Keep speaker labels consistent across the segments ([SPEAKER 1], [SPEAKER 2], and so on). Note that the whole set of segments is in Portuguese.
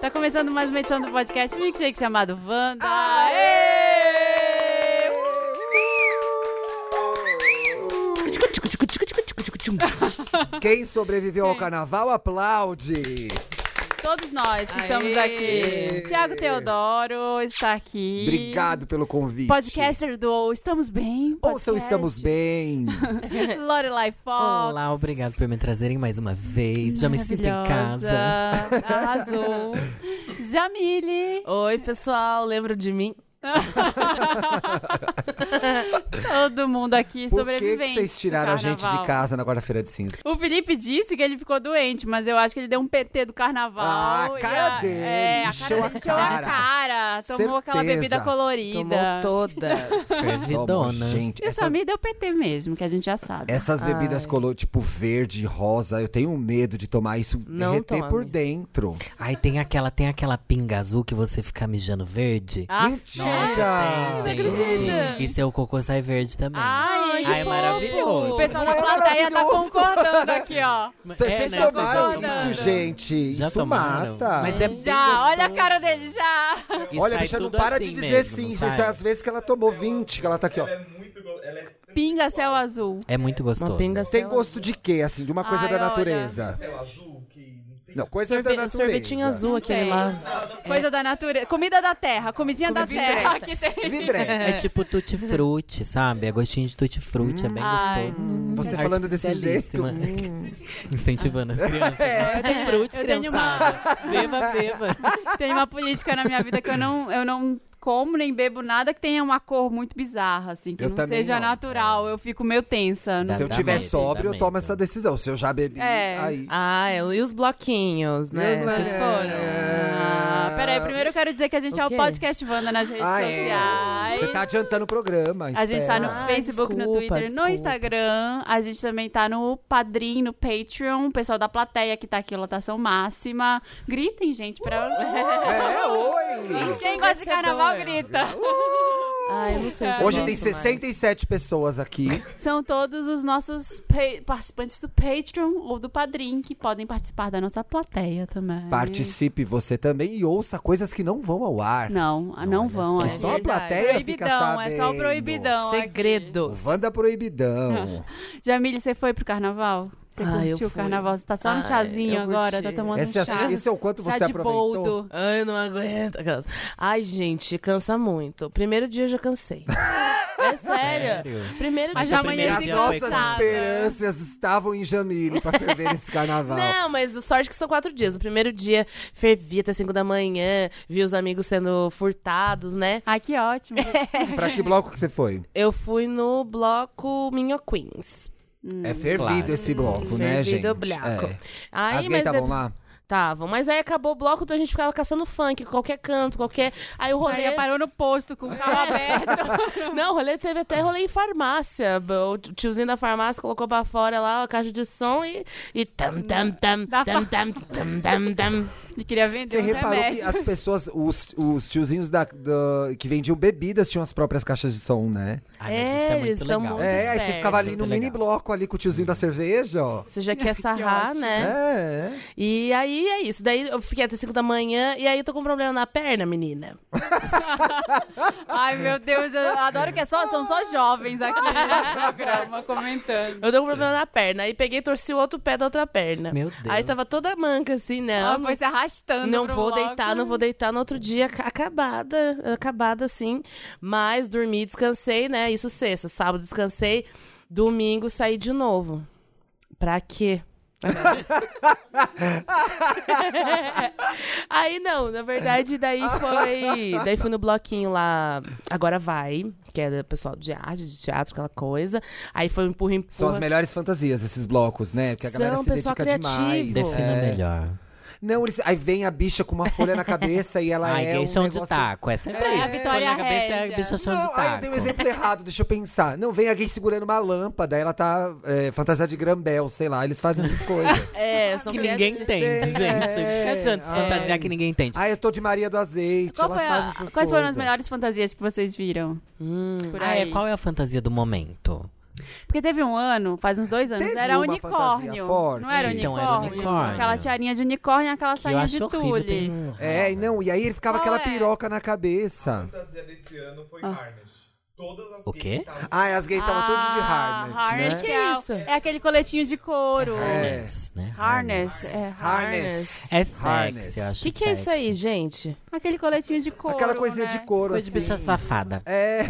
[SPEAKER 1] Tá começando mais uma edição do podcast Milkshake chamado Wanda.
[SPEAKER 2] Quem sobreviveu ao carnaval, aplaude!
[SPEAKER 1] Todos nós que
[SPEAKER 3] Aê!
[SPEAKER 1] estamos aqui. Tiago Teodoro está aqui.
[SPEAKER 2] Obrigado pelo convite.
[SPEAKER 1] Podcaster do Estamos Bem.
[SPEAKER 2] Ouçam
[SPEAKER 1] podcast.
[SPEAKER 2] Estamos Bem.
[SPEAKER 1] Lorelai Fox.
[SPEAKER 3] Olá, obrigado por me trazerem mais uma vez. Já me sinto em casa.
[SPEAKER 1] Maravilhosa. Arrasou. Jamile.
[SPEAKER 4] Oi, pessoal, lembram de mim?
[SPEAKER 1] Todo mundo aqui
[SPEAKER 2] Por que,
[SPEAKER 1] sobrevivente.
[SPEAKER 2] que vocês
[SPEAKER 1] do
[SPEAKER 2] tiraram a gente de
[SPEAKER 1] carnaval.
[SPEAKER 2] casa na quarta-feira de cinza?
[SPEAKER 1] O Felipe disse que ele ficou doente, mas eu acho que ele deu um PT do carnaval.
[SPEAKER 2] Ah, a
[SPEAKER 1] e
[SPEAKER 2] cara dele,
[SPEAKER 1] É, a
[SPEAKER 2] encheu
[SPEAKER 1] cara
[SPEAKER 2] a
[SPEAKER 1] dele encheu a
[SPEAKER 2] cara.
[SPEAKER 1] cara. Tomou aquela
[SPEAKER 2] Certeza.
[SPEAKER 1] bebida colorida.
[SPEAKER 4] Tomou todas.
[SPEAKER 2] Toma,
[SPEAKER 3] Servidona.
[SPEAKER 2] gente,
[SPEAKER 1] E o
[SPEAKER 2] essas,
[SPEAKER 1] Samir deu PT mesmo, que a gente já sabe.
[SPEAKER 2] essas bebidas colou tipo verde, rosa. Eu tenho medo de tomar isso
[SPEAKER 4] Não
[SPEAKER 2] derreter
[SPEAKER 4] tome.
[SPEAKER 2] por dentro.
[SPEAKER 3] Aí tem aquela, tem aquela pinga azul que você fica mijando verde.
[SPEAKER 1] Ah, é?
[SPEAKER 2] Mentira!
[SPEAKER 3] Nossa, tem,
[SPEAKER 1] Não acredito.
[SPEAKER 3] gente. E seu cocô sai verde também.
[SPEAKER 1] Ai, que
[SPEAKER 3] Ai, é
[SPEAKER 1] fofo.
[SPEAKER 3] maravilhoso.
[SPEAKER 1] O pessoal da
[SPEAKER 2] É
[SPEAKER 1] plateia tá
[SPEAKER 2] maravilhoso.
[SPEAKER 1] concordando aqui, ó.
[SPEAKER 2] Vocês
[SPEAKER 3] né?
[SPEAKER 2] tomaram
[SPEAKER 1] Vocês tomaram.
[SPEAKER 2] isso, gente?
[SPEAKER 3] Já
[SPEAKER 2] isso
[SPEAKER 3] tomaram?
[SPEAKER 2] mata.
[SPEAKER 3] Mas é bem
[SPEAKER 1] Já, olha a
[SPEAKER 3] gostoso.
[SPEAKER 1] cara dele, já.
[SPEAKER 3] E
[SPEAKER 2] Olha, a
[SPEAKER 3] sai
[SPEAKER 2] bicha não
[SPEAKER 3] tudo
[SPEAKER 2] para de
[SPEAKER 3] assim
[SPEAKER 2] dizer
[SPEAKER 3] mesmo,
[SPEAKER 2] sim. é
[SPEAKER 3] não
[SPEAKER 2] Vocês
[SPEAKER 3] sai?
[SPEAKER 2] sabem as vezes que ela tomou 20, que ela tá aqui, ó.
[SPEAKER 1] Pinga céu azul.
[SPEAKER 3] É muito gostoso.
[SPEAKER 4] Uma pinga
[SPEAKER 2] Tem gosto de quê, assim? De uma coisa
[SPEAKER 1] Ai,
[SPEAKER 2] da
[SPEAKER 1] Ah, é olha.
[SPEAKER 2] natureza. Não, coisa
[SPEAKER 4] Sorve-
[SPEAKER 2] da natureza.
[SPEAKER 4] sorvetinho azul, aquele
[SPEAKER 1] Tem.
[SPEAKER 4] lá.
[SPEAKER 1] Coisa da natureza. Comida da terra, comidinha da terra. Que
[SPEAKER 2] Vidrex.
[SPEAKER 1] tem.
[SPEAKER 2] Vidrex.
[SPEAKER 3] É tipo tutti-frutti, sabe? É gostinho de tutti-frutti, é bem
[SPEAKER 1] Ai.
[SPEAKER 3] gostoso.
[SPEAKER 2] Você falando desse jeito.
[SPEAKER 3] Artificialíssima. Incentivando as crianças. É, tutti-frutti,
[SPEAKER 1] Eu tenho uma-
[SPEAKER 3] criançada. Beba, beba.
[SPEAKER 1] Tem uma política na minha vida que eu não, eu não como nem bebo nada que tenha uma cor muito bizarra, assim, que
[SPEAKER 2] Eu
[SPEAKER 1] não
[SPEAKER 2] também
[SPEAKER 1] seja
[SPEAKER 2] não. É.
[SPEAKER 1] natural. Eu fico meio tensa. né? Não...
[SPEAKER 2] Se eu
[SPEAKER 3] Dá
[SPEAKER 2] tiver
[SPEAKER 3] medo,
[SPEAKER 2] sóbrio,
[SPEAKER 3] dá
[SPEAKER 2] eu tomo
[SPEAKER 3] medo.
[SPEAKER 2] essa decisão. Se eu já bebi,
[SPEAKER 1] Hum. É.
[SPEAKER 2] aí.
[SPEAKER 4] Ah, e os bloquinhos, né?
[SPEAKER 2] Mesmo,
[SPEAKER 4] Vocês
[SPEAKER 2] é.
[SPEAKER 4] foram.
[SPEAKER 1] Ah, peraí, primeiro eu quero dizer que a gente é o
[SPEAKER 4] O quê?
[SPEAKER 1] podcast Wanda nas redes
[SPEAKER 2] Ah, é.
[SPEAKER 1] sociais.
[SPEAKER 2] Você tá adiantando o programa.
[SPEAKER 1] A gente tá no
[SPEAKER 2] espera.
[SPEAKER 4] Ah,
[SPEAKER 1] Facebook, no
[SPEAKER 4] desculpa,
[SPEAKER 1] Twitter, no
[SPEAKER 4] desculpa.
[SPEAKER 1] Instagram. A gente também tá no Padrim, no Patreon. O pessoal da plateia que tá aqui, lotação máxima. Gritem, gente, pra...
[SPEAKER 4] Uh!
[SPEAKER 2] É, oi!
[SPEAKER 1] Quem gosta de carnaval,
[SPEAKER 4] vencedor.
[SPEAKER 1] grita.
[SPEAKER 2] Uh!
[SPEAKER 4] Ah, eu não sei se
[SPEAKER 1] é
[SPEAKER 4] eu
[SPEAKER 2] Hoje
[SPEAKER 4] gosto
[SPEAKER 2] tem
[SPEAKER 4] mais.
[SPEAKER 2] 67 pessoas aqui.
[SPEAKER 1] Uhum. São todos os nossos pa- participantes do Patreon ou do Padrim que podem participar da nossa plateia também.
[SPEAKER 2] Participe você também e ouça coisas que não vão ao ar.
[SPEAKER 1] Não, ah, não
[SPEAKER 3] Olha
[SPEAKER 1] vão.
[SPEAKER 3] só.
[SPEAKER 1] é
[SPEAKER 2] que só a
[SPEAKER 4] verdade.
[SPEAKER 2] plateia fica
[SPEAKER 1] Proibidão,
[SPEAKER 2] sabendo.
[SPEAKER 1] é só o proibidão. aqui.
[SPEAKER 4] Segredos.
[SPEAKER 2] Wanda Proibidão.
[SPEAKER 1] Jamile, você foi pro carnaval? Você
[SPEAKER 4] Ah, eu
[SPEAKER 1] curtiu
[SPEAKER 4] fui.
[SPEAKER 1] o carnaval? Você tá só
[SPEAKER 4] Ah,
[SPEAKER 1] no chazinho
[SPEAKER 4] eu
[SPEAKER 1] agora,
[SPEAKER 4] curti.
[SPEAKER 1] tá tomando
[SPEAKER 2] Esse,
[SPEAKER 1] um chá.
[SPEAKER 2] é, esse é o quanto
[SPEAKER 1] chá
[SPEAKER 2] você
[SPEAKER 1] de
[SPEAKER 2] aproveitou.
[SPEAKER 1] boldo.
[SPEAKER 4] Ai, eu não aguento. aquelas. Ai, gente, cansa muito. Primeiro dia eu já cansei. É sério. Primeiro
[SPEAKER 1] Mas
[SPEAKER 4] dia.
[SPEAKER 1] já
[SPEAKER 4] eu
[SPEAKER 3] amanhã
[SPEAKER 2] E
[SPEAKER 1] amanheci
[SPEAKER 2] as
[SPEAKER 3] Esse foi
[SPEAKER 2] nossas
[SPEAKER 1] cansada.
[SPEAKER 2] esperanças estavam em Jamile pra ferver esse carnaval.
[SPEAKER 4] Não, mas sorte é que são quatro dias. O primeiro dia fervi até cinco da manhã, vi os amigos sendo furtados, né?
[SPEAKER 1] Ai, Ah, que ótimo.
[SPEAKER 2] Pra que bloco que você foi?
[SPEAKER 4] Eu fui no bloco Minho Queens.
[SPEAKER 2] é fervido
[SPEAKER 3] Clássico.
[SPEAKER 2] esse bloco, né, gente?
[SPEAKER 4] Fervido bloco.
[SPEAKER 2] É.
[SPEAKER 4] Aí,
[SPEAKER 2] As gays
[SPEAKER 4] mas
[SPEAKER 2] estavam
[SPEAKER 4] de-
[SPEAKER 2] lá?
[SPEAKER 4] Tavam. Mas aí acabou o bloco, então a gente ficava caçando funk, qualquer canto, qualquer. Aí um- o rolê.
[SPEAKER 1] Aí parou no posto com o carro aberto.
[SPEAKER 4] Não, o rolê teve até rolê em farmácia. O tiozinho da farmácia colocou pra fora lá a caixa de som e. E tam, tam, tam,
[SPEAKER 1] Da
[SPEAKER 4] tam, tam, tam, tam, tam.
[SPEAKER 1] Ele queria vender
[SPEAKER 2] Você
[SPEAKER 1] uns
[SPEAKER 2] reparou
[SPEAKER 1] remédios.
[SPEAKER 2] que as pessoas, os, os tiozinhos da, da- que vendiam bebidas tinham as próprias caixas de som, né?
[SPEAKER 3] Ai, mas isso é
[SPEAKER 4] Eles
[SPEAKER 3] muito
[SPEAKER 4] são
[SPEAKER 3] legal.
[SPEAKER 4] muito
[SPEAKER 2] é, aí você
[SPEAKER 4] esperto,
[SPEAKER 2] ficava ali no
[SPEAKER 3] muito
[SPEAKER 2] mini
[SPEAKER 3] legal.
[SPEAKER 2] bloco ali com o tiozinho da cerveja, ó.
[SPEAKER 4] Você já quer sarrar, né?
[SPEAKER 2] É.
[SPEAKER 4] E aí é isso. Daí eu fiquei até 5 da manhã e aí eu tô com um problema na perna, menina.
[SPEAKER 1] Ai, meu Deus, eu adoro que é só, são só jovens aqui no programa comentando.
[SPEAKER 4] Eu tô com um problema na perna. Aí peguei e torci o outro pé da outra perna.
[SPEAKER 3] Meu Deus.
[SPEAKER 4] Aí tava toda manca assim, não.
[SPEAKER 1] Ela foi se arrastando.
[SPEAKER 4] não
[SPEAKER 1] pro
[SPEAKER 4] vou
[SPEAKER 1] bloco.
[SPEAKER 4] deitar, não vou deitar no outro dia, ac- acabada, acabada assim. Mas dormi, descansei, né? Isso sexta, sábado descansei, domingo saí de novo. Pra quê? Aí não, na verdade, daí foi. Daí fui no bloquinho lá. Agora vai, que é do pessoal de arte, de teatro, aquela coisa. Aí foi um empurra, empurra.
[SPEAKER 2] São as melhores fantasias, esses blocos, né? Porque a galera
[SPEAKER 4] São
[SPEAKER 2] se
[SPEAKER 4] pessoal
[SPEAKER 2] dedica
[SPEAKER 4] criativo.
[SPEAKER 2] demais.
[SPEAKER 3] Defina
[SPEAKER 2] É.
[SPEAKER 3] melhor.
[SPEAKER 2] Não, eles, aí vem a bicha com uma folha na cabeça e ela
[SPEAKER 3] Ai,
[SPEAKER 2] é
[SPEAKER 3] gay
[SPEAKER 2] um
[SPEAKER 3] chão de
[SPEAKER 2] negócio-
[SPEAKER 3] taco. É sempre
[SPEAKER 1] É, a
[SPEAKER 3] isso.
[SPEAKER 1] Vitória
[SPEAKER 3] Foi na cabeça
[SPEAKER 1] Regia.
[SPEAKER 3] é bicha chão de
[SPEAKER 2] Não,
[SPEAKER 3] taco.
[SPEAKER 2] ah, eu dei um exemplo errado, deixa eu pensar. Não, vem alguém segurando uma lâmpada, ela tá é, fantasiada de Grambel, sei lá, eles fazem essas coisas.
[SPEAKER 4] É, são
[SPEAKER 3] Que ninguém
[SPEAKER 4] criativos.
[SPEAKER 3] entende, gente.
[SPEAKER 2] É.
[SPEAKER 3] Não adianta se fantasiar que ninguém entende.
[SPEAKER 2] ah, eu tô de Maria do Azeite,
[SPEAKER 1] Qual
[SPEAKER 2] elas
[SPEAKER 1] foi a-
[SPEAKER 2] fazem essas
[SPEAKER 1] quais foram as
[SPEAKER 2] coisas.
[SPEAKER 1] melhores fantasias que vocês viram?
[SPEAKER 4] Hum.
[SPEAKER 1] Por
[SPEAKER 3] Ah, é,
[SPEAKER 1] aí.
[SPEAKER 3] qual é a fantasia do momento?
[SPEAKER 1] Porque teve um ano, faz uns dois anos,
[SPEAKER 2] Teve
[SPEAKER 1] era
[SPEAKER 2] uma
[SPEAKER 1] unicórnio.
[SPEAKER 2] fantasia forte.
[SPEAKER 1] Não era unicórnio?
[SPEAKER 3] Então, era unicórnio.
[SPEAKER 1] Aquela tiarinha de unicórnio e aquela
[SPEAKER 3] Que eu
[SPEAKER 1] sainha de
[SPEAKER 3] acho horrível.
[SPEAKER 1] tule.
[SPEAKER 3] Tem um...
[SPEAKER 2] É, e não, e aí ele ficava
[SPEAKER 1] Qual
[SPEAKER 2] aquela
[SPEAKER 1] é?
[SPEAKER 2] piroca na cabeça.
[SPEAKER 5] fantasia desse ano foi
[SPEAKER 1] Ah.
[SPEAKER 5] Harness. Todas as
[SPEAKER 3] O
[SPEAKER 5] gays
[SPEAKER 3] quê?
[SPEAKER 5] estavam-
[SPEAKER 2] Ah, as gays estavam todas de
[SPEAKER 1] Ah,
[SPEAKER 2] harness,
[SPEAKER 1] Harness
[SPEAKER 2] né?
[SPEAKER 1] que é,
[SPEAKER 4] isso?
[SPEAKER 1] é aquele coletinho de couro.
[SPEAKER 2] É.
[SPEAKER 3] Harness, né?
[SPEAKER 1] Harness. É,
[SPEAKER 2] Harness.
[SPEAKER 3] É sexy,
[SPEAKER 2] Harness.
[SPEAKER 3] eu acho.
[SPEAKER 4] O que, que é isso
[SPEAKER 3] sexy.
[SPEAKER 4] aí, gente?
[SPEAKER 1] Aquele coletinho de couro.
[SPEAKER 2] Aquela coisinha
[SPEAKER 1] né?
[SPEAKER 2] de couro,
[SPEAKER 3] Coisa de bicha
[SPEAKER 2] assim.
[SPEAKER 3] safada.
[SPEAKER 2] É,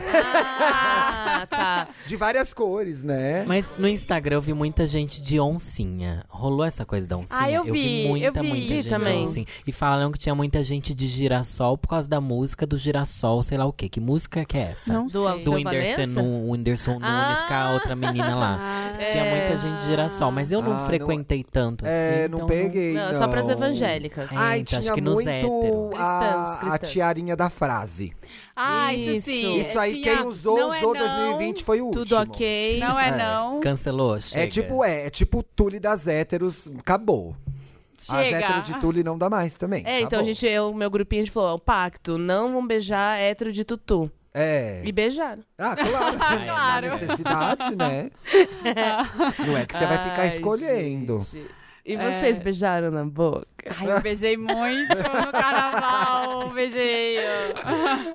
[SPEAKER 4] Ah, tá.
[SPEAKER 2] de várias cores, né?
[SPEAKER 3] Mas no Instagram eu vi muita gente de oncinha. Rolou essa coisa da oncinha?
[SPEAKER 1] Ah, eu vi,
[SPEAKER 3] vi muita,
[SPEAKER 1] eu vi.
[SPEAKER 3] muita
[SPEAKER 1] Vi
[SPEAKER 3] gente
[SPEAKER 4] também.
[SPEAKER 3] de oncinha. E falaram que tinha muita gente de girassol por causa da música do girassol, sei lá o quê. Que música que é essa?
[SPEAKER 1] Não
[SPEAKER 4] Do
[SPEAKER 1] sei.
[SPEAKER 3] do
[SPEAKER 4] Seu
[SPEAKER 3] Whindersson,
[SPEAKER 4] Valença?
[SPEAKER 3] Nu- Whindersson Nunes
[SPEAKER 4] Ah!
[SPEAKER 3] com a outra menina lá.
[SPEAKER 1] Ah,
[SPEAKER 3] Que Tinha muita gente de girassol, mas eu não
[SPEAKER 2] Ah, não-
[SPEAKER 3] frequentei tanto assim.
[SPEAKER 2] É, não
[SPEAKER 3] então
[SPEAKER 2] peguei.
[SPEAKER 4] Não,
[SPEAKER 2] Não,
[SPEAKER 4] é só pras evangélicas.
[SPEAKER 3] É,
[SPEAKER 2] Ai,
[SPEAKER 3] então, acho
[SPEAKER 2] tinha
[SPEAKER 3] que nos
[SPEAKER 2] muito
[SPEAKER 3] hétero.
[SPEAKER 2] a,
[SPEAKER 4] Cristãos,
[SPEAKER 2] a
[SPEAKER 4] cristãos. É.
[SPEAKER 2] tiarinha da frase.
[SPEAKER 1] Ah, isso, sim.
[SPEAKER 2] Isso aí,
[SPEAKER 1] Tinha-
[SPEAKER 2] quem usou,
[SPEAKER 1] não é
[SPEAKER 2] usou
[SPEAKER 1] não,
[SPEAKER 2] 2020 foi o último.
[SPEAKER 4] Tudo ok.
[SPEAKER 1] Não é,
[SPEAKER 2] É.
[SPEAKER 1] não.
[SPEAKER 3] Cancelou, chega.
[SPEAKER 2] É tipo, é, é tipo o Tule das héteros, acabou. As
[SPEAKER 1] Chega.
[SPEAKER 2] héteros de Tule não dá mais também.
[SPEAKER 4] É, então a
[SPEAKER 2] acabou.
[SPEAKER 4] gente, eu, meu grupinho, a gente falou, ó, pacto, não vão beijar hétero de tutu.
[SPEAKER 2] É.
[SPEAKER 4] E beijaram.
[SPEAKER 2] Ah, claro.
[SPEAKER 3] Ah, é,
[SPEAKER 2] Na
[SPEAKER 1] Claro.
[SPEAKER 2] necessidade, né? Não é que você vai ficar
[SPEAKER 4] Ai,
[SPEAKER 2] escolhendo.
[SPEAKER 4] gente. E vocês beijaram na boca?
[SPEAKER 1] Ai, eu beijei muito no carnaval. Beijei.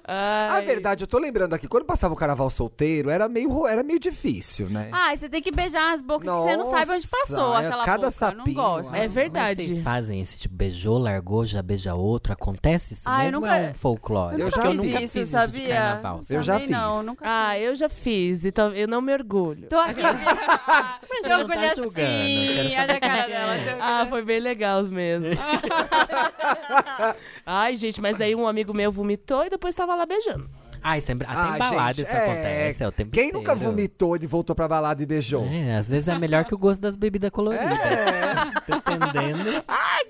[SPEAKER 1] Ah,
[SPEAKER 2] A verdade, eu tô lembrando aqui, quando passava o carnaval solteiro, era meio, ro- era meio difícil, né?
[SPEAKER 1] Ah, e você tem que beijar as bocas que você não sabe onde passou
[SPEAKER 2] Nossa, é
[SPEAKER 1] aquela
[SPEAKER 2] cada
[SPEAKER 1] boca. Eu
[SPEAKER 2] sapinho,
[SPEAKER 1] não gosto.
[SPEAKER 2] Nossa,
[SPEAKER 4] é
[SPEAKER 2] mas
[SPEAKER 3] Vocês
[SPEAKER 4] verdade.
[SPEAKER 3] fazem isso? Tipo, beijou, largou, já beija outro? Acontece isso
[SPEAKER 1] Ah, eu
[SPEAKER 3] mesmo? ou
[SPEAKER 1] nunca-
[SPEAKER 3] É um folclore?
[SPEAKER 2] eu
[SPEAKER 3] Porque
[SPEAKER 2] nunca
[SPEAKER 3] eu nunca
[SPEAKER 2] fiz
[SPEAKER 3] fiz
[SPEAKER 1] isso,
[SPEAKER 3] isso
[SPEAKER 1] sabia?
[SPEAKER 3] de carnaval.
[SPEAKER 2] Eu já
[SPEAKER 1] Também Não,
[SPEAKER 2] fiz.
[SPEAKER 1] nunca
[SPEAKER 4] Ah, eu já fiz, então eu não me orgulho.
[SPEAKER 1] Tô aqui. Mas
[SPEAKER 3] não tá julgando, eu quero
[SPEAKER 1] Olha a cara
[SPEAKER 3] saber como é.
[SPEAKER 1] dela.
[SPEAKER 4] Ah, foi bem legal os mesmo. Ai, gente, mas daí um amigo meu vomitou e depois tava lá beijando.
[SPEAKER 3] Ai, sempre, até
[SPEAKER 2] Ai,
[SPEAKER 3] em balada
[SPEAKER 2] gente,
[SPEAKER 3] isso
[SPEAKER 2] é,
[SPEAKER 3] acontece, é o tempo
[SPEAKER 2] Quem nunca
[SPEAKER 3] inteiro.
[SPEAKER 2] vomitou e voltou pra balada e beijou?
[SPEAKER 3] É, às vezes é melhor que o gosto das bebidas coloridas.
[SPEAKER 2] É.
[SPEAKER 3] Dependendo.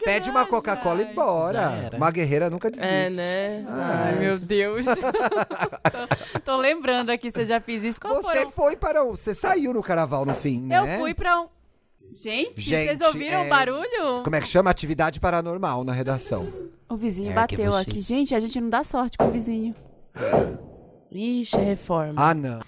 [SPEAKER 2] Pede uma Coca-Cola e
[SPEAKER 3] Já
[SPEAKER 2] bora.
[SPEAKER 3] era.
[SPEAKER 2] Uma guerreira nunca desiste.
[SPEAKER 4] É, né?
[SPEAKER 1] Ai, meu Deus. tô, tô lembrando aqui se eu já fiz isso. Qual
[SPEAKER 2] Você
[SPEAKER 1] foram?
[SPEAKER 2] foi para um. Você saiu no carnaval no fim, né?
[SPEAKER 1] Eu fui pra um. Gente, vocês
[SPEAKER 2] Gente,
[SPEAKER 1] ouviram o
[SPEAKER 2] é-
[SPEAKER 1] barulho?
[SPEAKER 2] Como é que chama? Atividade paranormal na redação.
[SPEAKER 1] O vizinho
[SPEAKER 3] É,
[SPEAKER 1] bateu
[SPEAKER 3] arquivo X.
[SPEAKER 1] aqui. Gente, a gente não dá sorte com o vizinho.
[SPEAKER 4] Ixi, é reforma.
[SPEAKER 2] Ah, não.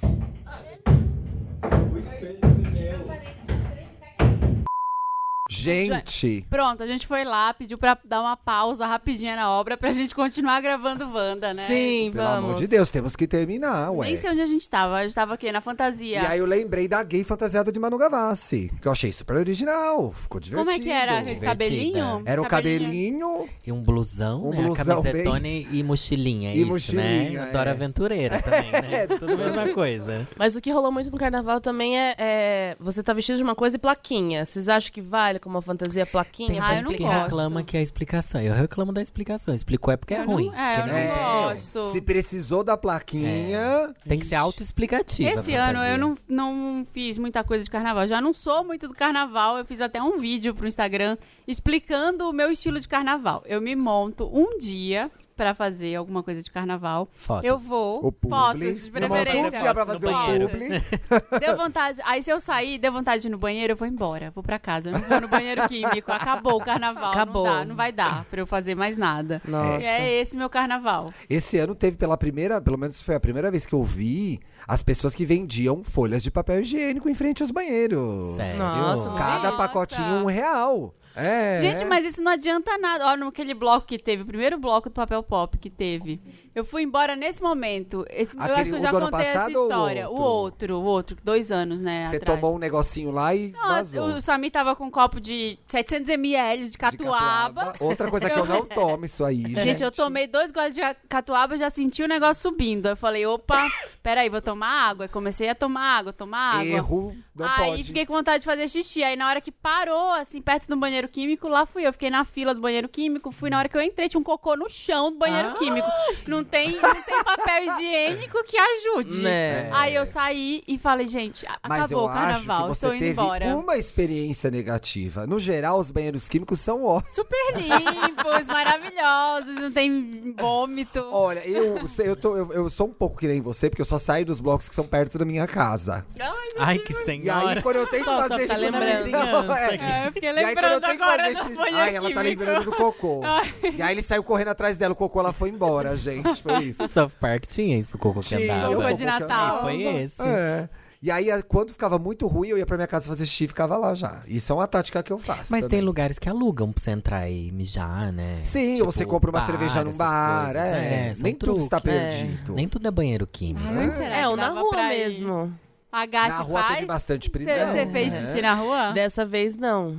[SPEAKER 2] Gente,
[SPEAKER 1] Pronto, a gente foi lá, pediu pra dar uma pausa rapidinha na obra pra gente continuar gravando Wanda, né?
[SPEAKER 4] Sim,
[SPEAKER 2] pelo
[SPEAKER 4] vamos.
[SPEAKER 2] amor de Deus, temos que terminar, ué.
[SPEAKER 1] Nem sei onde a gente tava. A gente tava aqui na
[SPEAKER 2] E
[SPEAKER 1] fantasia.
[SPEAKER 2] aí eu lembrei da gay fantasiada de Manu Gavassi, que eu achei super original, ficou divertido.
[SPEAKER 1] Como
[SPEAKER 2] é.
[SPEAKER 1] é que era? Aquele
[SPEAKER 3] Divertido.
[SPEAKER 1] cabelinho?
[SPEAKER 2] Era o cabelinho,
[SPEAKER 3] E um blusão,
[SPEAKER 2] Um
[SPEAKER 3] né?
[SPEAKER 2] blusão
[SPEAKER 3] a camisetona e mochilinha, é
[SPEAKER 2] E
[SPEAKER 3] isso,
[SPEAKER 2] mochilinha,
[SPEAKER 3] né? Dora
[SPEAKER 2] é.
[SPEAKER 3] Aventureira também, né?
[SPEAKER 2] É,
[SPEAKER 3] Tudo a mesma coisa.
[SPEAKER 4] Mas o que rolou muito no carnaval também é, é você tá vestido de uma coisa e plaquinha. Vocês acham que vale como uma fantasia plaquinha?
[SPEAKER 1] Ah, eu
[SPEAKER 3] gente
[SPEAKER 1] não
[SPEAKER 3] que
[SPEAKER 1] gosto.
[SPEAKER 3] reclama que é a explicação. Eu reclamo da explicação. Explicou é porque é
[SPEAKER 1] Eu não-
[SPEAKER 3] ruim.
[SPEAKER 1] é,
[SPEAKER 3] porque
[SPEAKER 1] eu
[SPEAKER 3] não-
[SPEAKER 1] não É.
[SPEAKER 2] É,
[SPEAKER 1] gosto.
[SPEAKER 2] se precisou da plaquinha,
[SPEAKER 3] Tem que ser autoexplicativa.
[SPEAKER 1] Esse
[SPEAKER 3] a
[SPEAKER 1] ano
[SPEAKER 3] fantasia.
[SPEAKER 1] eu não, não fiz muita coisa de carnaval. Já não sou muito do carnaval. Eu fiz até um vídeo pro Instagram explicando o meu estilo de carnaval. Eu me monto um dia pra fazer alguma coisa de carnaval.
[SPEAKER 3] Fotos.
[SPEAKER 1] Eu vou.
[SPEAKER 2] o publi.
[SPEAKER 1] fotos, de
[SPEAKER 2] Eu montei um
[SPEAKER 1] preferência.
[SPEAKER 2] dia pra fazer o
[SPEAKER 1] Fotos.
[SPEAKER 2] publi.
[SPEAKER 1] Deu vontade. Aí se eu sair, deu vontade de ir no banheiro, eu vou embora. Vou pra casa. Eu não vou no banheiro químico. Acabou o carnaval.
[SPEAKER 4] Acabou.
[SPEAKER 1] Não, dá, não vai dar pra eu fazer mais nada.
[SPEAKER 4] Nossa.
[SPEAKER 1] E é esse meu carnaval.
[SPEAKER 2] Esse ano teve pela primeira, pelo menos foi a primeira vez que eu vi, as pessoas que vendiam folhas de papel higiênico em frente aos banheiros.
[SPEAKER 3] Sério?
[SPEAKER 4] Nossa,
[SPEAKER 1] Nossa.
[SPEAKER 2] Cada pacotinho um real. É.
[SPEAKER 1] Gente, mas isso não adianta nada. Ó, naquele bloco que teve, o primeiro bloco do papel pop que teve. Eu fui embora nesse momento. Esse, eu acho
[SPEAKER 2] Aquele-
[SPEAKER 1] que eu
[SPEAKER 2] o
[SPEAKER 1] já
[SPEAKER 2] do ano
[SPEAKER 1] contei essa
[SPEAKER 2] passado ou o
[SPEAKER 1] história.
[SPEAKER 2] outro?
[SPEAKER 1] O outro, o outro, dois anos, né?
[SPEAKER 2] Você
[SPEAKER 1] atrás.
[SPEAKER 2] tomou um negocinho lá e vazou.
[SPEAKER 1] Não, o Samir tava com um copo de 700ml de
[SPEAKER 2] De
[SPEAKER 1] catuaba.
[SPEAKER 2] catuaba. Outra coisa que eu não tomo isso aí, gente.
[SPEAKER 1] Gente, eu tomei dois goles de catuaba e já senti o negócio subindo. Eu falei, opa, peraí, vou tomar água. Aí comecei a tomar água, tomar água.
[SPEAKER 2] Erro, não
[SPEAKER 1] aí
[SPEAKER 2] pode.
[SPEAKER 1] fiquei com vontade de fazer xixi. Aí na hora que parou, assim, perto do banheiro químico, lá fui eu. Fiquei na fila do banheiro químico, fui na hora que eu entrei, tinha um cocô no chão do
[SPEAKER 2] Ah!
[SPEAKER 1] banheiro químico. Não tem, não tem papel higiênico que ajude.
[SPEAKER 4] Né.
[SPEAKER 1] Aí eu saí e falei, gente, a-
[SPEAKER 2] Mas
[SPEAKER 1] acabou
[SPEAKER 2] eu
[SPEAKER 1] o carnaval,
[SPEAKER 2] acho que você
[SPEAKER 1] estou indo
[SPEAKER 2] teve um
[SPEAKER 1] embora.
[SPEAKER 2] uma experiência negativa. No geral, os banheiros químicos são ótimos.
[SPEAKER 1] Super limpos, maravilhosos, não tem vômito.
[SPEAKER 2] Olha, eu, sei- eu, tô- eu, eu sou um pouco que nem você, porque eu só saio dos blocos que são perto da minha casa.
[SPEAKER 1] Ai,
[SPEAKER 3] Ai, que
[SPEAKER 2] E
[SPEAKER 3] senhora.
[SPEAKER 2] aí, quando eu tenho que
[SPEAKER 4] Só- só
[SPEAKER 2] fazer
[SPEAKER 4] tá
[SPEAKER 2] xixi-
[SPEAKER 4] lembrando.
[SPEAKER 2] Não, é.
[SPEAKER 1] É, eu fiquei
[SPEAKER 2] E aí, quando eu
[SPEAKER 1] lembrando
[SPEAKER 2] tenho que
[SPEAKER 1] agora
[SPEAKER 2] fazer
[SPEAKER 1] do
[SPEAKER 2] xixi-
[SPEAKER 1] banheiro
[SPEAKER 2] Ai, ela tá
[SPEAKER 1] químico.
[SPEAKER 2] lembrando do cocô.
[SPEAKER 1] Ai.
[SPEAKER 2] E aí ele saiu correndo atrás dela, o cocô ela foi embora, gente. Foi isso.
[SPEAKER 3] South Park tinha isso, o Coco que
[SPEAKER 2] Tinha,
[SPEAKER 3] andava.
[SPEAKER 2] o
[SPEAKER 1] Cocô de
[SPEAKER 2] que andava.
[SPEAKER 1] Natal.
[SPEAKER 3] Foi esse.
[SPEAKER 2] É. E aí, a- quando ficava muito ruim, eu ia pra minha casa fazer xixi e ficava lá já. Isso é uma tática que eu faço.
[SPEAKER 3] Mas tem
[SPEAKER 2] também.
[SPEAKER 3] lugares que alugam pra você entrar e mijar, né?
[SPEAKER 2] Sim,
[SPEAKER 3] Tipo,
[SPEAKER 2] ou você compra uma
[SPEAKER 3] bar,
[SPEAKER 2] cerveja num
[SPEAKER 3] essas
[SPEAKER 2] bar.
[SPEAKER 3] coisas,
[SPEAKER 2] é.
[SPEAKER 3] são
[SPEAKER 2] Nem tudo está
[SPEAKER 3] truques.
[SPEAKER 2] perdido.
[SPEAKER 3] Nem tudo é banheiro químico.
[SPEAKER 1] Ai, onde será
[SPEAKER 4] É,
[SPEAKER 1] que
[SPEAKER 4] ou na
[SPEAKER 1] dava
[SPEAKER 4] rua
[SPEAKER 1] né? pra ir?
[SPEAKER 4] mesmo.
[SPEAKER 1] A Gachi
[SPEAKER 2] Na rua
[SPEAKER 1] faz?
[SPEAKER 2] teve bastante
[SPEAKER 1] Você,
[SPEAKER 2] prisão.
[SPEAKER 1] você fez
[SPEAKER 2] né?
[SPEAKER 1] xixi na rua?
[SPEAKER 4] Dessa vez, não.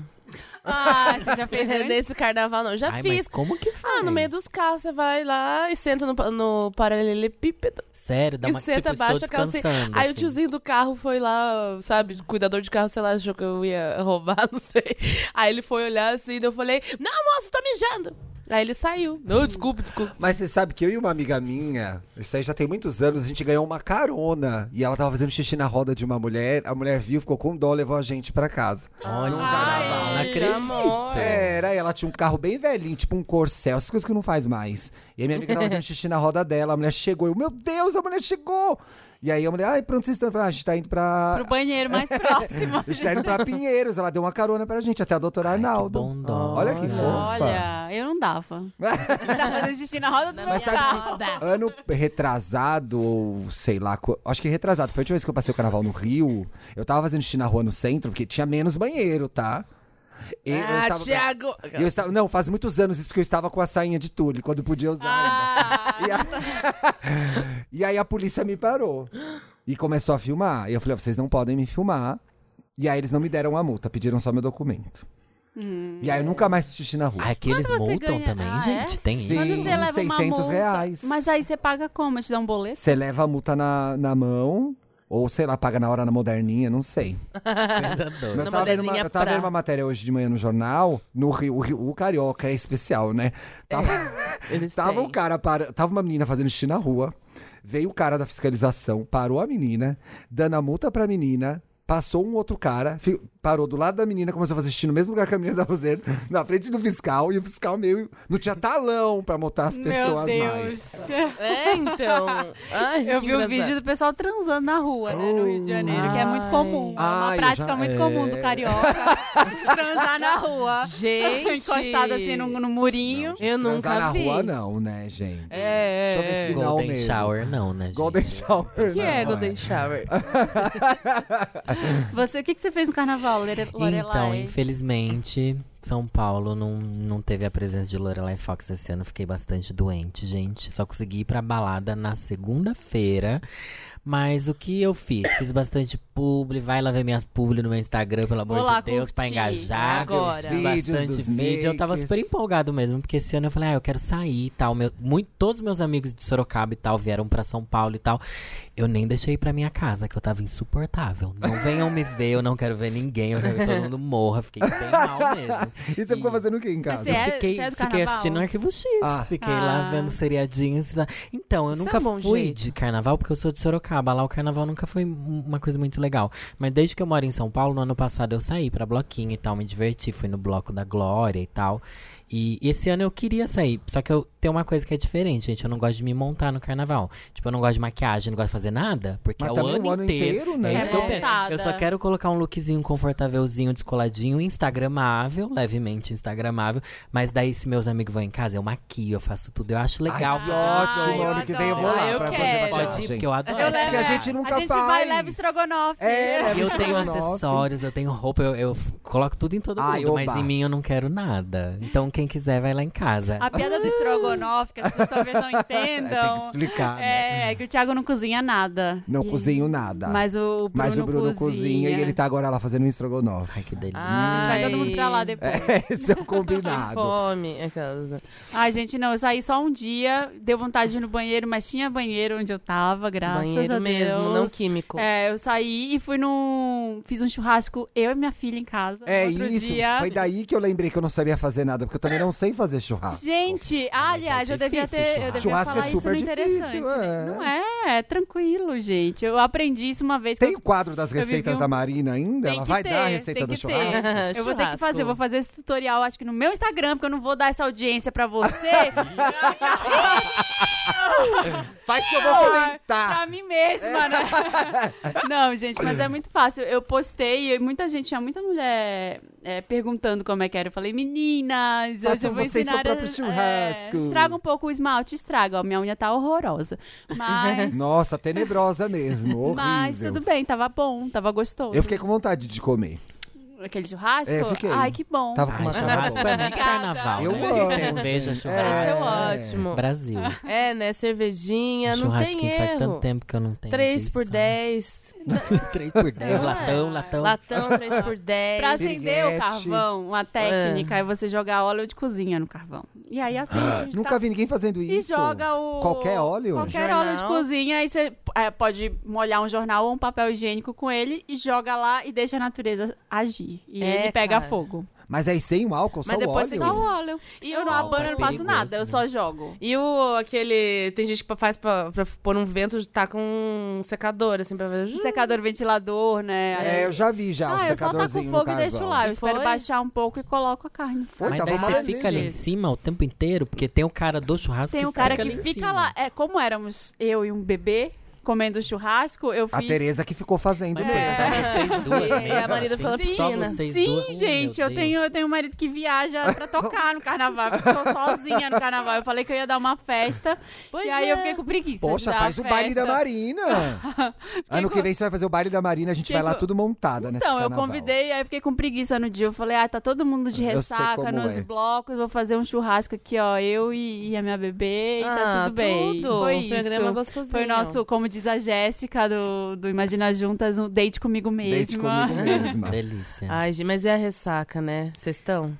[SPEAKER 1] Ah, você já
[SPEAKER 2] É
[SPEAKER 1] fez antes?
[SPEAKER 4] Nesse carnaval, não. Já
[SPEAKER 3] Ai,
[SPEAKER 4] fiz.
[SPEAKER 3] mas como que faz?
[SPEAKER 4] Ah, no meio dos carros, você vai lá e senta no, pa- no paralelepípedo.
[SPEAKER 3] Sério, dá
[SPEAKER 4] e
[SPEAKER 3] uma
[SPEAKER 4] senta,
[SPEAKER 3] tipo,
[SPEAKER 4] baixa a
[SPEAKER 3] estou
[SPEAKER 4] calcinha.
[SPEAKER 3] descansando,
[SPEAKER 4] Aí o
[SPEAKER 3] assim.
[SPEAKER 4] tiozinho do carro foi lá, sabe, cuidador de carro, sei lá, achou que eu ia roubar, não sei. Aí ele foi olhar assim, daí eu falei, não, moço, tô mijando. Aí ele saiu. Não, desculpa, desculpa.
[SPEAKER 2] Mas você sabe que eu e uma amiga minha, isso aí já tem muitos anos, a gente ganhou uma carona. E ela tava fazendo xixi na roda de uma mulher. A mulher viu, ficou com dó, levou a gente pra casa.
[SPEAKER 3] Olha, um
[SPEAKER 2] Num
[SPEAKER 3] carnaval, não
[SPEAKER 4] Ai, amor.
[SPEAKER 3] acredito.
[SPEAKER 2] Era, e ela tinha um carro bem velhinho, tipo um corcel, essas coisas que não faz mais. E a minha amiga tava fazendo xixi na roda dela, a mulher chegou. Eu, meu Deus, a mulher chegou! E aí a mulher, ai, pra onde vocês estão? Eu falei, ah, a gente tá indo pra.
[SPEAKER 1] Pro banheiro mais próximo.
[SPEAKER 2] A gente tá indo pra Pinheiros. Ela deu uma carona pra gente, até a doutora
[SPEAKER 3] Ai, que
[SPEAKER 2] Arnaldo.
[SPEAKER 3] bom dó.
[SPEAKER 2] Olha que fofa.
[SPEAKER 1] Olha, eu não dava. tá fazendo xixi na roda do meu
[SPEAKER 2] Mas sabe
[SPEAKER 1] carro. Ah.
[SPEAKER 2] que ano retrasado, ou sei lá, co- acho que retrasado, foi a última vez que eu passei o carnaval no Rio. Eu tava fazendo xixi na rua no centro, porque tinha menos banheiro, tá? E eu
[SPEAKER 4] Ah,
[SPEAKER 2] estava-
[SPEAKER 4] Thiago!
[SPEAKER 2] e eu estava- não, faz muitos anos isso, porque eu estava com a sainha de tule, quando podia usar.
[SPEAKER 1] Ah,
[SPEAKER 2] né? E, a- E aí a polícia me parou. E começou a filmar. E eu falei, "Ó, vocês não podem me filmar. E aí eles não me deram a multa, pediram só meu documento.
[SPEAKER 1] Hum.
[SPEAKER 2] E aí eu nunca mais fiz xixi na rua.
[SPEAKER 3] Ah, que eles
[SPEAKER 1] Quanto você
[SPEAKER 3] multam
[SPEAKER 1] ganha?
[SPEAKER 3] também,
[SPEAKER 1] Ah,
[SPEAKER 3] gente.
[SPEAKER 1] é?
[SPEAKER 3] Tem
[SPEAKER 2] Sim.
[SPEAKER 1] Quando
[SPEAKER 3] isso.
[SPEAKER 1] você leva uma
[SPEAKER 2] 600
[SPEAKER 1] multa,
[SPEAKER 2] reais.
[SPEAKER 1] Mas aí você paga como? Te dá um boleto?
[SPEAKER 2] Você leva a multa na, na mão, ou sei lá, paga na hora na moderninha, não sei. Mas
[SPEAKER 3] Coisa doida.
[SPEAKER 4] Na
[SPEAKER 2] eu tava, vendo uma,
[SPEAKER 4] moderninha
[SPEAKER 2] eu tava
[SPEAKER 4] pra-
[SPEAKER 2] vendo uma matéria hoje de manhã no jornal, no Rio, o, Rio- o Carioca é especial, né? Tava,
[SPEAKER 4] É, Eles
[SPEAKER 2] tava
[SPEAKER 4] têm.
[SPEAKER 2] um cara, para, tava uma menina fazendo xixi na rua, veio o cara da fiscalização, parou a menina, dando a multa pra menina, passou um outro cara, fi- parou do lado da menina, começou a fazer xixi no mesmo lugar que a menina tava fazendo, na frente do fiscal, e o fiscal meio, não tinha talão pra multar as
[SPEAKER 1] Meu
[SPEAKER 2] pessoas mais.
[SPEAKER 1] Deus.
[SPEAKER 4] É, então. Ai,
[SPEAKER 1] Eu
[SPEAKER 4] que
[SPEAKER 1] vi o
[SPEAKER 4] engraçado.
[SPEAKER 1] vídeo do pessoal transando na rua, né, no Rio de Janeiro, que é muito
[SPEAKER 4] Ai.
[SPEAKER 1] comum. É uma
[SPEAKER 2] Ai, eu
[SPEAKER 1] prática
[SPEAKER 2] já-
[SPEAKER 1] muito comum do
[SPEAKER 2] é.
[SPEAKER 1] carioca. transar na rua.
[SPEAKER 4] Gente!
[SPEAKER 1] Encostado assim no, no murinho.
[SPEAKER 2] Transar
[SPEAKER 4] Eu nunca
[SPEAKER 2] na
[SPEAKER 4] vi.
[SPEAKER 2] rua não, né, gente?
[SPEAKER 4] É,
[SPEAKER 2] Deixa eu ver se não
[SPEAKER 3] Golden
[SPEAKER 2] mesmo.
[SPEAKER 3] Shower, não, né, gente?
[SPEAKER 2] Golden Shower.
[SPEAKER 4] O que
[SPEAKER 2] não,
[SPEAKER 4] é Golden Shower?
[SPEAKER 1] Você, o que, que você fez no carnaval, Lore-
[SPEAKER 3] Então,
[SPEAKER 1] Lorelai?
[SPEAKER 3] infelizmente, São Paulo não, não teve a presença de Lorelai Fox esse ano. Fiquei bastante doente, gente. Só consegui ir pra balada na segunda-feira. Mas o que eu fiz? Fiz bastante publi. Vai lá ver minhas publi no meu Instagram, pelo amor
[SPEAKER 1] Vou lá
[SPEAKER 3] de Deus, pra
[SPEAKER 1] curtir.
[SPEAKER 3] engajar.
[SPEAKER 4] Agora.
[SPEAKER 3] Fiz
[SPEAKER 2] Vídeos
[SPEAKER 3] bastante
[SPEAKER 2] dos
[SPEAKER 3] vídeo. Eu tava
[SPEAKER 2] makes.
[SPEAKER 3] super empolgado mesmo, porque esse ano eu falei, ah, eu quero sair e tal. Meu, muito, todos meus amigos de Sorocaba e tal vieram pra São Paulo e tal. Eu nem deixei ir pra minha casa, que eu tava insuportável. Não venham me ver, eu não quero ver ninguém, eu quero que todo mundo morra. Fiquei bem mal mesmo.
[SPEAKER 2] E você ficou fazendo o quê em casa?
[SPEAKER 1] Você é-
[SPEAKER 3] Eu fiquei,
[SPEAKER 1] você é do
[SPEAKER 3] fiquei
[SPEAKER 1] carnaval?
[SPEAKER 3] assistindo um Arquivo X.
[SPEAKER 2] Ah.
[SPEAKER 3] Fiquei
[SPEAKER 1] Ah.
[SPEAKER 3] lá vendo seriadinhos. e tal. Então, eu
[SPEAKER 4] Isso
[SPEAKER 3] nunca
[SPEAKER 4] é um bom
[SPEAKER 3] fui
[SPEAKER 4] jeito.
[SPEAKER 3] de carnaval, porque eu sou de Sorocaba. Lá o carnaval nunca foi um- uma coisa muito legal. Mas desde que eu moro em São Paulo, no ano passado eu saí pra bloquinho e tal, me diverti. Fui no Bloco da Glória e tal. E esse ano eu queria sair, só que eu tenho uma coisa que é diferente, gente. Eu não gosto de me montar no carnaval. Tipo, eu não gosto de maquiagem, não gosto de fazer nada, porque
[SPEAKER 2] Mas
[SPEAKER 3] é o
[SPEAKER 2] também
[SPEAKER 3] ano,
[SPEAKER 2] o ano inteiro, né?
[SPEAKER 3] É isso que eu
[SPEAKER 1] É.
[SPEAKER 3] penso.
[SPEAKER 1] Montada.
[SPEAKER 3] Eu só quero colocar um lookzinho confortávelzinho, descoladinho, instagramável, levemente instagramável. Mas daí, se meus amigos vão em casa, eu maquio, eu faço tudo. Eu acho legal.
[SPEAKER 2] Ai, que
[SPEAKER 1] Ai,
[SPEAKER 2] ótimo,
[SPEAKER 1] eu
[SPEAKER 2] ano que vem eu vou
[SPEAKER 1] adoro.
[SPEAKER 2] lá
[SPEAKER 4] Ah, eu
[SPEAKER 2] pra
[SPEAKER 4] quero.
[SPEAKER 2] fazer
[SPEAKER 3] Pode ir,
[SPEAKER 2] maquiagem.
[SPEAKER 3] porque eu adoro.
[SPEAKER 1] Eu levo-
[SPEAKER 2] Porque a gente nunca
[SPEAKER 1] A gente
[SPEAKER 2] faz.
[SPEAKER 1] vai e leva estrogonofe.
[SPEAKER 2] É,
[SPEAKER 3] E
[SPEAKER 2] leva
[SPEAKER 3] eu tenho
[SPEAKER 2] estrogonofe.
[SPEAKER 3] acessórios, eu tenho roupa, eu, eu coloco tudo em todo
[SPEAKER 2] Ai,
[SPEAKER 3] mundo, mas
[SPEAKER 2] oba.
[SPEAKER 3] em mim eu não quero nada. Então quem quiser vai lá em casa.
[SPEAKER 1] A piada do estrogonofe, que as pessoas talvez não
[SPEAKER 2] É, Tem que
[SPEAKER 1] entendam.
[SPEAKER 2] explicar, né?
[SPEAKER 1] É, é que o Thiago não cozinha nada.
[SPEAKER 2] Não cozinho nada.
[SPEAKER 1] Mas o Bruno,
[SPEAKER 2] Mas o Bruno cozinha. e ele tá agora lá fazendo um estrogonofe.
[SPEAKER 3] Ai, que delícia.
[SPEAKER 4] Ah,
[SPEAKER 1] A gente vai todo mundo pra lá
[SPEAKER 4] Ai.
[SPEAKER 1] depois.
[SPEAKER 2] Esse é o
[SPEAKER 4] Que
[SPEAKER 2] combinado.
[SPEAKER 4] fome. Aquelas, né?
[SPEAKER 1] Ai, gente, não, eu saí só um dia, deu vontade de ir no banheiro, mas tinha banheiro onde eu tava, graças
[SPEAKER 4] Banheiro
[SPEAKER 1] a Deus.
[SPEAKER 4] mesmo, não químico.
[SPEAKER 1] É, eu saí e fui num. Fiz um churrasco, eu e minha filha em casa.
[SPEAKER 2] É
[SPEAKER 1] no outro
[SPEAKER 2] isso.
[SPEAKER 1] Dia.
[SPEAKER 2] Foi daí que eu lembrei que eu não sabia fazer nada, porque eu também não sei fazer churrasco.
[SPEAKER 1] Gente, aliás, eu devia
[SPEAKER 3] difícil
[SPEAKER 1] ter. Eu devia
[SPEAKER 3] churrasco.
[SPEAKER 2] é Churrasco
[SPEAKER 1] falar
[SPEAKER 2] é super
[SPEAKER 1] isso no
[SPEAKER 2] difícil,
[SPEAKER 1] interessante.
[SPEAKER 2] é.
[SPEAKER 1] Não é, é tranquilo, gente. Eu aprendi isso uma vez.
[SPEAKER 2] Tem
[SPEAKER 1] que
[SPEAKER 2] o quadro das
[SPEAKER 1] vivi
[SPEAKER 2] receitas
[SPEAKER 1] um-
[SPEAKER 2] da Marina ainda?
[SPEAKER 1] Tem
[SPEAKER 2] Ela
[SPEAKER 1] que
[SPEAKER 2] vai dar a
[SPEAKER 1] ter,
[SPEAKER 2] receita
[SPEAKER 1] tem
[SPEAKER 2] do
[SPEAKER 1] que ter.
[SPEAKER 2] churrasco?
[SPEAKER 1] eu... eu vou ter que fazer, eu vou fazer esse tutorial, acho que no meu Instagram, porque eu não vou dar essa audiência pra você.
[SPEAKER 2] Faz que eu vou comentar.
[SPEAKER 1] pra mim mesma, né? Não, gente, mas é muito fácil. Eu postei e muita gente, tinha muita mulher é, perguntando como é que era. Eu falei, meninas, hoje
[SPEAKER 2] Façam
[SPEAKER 1] eu vou
[SPEAKER 2] vocês seu
[SPEAKER 1] ensinar...
[SPEAKER 2] próprio
[SPEAKER 1] as-
[SPEAKER 2] churrasco.
[SPEAKER 1] É, estraga um pouco o esmalte, estraga. Ó, minha unha tá horrorosa. Mas,
[SPEAKER 2] Nossa, tenebrosa mesmo. Horrível.
[SPEAKER 1] mas tudo bem, tava bom, tava gostoso.
[SPEAKER 2] Eu fiquei com vontade de comer.
[SPEAKER 1] Aquele churrasco?
[SPEAKER 2] É, fiquei.
[SPEAKER 1] Ai, que bom.
[SPEAKER 2] Tava com
[SPEAKER 3] Ai,
[SPEAKER 2] uma
[SPEAKER 3] churrasco
[SPEAKER 2] churrasco.
[SPEAKER 3] é muito carnaval.
[SPEAKER 2] Eu
[SPEAKER 3] né?
[SPEAKER 2] amo,
[SPEAKER 3] Cerveja,
[SPEAKER 2] gente.
[SPEAKER 3] churrasco.
[SPEAKER 4] Pareceu
[SPEAKER 2] É.
[SPEAKER 4] ótimo.
[SPEAKER 3] Brasil.
[SPEAKER 4] É, né? Cervejinha, não tem
[SPEAKER 3] Churrasquinho
[SPEAKER 4] erro.
[SPEAKER 3] faz tanto tempo é que eu não tenho
[SPEAKER 4] 3 por
[SPEAKER 3] disso.
[SPEAKER 4] 10.
[SPEAKER 3] 3 por 10,
[SPEAKER 4] É.
[SPEAKER 3] latão, latão.
[SPEAKER 4] Latão 3 por
[SPEAKER 2] É,
[SPEAKER 4] 10.
[SPEAKER 1] Pra acender
[SPEAKER 2] Piriguete.
[SPEAKER 1] o carvão, uma técnica, é você jogar óleo de cozinha no carvão. E aí acende. a gente
[SPEAKER 2] Ah, Nunca
[SPEAKER 1] tá-
[SPEAKER 2] vi ninguém fazendo
[SPEAKER 1] E
[SPEAKER 2] isso.
[SPEAKER 1] joga o.
[SPEAKER 2] Qualquer óleo?
[SPEAKER 1] Qualquer
[SPEAKER 4] Jornal.
[SPEAKER 1] óleo de cozinha. Aí você é, pode molhar um jornal ou um papel higiênico com ele e joga lá e deixa a natureza agir. E
[SPEAKER 4] É,
[SPEAKER 1] ele pega
[SPEAKER 4] cara.
[SPEAKER 1] fogo.
[SPEAKER 2] Mas aí sem o álcool, só
[SPEAKER 4] Mas depois
[SPEAKER 2] o
[SPEAKER 4] você-
[SPEAKER 2] É um óleo?
[SPEAKER 1] Só o óleo. E eu não
[SPEAKER 4] Uau,
[SPEAKER 1] abano,
[SPEAKER 3] tá
[SPEAKER 1] eu não faço
[SPEAKER 3] perigoso,
[SPEAKER 1] nada,
[SPEAKER 3] né?
[SPEAKER 1] eu só jogo.
[SPEAKER 4] E o aquele. Tem gente que faz pra, pra pôr um vento, tá com um secador, assim, pra ver.
[SPEAKER 1] Secador ventilador, né?
[SPEAKER 2] É, eu já vi já o
[SPEAKER 1] ah, eu só taco
[SPEAKER 2] secadorzinho no
[SPEAKER 1] fogo e
[SPEAKER 2] carvão.
[SPEAKER 1] deixo lá. Eu
[SPEAKER 4] E
[SPEAKER 1] espero
[SPEAKER 4] foi?
[SPEAKER 1] baixar um pouco e coloco a carne.
[SPEAKER 2] Foi,
[SPEAKER 3] Mas
[SPEAKER 2] tava
[SPEAKER 3] aí
[SPEAKER 2] uma
[SPEAKER 3] você
[SPEAKER 2] delícia.
[SPEAKER 3] fica ali em cima o tempo inteiro, porque tem o cara do churrasco
[SPEAKER 1] Tem
[SPEAKER 3] que
[SPEAKER 1] um cara
[SPEAKER 3] fica
[SPEAKER 1] que
[SPEAKER 3] ali em
[SPEAKER 1] fica
[SPEAKER 3] cima.
[SPEAKER 1] lá. É, como éramos eu e um bebê comendo churrasco, eu fiz. É,
[SPEAKER 2] A Tereza que ficou fazendo mesmo.
[SPEAKER 3] Só vocês duas
[SPEAKER 4] E a
[SPEAKER 3] mesmo,
[SPEAKER 4] Marina
[SPEAKER 3] assim,
[SPEAKER 4] pela
[SPEAKER 3] só
[SPEAKER 4] piscina.
[SPEAKER 3] vocês
[SPEAKER 1] Sim,
[SPEAKER 2] Oh,
[SPEAKER 3] duas. Ui,
[SPEAKER 1] gente,
[SPEAKER 3] meu
[SPEAKER 1] eu tenho,
[SPEAKER 3] Deus.
[SPEAKER 1] eu tenho um marido que viaja pra tocar no carnaval. porque Eu tô sozinha no carnaval. Eu falei que eu ia dar uma festa.
[SPEAKER 4] Pois
[SPEAKER 1] e aí
[SPEAKER 4] é.
[SPEAKER 1] eu fiquei com preguiça. de
[SPEAKER 2] Poxa,
[SPEAKER 1] dar
[SPEAKER 2] faz
[SPEAKER 1] a
[SPEAKER 2] o baile da
[SPEAKER 1] festa.
[SPEAKER 2] Marina. ano que
[SPEAKER 1] com-
[SPEAKER 2] vem você vai fazer o baile da Marina, a gente
[SPEAKER 1] Fiquei
[SPEAKER 2] vai lá
[SPEAKER 1] com-
[SPEAKER 2] tudo montada nessa
[SPEAKER 1] Então, eu convidei, aí eu fiquei com preguiça no dia. Eu falei, ah, tá todo mundo de
[SPEAKER 2] Eu sei
[SPEAKER 1] ressaca
[SPEAKER 2] como
[SPEAKER 1] nos
[SPEAKER 2] é.
[SPEAKER 1] blocos, vou fazer um churrasco aqui, ó, eu e, e a minha bebê, e tá
[SPEAKER 4] Ah,
[SPEAKER 1] tudo bem.
[SPEAKER 4] tudo.
[SPEAKER 1] Foi
[SPEAKER 4] Um
[SPEAKER 1] isso.
[SPEAKER 4] programa gostosinho.
[SPEAKER 1] Foi nosso, como diz a Jéssica do, do Imagina Juntas, um date comigo mesma.
[SPEAKER 2] Date comigo mesma.
[SPEAKER 3] Delícia.
[SPEAKER 1] Ah,
[SPEAKER 4] Ai, gente, mas é a ressaca, né? Vocês estão?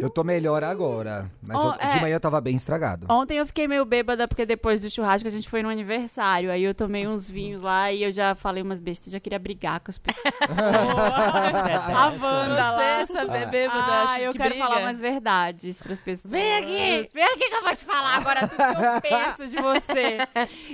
[SPEAKER 2] Eu tô melhor agora. Mas
[SPEAKER 1] Ó,
[SPEAKER 2] eu- de
[SPEAKER 1] é.
[SPEAKER 2] manhã eu tava bem estragado.
[SPEAKER 1] Ontem eu fiquei meio bêbada, porque depois do churrasco a gente foi no aniversário. Aí eu tomei uns vinhos lá e eu já falei umas bestas, já queria brigar com as pessoas. a Wanda lá.
[SPEAKER 4] é Você, é essa bebê,
[SPEAKER 1] Ah, eu quero falar umas verdades pras pessoas.
[SPEAKER 4] Vem aqui!
[SPEAKER 1] Vem aqui que eu vou te falar agora tudo que eu penso de você.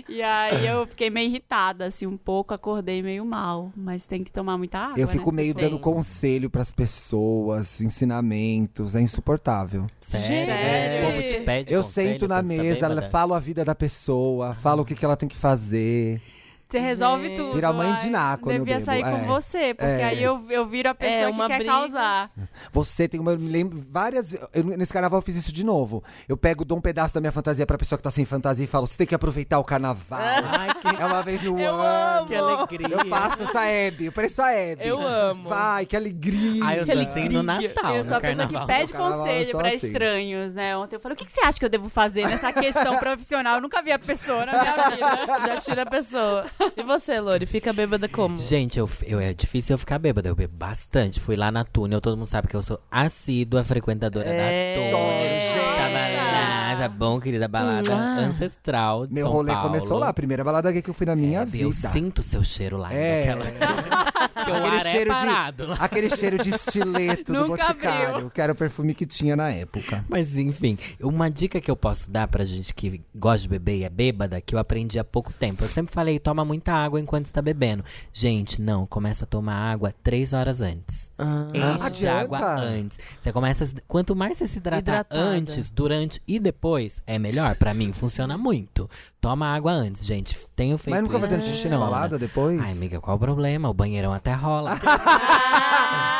[SPEAKER 1] E aí eu fiquei meio irritada, assim, um pouco, acordei meio mal. Mas tem que tomar muita água.
[SPEAKER 2] Eu fico
[SPEAKER 1] né?
[SPEAKER 2] meio
[SPEAKER 1] Tem.
[SPEAKER 2] dando conselho pras pessoas, ensinamentos, é insuportável.
[SPEAKER 3] Sério?
[SPEAKER 4] Gente.
[SPEAKER 3] né? O povo te pede
[SPEAKER 2] eu
[SPEAKER 3] conselho
[SPEAKER 2] sento na
[SPEAKER 3] quando você tá Ah.
[SPEAKER 2] mesa,
[SPEAKER 3] bêbada?
[SPEAKER 2] falo a vida da pessoa, falo o que, que ela tem que fazer.
[SPEAKER 1] Você resolve
[SPEAKER 4] Gente.
[SPEAKER 1] tudo.
[SPEAKER 2] Vira mãe de
[SPEAKER 1] Ai,
[SPEAKER 2] Ná quando eu
[SPEAKER 1] Devia
[SPEAKER 2] bebo,
[SPEAKER 1] sair
[SPEAKER 2] é.
[SPEAKER 1] com você, porque
[SPEAKER 2] É.
[SPEAKER 1] aí eu, eu viro a pessoa
[SPEAKER 4] uma
[SPEAKER 1] que quer
[SPEAKER 4] briga.
[SPEAKER 1] causar.
[SPEAKER 2] Você tem uma. Eu me lembro várias. ve- eu- nesse carnaval eu fiz isso de novo. Eu pego, dou um pedaço da minha fantasia pra pessoa que tá sem fantasia e falo: você tem que aproveitar o carnaval.
[SPEAKER 3] Ai, que,
[SPEAKER 2] é uma vez no ano.
[SPEAKER 3] que alegria.
[SPEAKER 2] Eu faço essa Hebe, eu pareço a Hebe.
[SPEAKER 4] Eu amo.
[SPEAKER 2] Vai, que alegria.
[SPEAKER 3] Ai, eu sou assim no Natal,
[SPEAKER 1] Eu sou a
[SPEAKER 3] no
[SPEAKER 1] pessoa que
[SPEAKER 3] carnaval.
[SPEAKER 1] pede
[SPEAKER 2] No carnaval, eu
[SPEAKER 1] conselho
[SPEAKER 2] sou
[SPEAKER 1] pra
[SPEAKER 2] assim.
[SPEAKER 1] estranhos, né? Ontem eu falei, o que, que você acha que eu devo fazer nessa questão profissional? Eu nunca vi a pessoa na minha vida.
[SPEAKER 4] Já tira a pessoa. E você, Lori, fica bêbada como?
[SPEAKER 3] Gente, eu, eu- é difícil eu ficar bêbada. Eu bebo bastante. Fui lá na túnel, todo mundo sabe que eu sou assídua frequentadora
[SPEAKER 4] É.
[SPEAKER 3] da
[SPEAKER 2] Gente.
[SPEAKER 3] túnel. Tava lá, tá bom, querida? Balada
[SPEAKER 4] Mua.
[SPEAKER 3] ancestral. de
[SPEAKER 2] Meu
[SPEAKER 3] São
[SPEAKER 2] rolê
[SPEAKER 3] Paulo.
[SPEAKER 2] começou lá, a primeira balada gay que eu fui na minha
[SPEAKER 3] É,
[SPEAKER 2] vida.
[SPEAKER 3] Eu sinto seu cheiro lá.
[SPEAKER 2] É.
[SPEAKER 3] né? Aquela... que o
[SPEAKER 2] Aquele
[SPEAKER 3] ar é
[SPEAKER 2] cheiro,
[SPEAKER 3] parado.
[SPEAKER 2] de, aquele cheiro de estileto do
[SPEAKER 1] Nunca
[SPEAKER 2] Boticário,
[SPEAKER 1] abriu.
[SPEAKER 2] que era o perfume que tinha na época.
[SPEAKER 3] Mas enfim, uma dica que eu posso dar pra gente que gosta de beber e é bêbada, que eu aprendi há pouco tempo. Eu sempre falei, toma muita água enquanto está bebendo. Gente, não, começa a tomar água três horas antes.
[SPEAKER 2] Ah.
[SPEAKER 3] Enche de
[SPEAKER 2] Adianta.
[SPEAKER 3] água antes. Você começa a se- quanto mais você se hidratar
[SPEAKER 4] Hidratada.
[SPEAKER 3] antes, durante e depois, é melhor. Pra mim funciona muito. Toma água antes, gente. Tenho feito
[SPEAKER 2] Mas nunca
[SPEAKER 3] isso,
[SPEAKER 2] fazendo xixi na
[SPEAKER 3] funciona.
[SPEAKER 2] balada depois?
[SPEAKER 3] né? Ai, amiga, qual o problema? O banheirão até rola.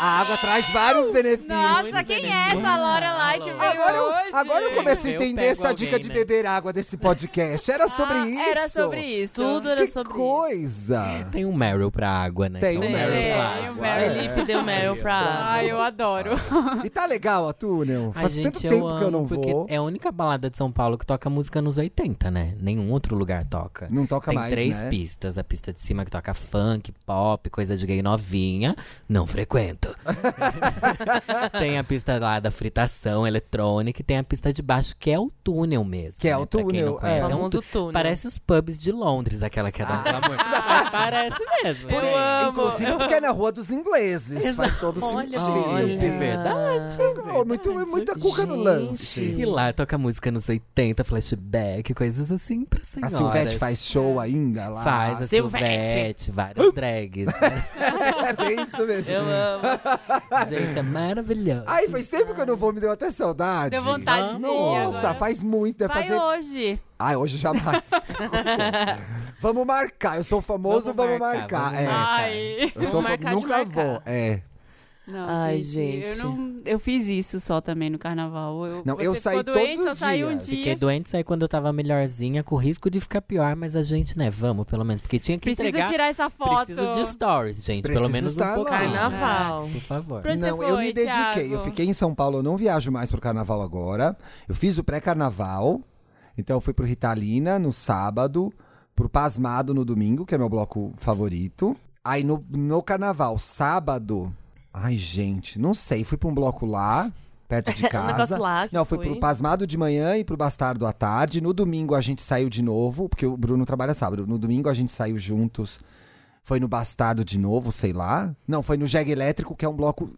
[SPEAKER 2] A água traz vários benefícios.
[SPEAKER 1] Nossa, quem é essa Laura lá que veio
[SPEAKER 2] Agora eu,
[SPEAKER 1] hoje?
[SPEAKER 2] agora eu começo a
[SPEAKER 3] Eu
[SPEAKER 2] entender
[SPEAKER 3] pego
[SPEAKER 2] essa dica
[SPEAKER 3] alguém,
[SPEAKER 2] de
[SPEAKER 3] né?
[SPEAKER 2] beber água desse podcast. Era sobre
[SPEAKER 1] Ah,
[SPEAKER 2] isso.
[SPEAKER 1] Era sobre isso.
[SPEAKER 4] Tudo era
[SPEAKER 2] Que
[SPEAKER 4] sobre
[SPEAKER 2] coisa.
[SPEAKER 3] Tem um Meryl pra água, né?
[SPEAKER 2] Tem um
[SPEAKER 3] Então,
[SPEAKER 2] Meryl
[SPEAKER 1] Tem, tem
[SPEAKER 2] pra água.
[SPEAKER 1] o
[SPEAKER 4] isso.
[SPEAKER 1] É, Meryl.
[SPEAKER 4] Felipe deu Meryl pra.
[SPEAKER 1] Ai, eu adoro.
[SPEAKER 2] E tá legal a túnel?
[SPEAKER 3] Ai,
[SPEAKER 2] Faz
[SPEAKER 3] gente,
[SPEAKER 2] tanto tempo que eu
[SPEAKER 3] amo,
[SPEAKER 2] não
[SPEAKER 3] porque
[SPEAKER 2] vou.
[SPEAKER 3] É a única balada de São Paulo que toca música nos 80, né? Nenhum outro lugar toca.
[SPEAKER 2] Não toca
[SPEAKER 3] Tem
[SPEAKER 2] mais,
[SPEAKER 3] três
[SPEAKER 2] né?
[SPEAKER 3] pistas. A pista de cima que toca funk, pop, coisa de gay novinha. Não frequento. tem a pista lá da fritação eletrônica e tem a pista de baixo, que é o túnel mesmo.
[SPEAKER 2] Que é
[SPEAKER 3] né?
[SPEAKER 2] o
[SPEAKER 3] Pra quem
[SPEAKER 2] túnel,
[SPEAKER 3] não conhece,
[SPEAKER 2] é.
[SPEAKER 3] um
[SPEAKER 4] Famoso
[SPEAKER 3] tu-
[SPEAKER 4] túnel. Ah.
[SPEAKER 3] Parece os pubs de Londres, aquela que é da amor. Mas parece mesmo.
[SPEAKER 2] Por-
[SPEAKER 3] né?
[SPEAKER 2] É, Inclusive porque é na Rua dos Ingleses. Faz todo sentido.
[SPEAKER 3] olha. É
[SPEAKER 4] Ah.
[SPEAKER 3] verdade,
[SPEAKER 2] Oh, muito, muita cuca no
[SPEAKER 4] Gente.
[SPEAKER 2] lance.
[SPEAKER 3] E lá toca música nos 80, flashback, coisas assim pra
[SPEAKER 2] A
[SPEAKER 3] senhoras.
[SPEAKER 2] Silvete faz show ainda lá.
[SPEAKER 3] Faz a
[SPEAKER 4] Silvete.
[SPEAKER 3] Silvete, várias drags. né?
[SPEAKER 2] É isso mesmo.
[SPEAKER 4] Eu amo.
[SPEAKER 3] Gente, é maravilhoso.
[SPEAKER 2] Ai, faz tempo que eu não vou, me deu até saudade.
[SPEAKER 1] Deu vontade de ir
[SPEAKER 2] Nossa,
[SPEAKER 1] agora.
[SPEAKER 2] faz muito. É
[SPEAKER 1] Vai
[SPEAKER 2] fazer.
[SPEAKER 1] hoje.
[SPEAKER 2] Ai, hoje jamais. vamos marcar. Eu sou famoso, vamos,
[SPEAKER 3] Vamos
[SPEAKER 2] marcar.
[SPEAKER 3] marcar, vamos
[SPEAKER 2] É.
[SPEAKER 3] marcar.
[SPEAKER 1] Ai.
[SPEAKER 2] Eu sou
[SPEAKER 4] Vamos
[SPEAKER 2] fam-
[SPEAKER 4] marcar de
[SPEAKER 2] Nunca
[SPEAKER 4] marcar.
[SPEAKER 2] vou. É.
[SPEAKER 1] Não,
[SPEAKER 4] Ai, gente.
[SPEAKER 1] Eu, não- eu fiz isso só também no carnaval. Eu,
[SPEAKER 2] Não,
[SPEAKER 1] você
[SPEAKER 2] eu
[SPEAKER 1] ficou
[SPEAKER 2] saí
[SPEAKER 1] doente,
[SPEAKER 2] todos
[SPEAKER 1] só
[SPEAKER 2] os
[SPEAKER 1] saí um
[SPEAKER 2] dias.
[SPEAKER 1] dia.
[SPEAKER 2] Fiquei
[SPEAKER 3] Fiquei doente, saí quando eu tava melhorzinha, com risco de ficar pior, mas a gente, né, vamos, pelo menos. Porque tinha que
[SPEAKER 1] Preciso
[SPEAKER 3] entregar.
[SPEAKER 1] tirar essa foto.
[SPEAKER 3] Preciso de stories, gente.
[SPEAKER 2] Preciso
[SPEAKER 3] pelo menos um
[SPEAKER 2] estar lá.
[SPEAKER 3] pouquinho.
[SPEAKER 4] Carnaval.
[SPEAKER 3] Por favor.
[SPEAKER 1] Pra onde você
[SPEAKER 2] não, eu
[SPEAKER 1] foi,
[SPEAKER 2] me dediquei. Eu
[SPEAKER 1] Thiago?
[SPEAKER 2] fiquei em São Paulo, eu não viajo mais pro carnaval agora. Eu fiz o pré-carnaval. Então eu fui pro Ritalina no sábado, pro Pasmado no domingo, que é meu bloco favorito. Aí no, no carnaval, sábado. Ai, gente, não sei. Fui pra um bloco lá, perto de casa.
[SPEAKER 4] Um negócio lá que
[SPEAKER 2] Não, foi,
[SPEAKER 4] foi.
[SPEAKER 2] pro Pasmado de manhã e pro Bastardo à tarde. No domingo a gente saiu de novo, porque o Bruno trabalha sábado. No domingo a gente saiu juntos. Foi no Bastardo de novo, sei lá. Não, foi no Jegue Elétrico, que é um bloco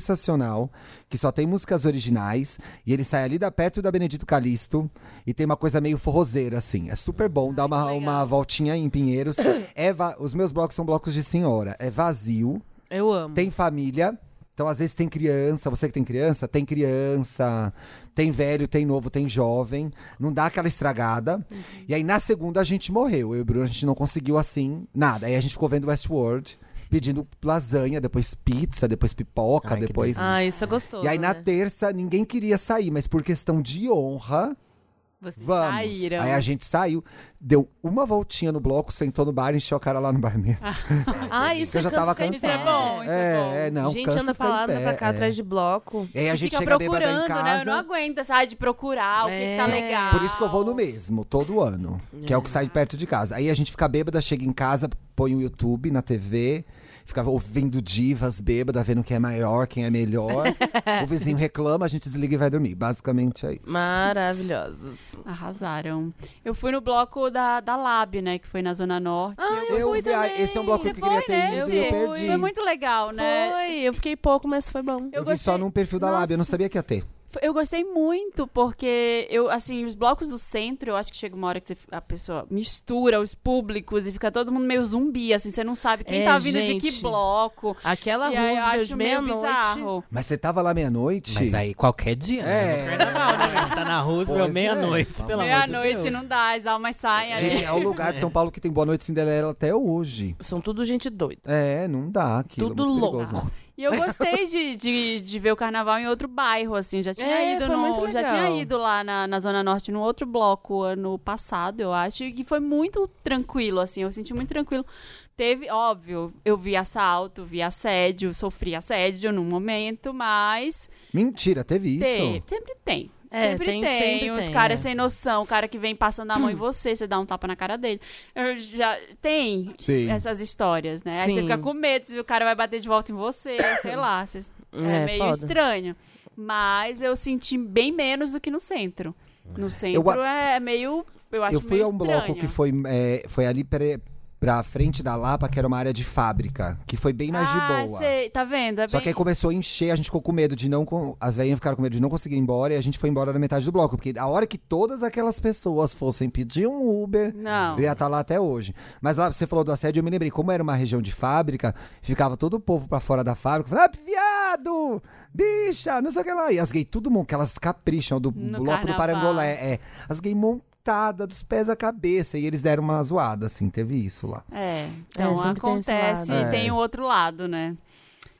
[SPEAKER 2] sensacional, que só tem músicas originais. E ele sai ali da perto da Benedito Calixto. E tem uma coisa meio forrozeira, assim. É super bom, dá uma,
[SPEAKER 1] legal.
[SPEAKER 2] uma voltinha em Pinheiros. é va- Os meus blocos são blocos de senhora. É vazio,
[SPEAKER 4] Eu amo.
[SPEAKER 2] tem família. Então, às vezes, tem criança. Você que tem criança, tem criança. Tem velho, tem novo, tem jovem. Não dá aquela estragada.
[SPEAKER 4] Uhum.
[SPEAKER 2] E aí, na segunda, a gente morreu. Eu e o Bruno, a gente não conseguiu, assim, nada. Aí, a gente ficou vendo Westworld, pedindo lasanha, depois pizza, depois pipoca,
[SPEAKER 3] Ai, que
[SPEAKER 2] depois…
[SPEAKER 3] delícia.
[SPEAKER 4] Ah, isso é gostoso.
[SPEAKER 2] E aí, na
[SPEAKER 4] né?
[SPEAKER 2] terça, ninguém queria sair. Mas por questão de honra,
[SPEAKER 1] Vocês
[SPEAKER 2] vamos.
[SPEAKER 1] saíram.
[SPEAKER 2] Aí, a gente saiu. Deu uma voltinha no bloco, sentou no bar, encheu a cara lá no bar mesmo.
[SPEAKER 4] Ah, isso
[SPEAKER 2] Eu já
[SPEAKER 4] cansa
[SPEAKER 2] tava
[SPEAKER 4] ficar em
[SPEAKER 1] Isso é
[SPEAKER 4] pé.
[SPEAKER 1] bom, isso é, bom.
[SPEAKER 2] é, não,
[SPEAKER 4] gente
[SPEAKER 2] cansa
[SPEAKER 4] anda pra
[SPEAKER 2] ficar em
[SPEAKER 4] lá, anda
[SPEAKER 2] pé,
[SPEAKER 4] pra cá,
[SPEAKER 2] é.
[SPEAKER 4] atrás de bloco.
[SPEAKER 2] E aí a
[SPEAKER 1] E
[SPEAKER 2] gente
[SPEAKER 1] fica
[SPEAKER 2] chega bêbada
[SPEAKER 1] procurando,
[SPEAKER 2] em
[SPEAKER 1] né? Eu não
[SPEAKER 2] casa.
[SPEAKER 1] aguento essa área de procurar o que, que tá
[SPEAKER 4] É.
[SPEAKER 1] legal.
[SPEAKER 2] Por isso que eu vou no mesmo, todo ano. Que é o que sai perto de casa. Aí a gente fica bêbada, chega em casa, põe o YouTube na TV. Fica ouvindo divas bêbada, vendo quem é maior, quem é melhor. o vizinho reclama, a gente desliga e vai dormir. Basicamente é isso.
[SPEAKER 4] Maravilhosos.
[SPEAKER 1] Arrasaram. Eu fui no bloco da, da Lab, né? Que foi na Zona Norte.
[SPEAKER 2] eu fui também. Esse Ah, é um bloco
[SPEAKER 1] Você
[SPEAKER 2] que eu queria
[SPEAKER 1] foi
[SPEAKER 2] ter ido e eu
[SPEAKER 1] nesse?
[SPEAKER 2] perdi.
[SPEAKER 1] Foi muito legal, né?
[SPEAKER 4] Foi, eu fiquei pouco, mas foi bom.
[SPEAKER 2] Eu,
[SPEAKER 1] eu
[SPEAKER 2] vi só
[SPEAKER 1] gostei-
[SPEAKER 2] num perfil da Lábia, eu não
[SPEAKER 1] Nossa.
[SPEAKER 2] sabia que ia ter.
[SPEAKER 1] Foi- Eu gostei muito, porque eu, assim, os blocos do centro, eu acho que chega uma hora que você- a pessoa mistura os públicos e fica todo mundo meio zumbi, assim, você não sabe quem
[SPEAKER 4] É,
[SPEAKER 1] tá vindo de que
[SPEAKER 4] gente.
[SPEAKER 1] bloco.
[SPEAKER 4] Aquela
[SPEAKER 1] e aí eu
[SPEAKER 4] Roosevelt
[SPEAKER 1] acho meio
[SPEAKER 4] meia-noite.
[SPEAKER 1] bizarro.
[SPEAKER 2] Mas você tava lá meia-noite?
[SPEAKER 3] Mas aí, qualquer dia, né?
[SPEAKER 2] É.
[SPEAKER 3] No carnaval, né? Você tá na
[SPEAKER 2] Pois
[SPEAKER 3] Roosevelt
[SPEAKER 2] é.
[SPEAKER 3] meia-noite, pelo amor de Deus.
[SPEAKER 1] Meia-noite não dá, as almas saem ali.
[SPEAKER 2] Gente, é o lugar de São Paulo que tem Boa Noite Cinderela até hoje.
[SPEAKER 4] São tudo gente doida.
[SPEAKER 2] É, não dá aquilo. é
[SPEAKER 4] Tudo
[SPEAKER 2] muito
[SPEAKER 4] louco.
[SPEAKER 2] perigoso.
[SPEAKER 1] E eu gostei de, de, de ver o carnaval em outro bairro, assim. Já tinha
[SPEAKER 4] É,
[SPEAKER 1] ido
[SPEAKER 4] foi
[SPEAKER 1] no-
[SPEAKER 4] muito
[SPEAKER 1] Já
[SPEAKER 4] legal.
[SPEAKER 1] tinha ido lá na, na Zona Norte num outro bloco ano passado, eu acho, e que foi muito tranquilo, assim. Eu senti muito tranquilo. Teve, óbvio, eu vi assalto, vi assédio, sofri assédio num momento, mas.
[SPEAKER 2] Mentira, teve isso?
[SPEAKER 1] Tem, sempre tem.
[SPEAKER 4] É,
[SPEAKER 1] sempre tem,
[SPEAKER 4] tem- sempre
[SPEAKER 1] os
[SPEAKER 4] tem,
[SPEAKER 1] caras
[SPEAKER 4] é. Hum.
[SPEAKER 1] sem noção, o cara que vem passando a mão em você, você dá um tapa na cara dele. Eu já tem
[SPEAKER 2] Sim.
[SPEAKER 1] essas histórias, né? Aí você
[SPEAKER 4] Sim.
[SPEAKER 1] fica com medo se o cara vai bater de volta em você, sei lá. cês- é,
[SPEAKER 4] É,
[SPEAKER 1] meio
[SPEAKER 4] foda.
[SPEAKER 1] estranho. Mas eu senti bem menos do que no centro. No centro
[SPEAKER 2] Eu
[SPEAKER 1] é meio. Eu acho
[SPEAKER 2] eu fui
[SPEAKER 1] meio
[SPEAKER 2] a um bloco
[SPEAKER 1] estranho.
[SPEAKER 2] que foi, é, foi ali pre, pra frente da Lapa, que era uma área de fábrica, que foi bem mais
[SPEAKER 1] ah,
[SPEAKER 2] de boa.
[SPEAKER 1] Sei, tá vendo? É
[SPEAKER 2] Só
[SPEAKER 1] bem-
[SPEAKER 2] que aí começou a encher, a gente ficou com medo de não. con- As velhinhas ficaram com medo de não conseguir ir embora e a gente foi embora na metade do bloco. Porque a hora que todas aquelas pessoas fossem pedir um Uber,
[SPEAKER 1] Não.
[SPEAKER 2] eu ia estar tá lá até hoje. Mas lá você falou do assédio, eu me lembrei, como era uma região de fábrica, ficava todo o povo pra fora da fábrica, falando, ah, viado! Bicha, não sei o que lá. E as gays, tudo bom, que elas capricham do
[SPEAKER 1] No
[SPEAKER 2] bloco do
[SPEAKER 1] carnaval.
[SPEAKER 2] Parangolé. É, as gays montadas, dos pés à cabeça. E eles deram uma zoada, assim, teve isso lá.
[SPEAKER 1] É, então
[SPEAKER 4] É, sempre tem esse
[SPEAKER 1] acontece,
[SPEAKER 4] lado.
[SPEAKER 2] É.
[SPEAKER 1] tem o outro lado, né?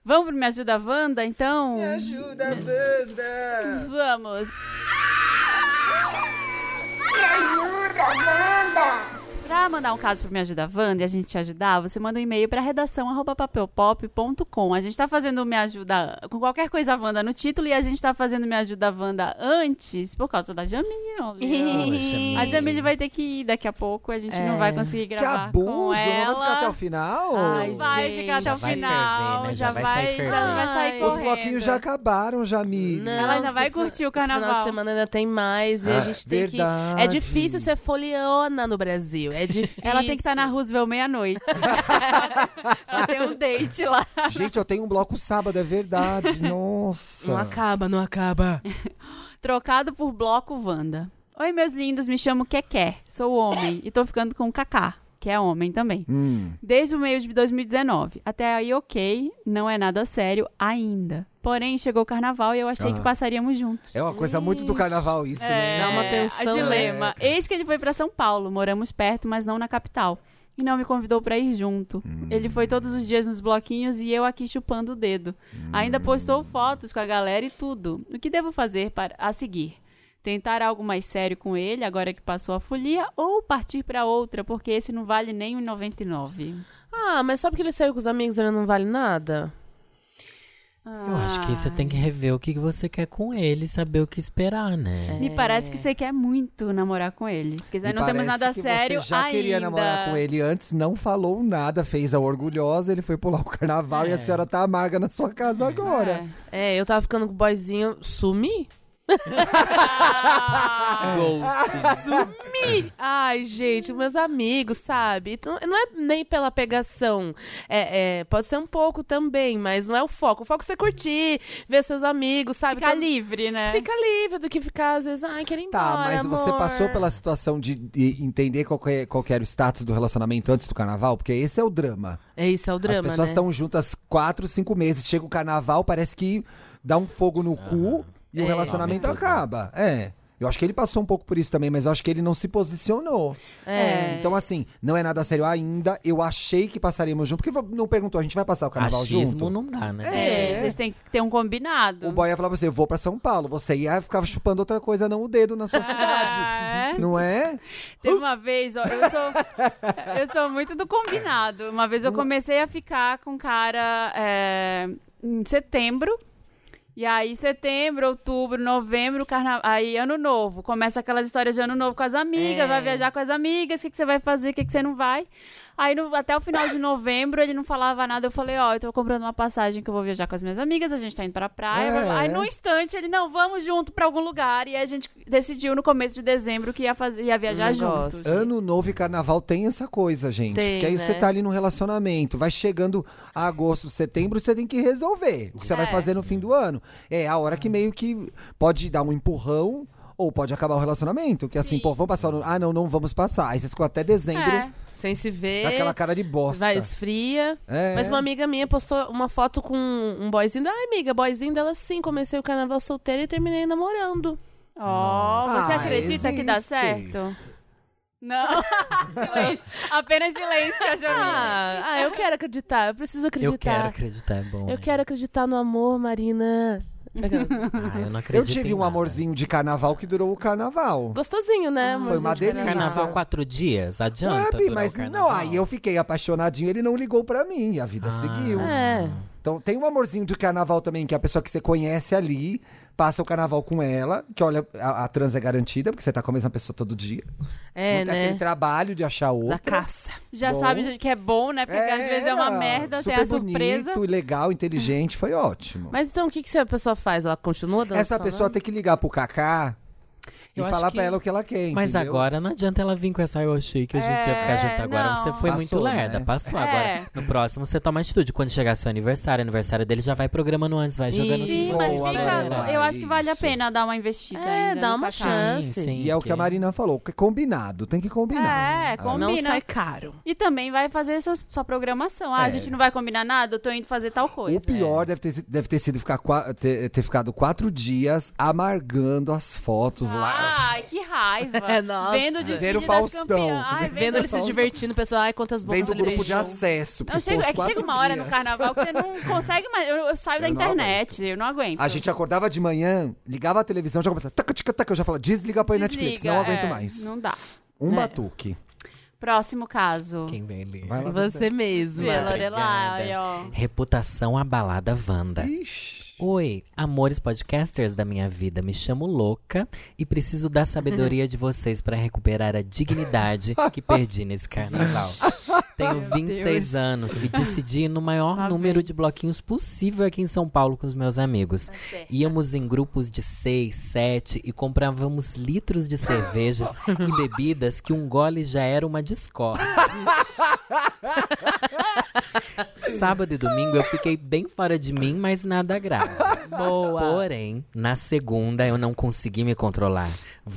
[SPEAKER 1] Vamos pro Me Ajuda Wanda, então?
[SPEAKER 2] ajuda, Wanda!
[SPEAKER 1] Vamos.
[SPEAKER 6] Me ajuda, Wanda!
[SPEAKER 1] Pra mandar um caso pro Me Ajuda Wanda e a gente te ajudar, você manda um e-mail pra redação arroba papelpop.com. A gente tá fazendo o Me Ajuda com qualquer coisa Wanda no título e a gente tá fazendo o Me Ajuda Wanda antes por causa da Jamile. olha.
[SPEAKER 3] Poxa,
[SPEAKER 1] a Jamile vai ter que ir daqui a pouco, a gente não vai conseguir
[SPEAKER 2] É. Que
[SPEAKER 1] gravar
[SPEAKER 2] abuso!
[SPEAKER 1] com
[SPEAKER 2] Não vai
[SPEAKER 1] ela.
[SPEAKER 2] ficar até o final?
[SPEAKER 4] Ai,
[SPEAKER 1] Vai
[SPEAKER 4] Gente,
[SPEAKER 1] ficar até
[SPEAKER 4] já
[SPEAKER 1] o
[SPEAKER 3] vai
[SPEAKER 1] final,
[SPEAKER 3] ferver, né?
[SPEAKER 1] já,
[SPEAKER 3] Já
[SPEAKER 1] vai,
[SPEAKER 3] vai
[SPEAKER 1] já
[SPEAKER 3] sair fervendo.
[SPEAKER 1] vai sair
[SPEAKER 4] Ai,
[SPEAKER 2] Os
[SPEAKER 1] correndo.
[SPEAKER 2] bloquinhos já acabaram, Jamile.
[SPEAKER 1] Ela ainda
[SPEAKER 4] esse
[SPEAKER 1] vai
[SPEAKER 4] fina-
[SPEAKER 1] curtir o
[SPEAKER 4] esse final
[SPEAKER 1] carnaval.
[SPEAKER 4] de semana ainda tem mais e a gente tem que.
[SPEAKER 2] Ah, verdade.
[SPEAKER 4] É difícil ser foliona no Brasil. É difícil.
[SPEAKER 1] Ela tem que estar na Roosevelt meia-noite. ela tem um date lá.
[SPEAKER 2] Gente, eu tenho um bloco sábado, é verdade. Nossa.
[SPEAKER 4] Não acaba, não acaba.
[SPEAKER 1] Trocado por bloco Wanda. Oi, meus lindos, me chamo Keké, sou homem e tô ficando com o Kaká, que é homem também.
[SPEAKER 2] Hum.
[SPEAKER 1] Desde o meio de 2019. Até aí, ok, não é nada sério ainda. Porém, chegou o carnaval e eu achei
[SPEAKER 2] Ah.
[SPEAKER 1] que passaríamos juntos.
[SPEAKER 2] É uma coisa muito do carnaval
[SPEAKER 1] É.
[SPEAKER 2] isso, né?
[SPEAKER 4] Dá É uma tensão,
[SPEAKER 1] dilema. Eis que ele foi pra São Paulo, moramos perto, mas não na capital. e não me convidou pra ir junto.
[SPEAKER 2] Hum.
[SPEAKER 1] Ele foi todos os dias nos bloquinhos e eu aqui chupando o dedo. Ainda postou fotos com a galera e tudo. O que devo fazer para a seguir? Tentar algo mais sério com ele agora que passou a folia ou partir pra outra, porque esse não vale nem o 99.
[SPEAKER 4] Ah, mas só porque ele saiu com os amigos, ele não vale nada?
[SPEAKER 3] Eu acho que
[SPEAKER 1] Ah.
[SPEAKER 3] você tem que rever o que que você quer com ele e saber o que esperar, né?
[SPEAKER 1] Me parece que você quer muito namorar com ele. Porque
[SPEAKER 2] Me
[SPEAKER 1] nós não temos
[SPEAKER 2] parece
[SPEAKER 1] nada
[SPEAKER 2] que
[SPEAKER 1] sério
[SPEAKER 2] Você já
[SPEAKER 1] ainda.
[SPEAKER 2] queria namorar com ele antes, não falou nada, fez a orgulhosa, ele foi pular o carnaval e a senhora tá amarga na sua casa agora.
[SPEAKER 1] É.
[SPEAKER 4] É, eu tava ficando com o boyzinho, sumi? sumi! Ai, gente, meus amigos, sabe? Então, Não é nem pela pegação. É, é, pode ser um pouco também, mas não é o foco. O foco é você curtir, ver seus amigos, sabe?
[SPEAKER 1] Ficar
[SPEAKER 4] Então,
[SPEAKER 1] livre, né?
[SPEAKER 4] Fica livre do que ficar, às vezes, ai, quero ir embora,
[SPEAKER 2] Tá, mas você
[SPEAKER 4] amor."
[SPEAKER 2] passou pela situação de, de entender qual, que é, qual que era o status do relacionamento antes do carnaval? Porque esse é o drama.
[SPEAKER 4] É isso, é o drama,
[SPEAKER 2] As pessoas
[SPEAKER 4] né?
[SPEAKER 2] estão juntas quatro, cinco meses, chega o carnaval, parece que dá um fogo no cu e
[SPEAKER 4] É.
[SPEAKER 2] o relacionamento acaba. É. Eu acho que ele passou um pouco por isso também, mas eu acho que ele não se posicionou.
[SPEAKER 1] É.
[SPEAKER 2] Então, assim, não é nada sério ainda. Eu achei que passaríamos junto, porque não perguntou, a gente vai passar o carnaval
[SPEAKER 3] Achismo
[SPEAKER 2] junto?
[SPEAKER 3] não dá, né?
[SPEAKER 1] É,
[SPEAKER 2] É.
[SPEAKER 1] vocês têm que ter um combinado.
[SPEAKER 2] O boy ia falar pra você, eu vou pra São Paulo. Você ia ficar chupando outra coisa, não o dedo na sua cidade.
[SPEAKER 1] Ah, é?
[SPEAKER 2] Não é?
[SPEAKER 1] Teve uma vez, ó, eu sou, eu sou muito do combinado. Uma vez eu comecei a ficar com um cara é, em setembro. E aí, setembro, outubro, novembro, carna... aí ano novo. Começa aquelas histórias de ano novo com as amigas,
[SPEAKER 4] É.
[SPEAKER 1] vai viajar com as amigas, o que, que você vai fazer, o que, que você não vai. Aí no- até o final de novembro ele não falava nada, eu falei, ó, eu tô comprando uma passagem que eu vou viajar com as minhas amigas, a gente tá indo pra praia.
[SPEAKER 2] É.
[SPEAKER 1] Aí num instante ele, não, vamos junto pra algum lugar. E a gente decidiu no começo de dezembro que ia, fazer, ia viajar
[SPEAKER 4] Um negócio.
[SPEAKER 1] juntos.
[SPEAKER 2] Ano novo e carnaval tem essa coisa, gente.
[SPEAKER 4] Tem,
[SPEAKER 2] porque aí
[SPEAKER 4] né?
[SPEAKER 2] você tá ali num relacionamento, vai chegando a agosto, setembro, você tem que resolver o que você vai
[SPEAKER 1] É.
[SPEAKER 2] fazer no fim do ano. É a
[SPEAKER 4] Hum.
[SPEAKER 2] hora que meio que pode dar um empurrão ou pode acabar o relacionamento. Que assim,
[SPEAKER 1] Sim.
[SPEAKER 2] pô, vamos passar. o ano- Ah, não, não vamos passar. Aí você ficou até dezembro
[SPEAKER 1] É.
[SPEAKER 4] Sem se ver.
[SPEAKER 2] daquela cara de bosta.
[SPEAKER 4] é. Vai, esfria.
[SPEAKER 2] É.
[SPEAKER 4] Mas uma amiga minha postou uma foto com um boyzinho. Ai, amiga, boyzinho dela sim. Comecei o carnaval solteira e terminei namorando.
[SPEAKER 1] Ó, você
[SPEAKER 2] Ah,
[SPEAKER 1] acredita que dá
[SPEAKER 2] existe.
[SPEAKER 1] certo? Não. silêncio. Apenas silêncio, Jamila.
[SPEAKER 4] Ah, ah, eu quero acreditar. Eu preciso acreditar.
[SPEAKER 3] Eu quero acreditar, é bom.
[SPEAKER 4] Eu
[SPEAKER 3] né?
[SPEAKER 4] quero acreditar no amor, Marina.
[SPEAKER 3] Ah, eu não acredito.
[SPEAKER 2] Eu
[SPEAKER 3] em
[SPEAKER 2] tive um
[SPEAKER 3] nada.
[SPEAKER 2] amorzinho de carnaval que durou o carnaval.
[SPEAKER 4] Gostosinho,
[SPEAKER 1] Hum.
[SPEAKER 4] né? amorzinho
[SPEAKER 2] uma
[SPEAKER 4] de
[SPEAKER 2] delícia.
[SPEAKER 4] carnaval?
[SPEAKER 3] Carnaval quatro dias?
[SPEAKER 2] Ah,
[SPEAKER 3] Adianta?
[SPEAKER 2] Bi,
[SPEAKER 3] durar o
[SPEAKER 2] mas não,
[SPEAKER 3] carnaval?
[SPEAKER 2] aí eu fiquei apaixonadinho, ele não ligou pra mim, a vida
[SPEAKER 3] Ah.
[SPEAKER 2] seguiu.
[SPEAKER 4] É.
[SPEAKER 2] Então tem um amorzinho de carnaval também, que é a pessoa que você conhece ali, passa o carnaval com ela, que olha, a, a trans é garantida, porque você tá com a mesma pessoa todo dia.
[SPEAKER 4] É,
[SPEAKER 2] não tem
[SPEAKER 4] né?
[SPEAKER 2] aquele trabalho de achar
[SPEAKER 4] Da
[SPEAKER 2] outra.
[SPEAKER 4] caça.
[SPEAKER 1] Já
[SPEAKER 2] Bom.
[SPEAKER 1] sabe que é bom, né? Porque às vezes é uma merda, tem
[SPEAKER 2] super
[SPEAKER 1] a surpresa.
[SPEAKER 2] bonito, legal, inteligente, foi ótimo.
[SPEAKER 4] Mas então, o que, que a pessoa faz? Ela continua dando
[SPEAKER 2] Essa pessoa tá tem que ligar pro Kaká e
[SPEAKER 3] Eu acho
[SPEAKER 2] falar
[SPEAKER 3] que-
[SPEAKER 2] pra ela o que ela quer,
[SPEAKER 3] Mas
[SPEAKER 2] entendeu?
[SPEAKER 3] agora não adianta ela vir com essa eu achei que a gente ia ficar junto
[SPEAKER 1] É,
[SPEAKER 3] agora.
[SPEAKER 1] não.
[SPEAKER 3] Você foi
[SPEAKER 2] Passou,
[SPEAKER 3] muito lerda,
[SPEAKER 2] né?
[SPEAKER 3] passou.
[SPEAKER 1] É.
[SPEAKER 3] Agora, no próximo, você toma atitude. Quando chegar seu aniversário, aniversário dele, já vai programando antes, vai jogando
[SPEAKER 2] né?
[SPEAKER 4] Isso.
[SPEAKER 1] Sim,
[SPEAKER 3] tudo.
[SPEAKER 1] mas
[SPEAKER 2] Boa, Lorelai,
[SPEAKER 1] fica, eu acho que vale a
[SPEAKER 2] isso.
[SPEAKER 1] pena dar uma investida
[SPEAKER 4] É,
[SPEAKER 1] ainda
[SPEAKER 4] dá
[SPEAKER 1] no
[SPEAKER 4] uma
[SPEAKER 1] Kaká.
[SPEAKER 4] chance.
[SPEAKER 2] E é o que a Marina falou, que é combinado, tem que combinar.
[SPEAKER 1] É, combina.
[SPEAKER 4] Não sai caro.
[SPEAKER 1] E também vai fazer sua, sua programação. Ah, a
[SPEAKER 2] É.
[SPEAKER 1] gente não vai combinar nada, eu tô indo fazer tal coisa.
[SPEAKER 2] O pior deve, ter, si- deve ter sido ficar, qua- ter, ter ficado quatro dias amargando as fotos lá.
[SPEAKER 1] Ai, que raiva.
[SPEAKER 4] É, nossa.
[SPEAKER 1] Vendo o
[SPEAKER 2] Vendo
[SPEAKER 1] desfile
[SPEAKER 2] o
[SPEAKER 1] das
[SPEAKER 2] Faustão.
[SPEAKER 1] campeãs. Ai, vendo,
[SPEAKER 4] Vendo ele se divertindo, pessoal, ai, quantas
[SPEAKER 2] Vem
[SPEAKER 4] bocas
[SPEAKER 2] do
[SPEAKER 4] ele
[SPEAKER 2] grupo de
[SPEAKER 4] beijou.
[SPEAKER 2] acesso. porque
[SPEAKER 1] Não, chega,
[SPEAKER 2] pôs
[SPEAKER 1] é que chega
[SPEAKER 2] quatro
[SPEAKER 1] uma hora no
[SPEAKER 2] dias.
[SPEAKER 1] carnaval que você não consegue mais. Eu, eu saio da
[SPEAKER 2] Eu não
[SPEAKER 1] internet, eu não aguento.
[SPEAKER 2] A gente acordava de manhã, ligava a televisão, já começava. Taca, tica, taca, eu já falava, desliga, põe Netflix, não
[SPEAKER 1] Desliga,
[SPEAKER 2] aguento
[SPEAKER 1] é,
[SPEAKER 2] mais.
[SPEAKER 1] Não dá.
[SPEAKER 2] Um
[SPEAKER 4] É.
[SPEAKER 2] batuque.
[SPEAKER 1] Próximo caso.
[SPEAKER 3] Quem né? vem ali?
[SPEAKER 2] Vai lá.
[SPEAKER 4] Você mesma.
[SPEAKER 1] Vê, Lorelai,
[SPEAKER 3] Obrigada.
[SPEAKER 1] ó.
[SPEAKER 3] Reputação abalada Wanda.
[SPEAKER 2] Ixi.
[SPEAKER 3] Oi, amores podcasters da minha vida, me chamo Louca e preciso da sabedoria de vocês para recuperar a dignidade que perdi nesse carnaval. Tenho 26 anos e decidi ir no maior
[SPEAKER 1] Lá
[SPEAKER 3] número
[SPEAKER 1] vem.
[SPEAKER 3] de bloquinhos possível aqui em São Paulo com os meus amigos. Íamos em grupos de 6, 7 e comprávamos litros de cervejas e bebidas que um gole já era uma discórdia. Sábado e domingo eu fiquei bem fora de mim, mas nada grave. Boa. Porém, na segunda eu não consegui me controlar.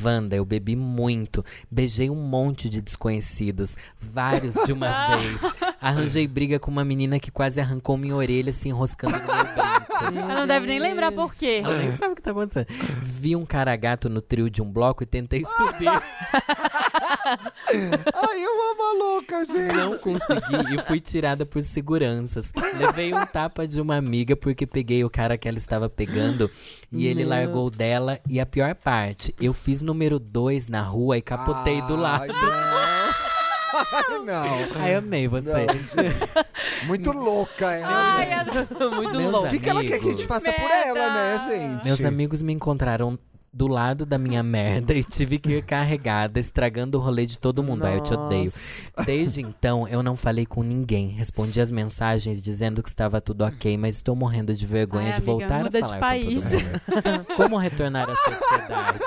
[SPEAKER 3] Wanda, eu bebi muito. Beijei um monte de desconhecidos, vários de uma vez. Arranjei briga com uma menina que quase arrancou minha orelha se enroscando no meu brinco.
[SPEAKER 1] Ela não deve nem lembrar por quê.
[SPEAKER 3] Ela nem sabe o que tá acontecendo. Vi um cara gato no trio de um bloco e tentei subir.
[SPEAKER 2] Ai, eu amo a louca, gente.
[SPEAKER 3] Não consegui e fui tirada por seguranças. Levei um tapa de uma amiga porque peguei o cara que ela estava pegando e ele
[SPEAKER 4] Meu.
[SPEAKER 3] largou dela. E a pior parte, eu fiz número dois na rua e capotei do
[SPEAKER 2] Ai,
[SPEAKER 3] lado.
[SPEAKER 2] não. Ai, não.
[SPEAKER 3] Ai, amei você.
[SPEAKER 2] Não, gente. Muito louca, é.
[SPEAKER 1] Ai, eu-
[SPEAKER 4] Muito
[SPEAKER 3] Meus
[SPEAKER 4] louco.
[SPEAKER 2] o que, que ela quer que a gente
[SPEAKER 3] amigos.
[SPEAKER 2] faça por
[SPEAKER 1] Merda.
[SPEAKER 2] ela, né, gente?
[SPEAKER 3] Meus amigos me encontraram do lado da minha merda e tive que ir carregada, estragando o rolê de todo mundo. Ai, eu te odeio. Desde então, eu não falei com ninguém. Respondi as mensagens dizendo que estava tudo ok, mas estou morrendo de vergonha
[SPEAKER 1] Ai,
[SPEAKER 3] de
[SPEAKER 1] amiga,
[SPEAKER 3] voltar
[SPEAKER 1] muda
[SPEAKER 3] a
[SPEAKER 1] de
[SPEAKER 3] falar
[SPEAKER 1] país.
[SPEAKER 3] com todo mundo. Como retornar à sociedade?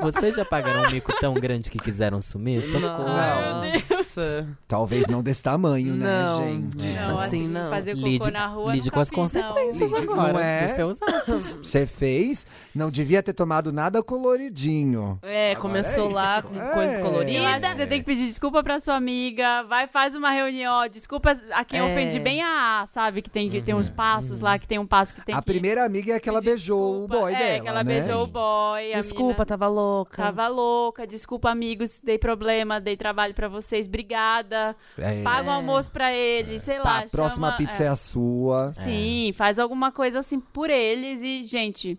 [SPEAKER 3] Vocês já pagaram um mico tão grande que quiseram sumir? Socorro.
[SPEAKER 4] Nossa.
[SPEAKER 2] Talvez não desse tamanho,
[SPEAKER 4] Não.
[SPEAKER 2] né, gente?
[SPEAKER 1] não,
[SPEAKER 4] Assim,
[SPEAKER 1] assim,
[SPEAKER 4] não.
[SPEAKER 1] Fazer cocô
[SPEAKER 3] Lide-
[SPEAKER 1] na rua
[SPEAKER 3] lide
[SPEAKER 1] nunca
[SPEAKER 3] com as
[SPEAKER 1] fiz, não.
[SPEAKER 3] consequências
[SPEAKER 2] Lide- não
[SPEAKER 3] agora
[SPEAKER 2] é?
[SPEAKER 3] dos seus atos.
[SPEAKER 2] Você fez, não devia ter tomado nada coloridinho.
[SPEAKER 4] É, começou
[SPEAKER 2] é
[SPEAKER 4] lá
[SPEAKER 2] isso.
[SPEAKER 4] com
[SPEAKER 2] É.
[SPEAKER 1] Eu
[SPEAKER 4] coisas
[SPEAKER 1] acho que
[SPEAKER 4] coloridas.
[SPEAKER 1] você tem que pedir desculpa pra sua amiga, vai, faz uma reunião, ó, desculpa a quem
[SPEAKER 4] É.
[SPEAKER 1] eu ofendi bem a A, sabe? Que tem, que tem uns
[SPEAKER 3] Uhum.
[SPEAKER 1] passos lá, que tem um passo que tem
[SPEAKER 2] a
[SPEAKER 1] que...
[SPEAKER 2] primeira amiga é que ela
[SPEAKER 1] pedir
[SPEAKER 2] beijou
[SPEAKER 1] desculpa.
[SPEAKER 2] o boy
[SPEAKER 1] é,
[SPEAKER 2] dela,
[SPEAKER 1] que ela
[SPEAKER 2] né?
[SPEAKER 1] beijou o boy, a
[SPEAKER 4] Desculpa,
[SPEAKER 1] mina
[SPEAKER 4] tava louca.
[SPEAKER 1] tava louca, desculpa amigos, dei problema, dei trabalho pra vocês, obrigada,
[SPEAKER 2] É.
[SPEAKER 1] paga o almoço pra ele, sei
[SPEAKER 2] Tá,
[SPEAKER 1] lá.
[SPEAKER 2] a próxima
[SPEAKER 1] chama-
[SPEAKER 2] pizza é.
[SPEAKER 1] é.
[SPEAKER 2] a sua.
[SPEAKER 1] Sim, faz alguma coisa assim por eles e, gente...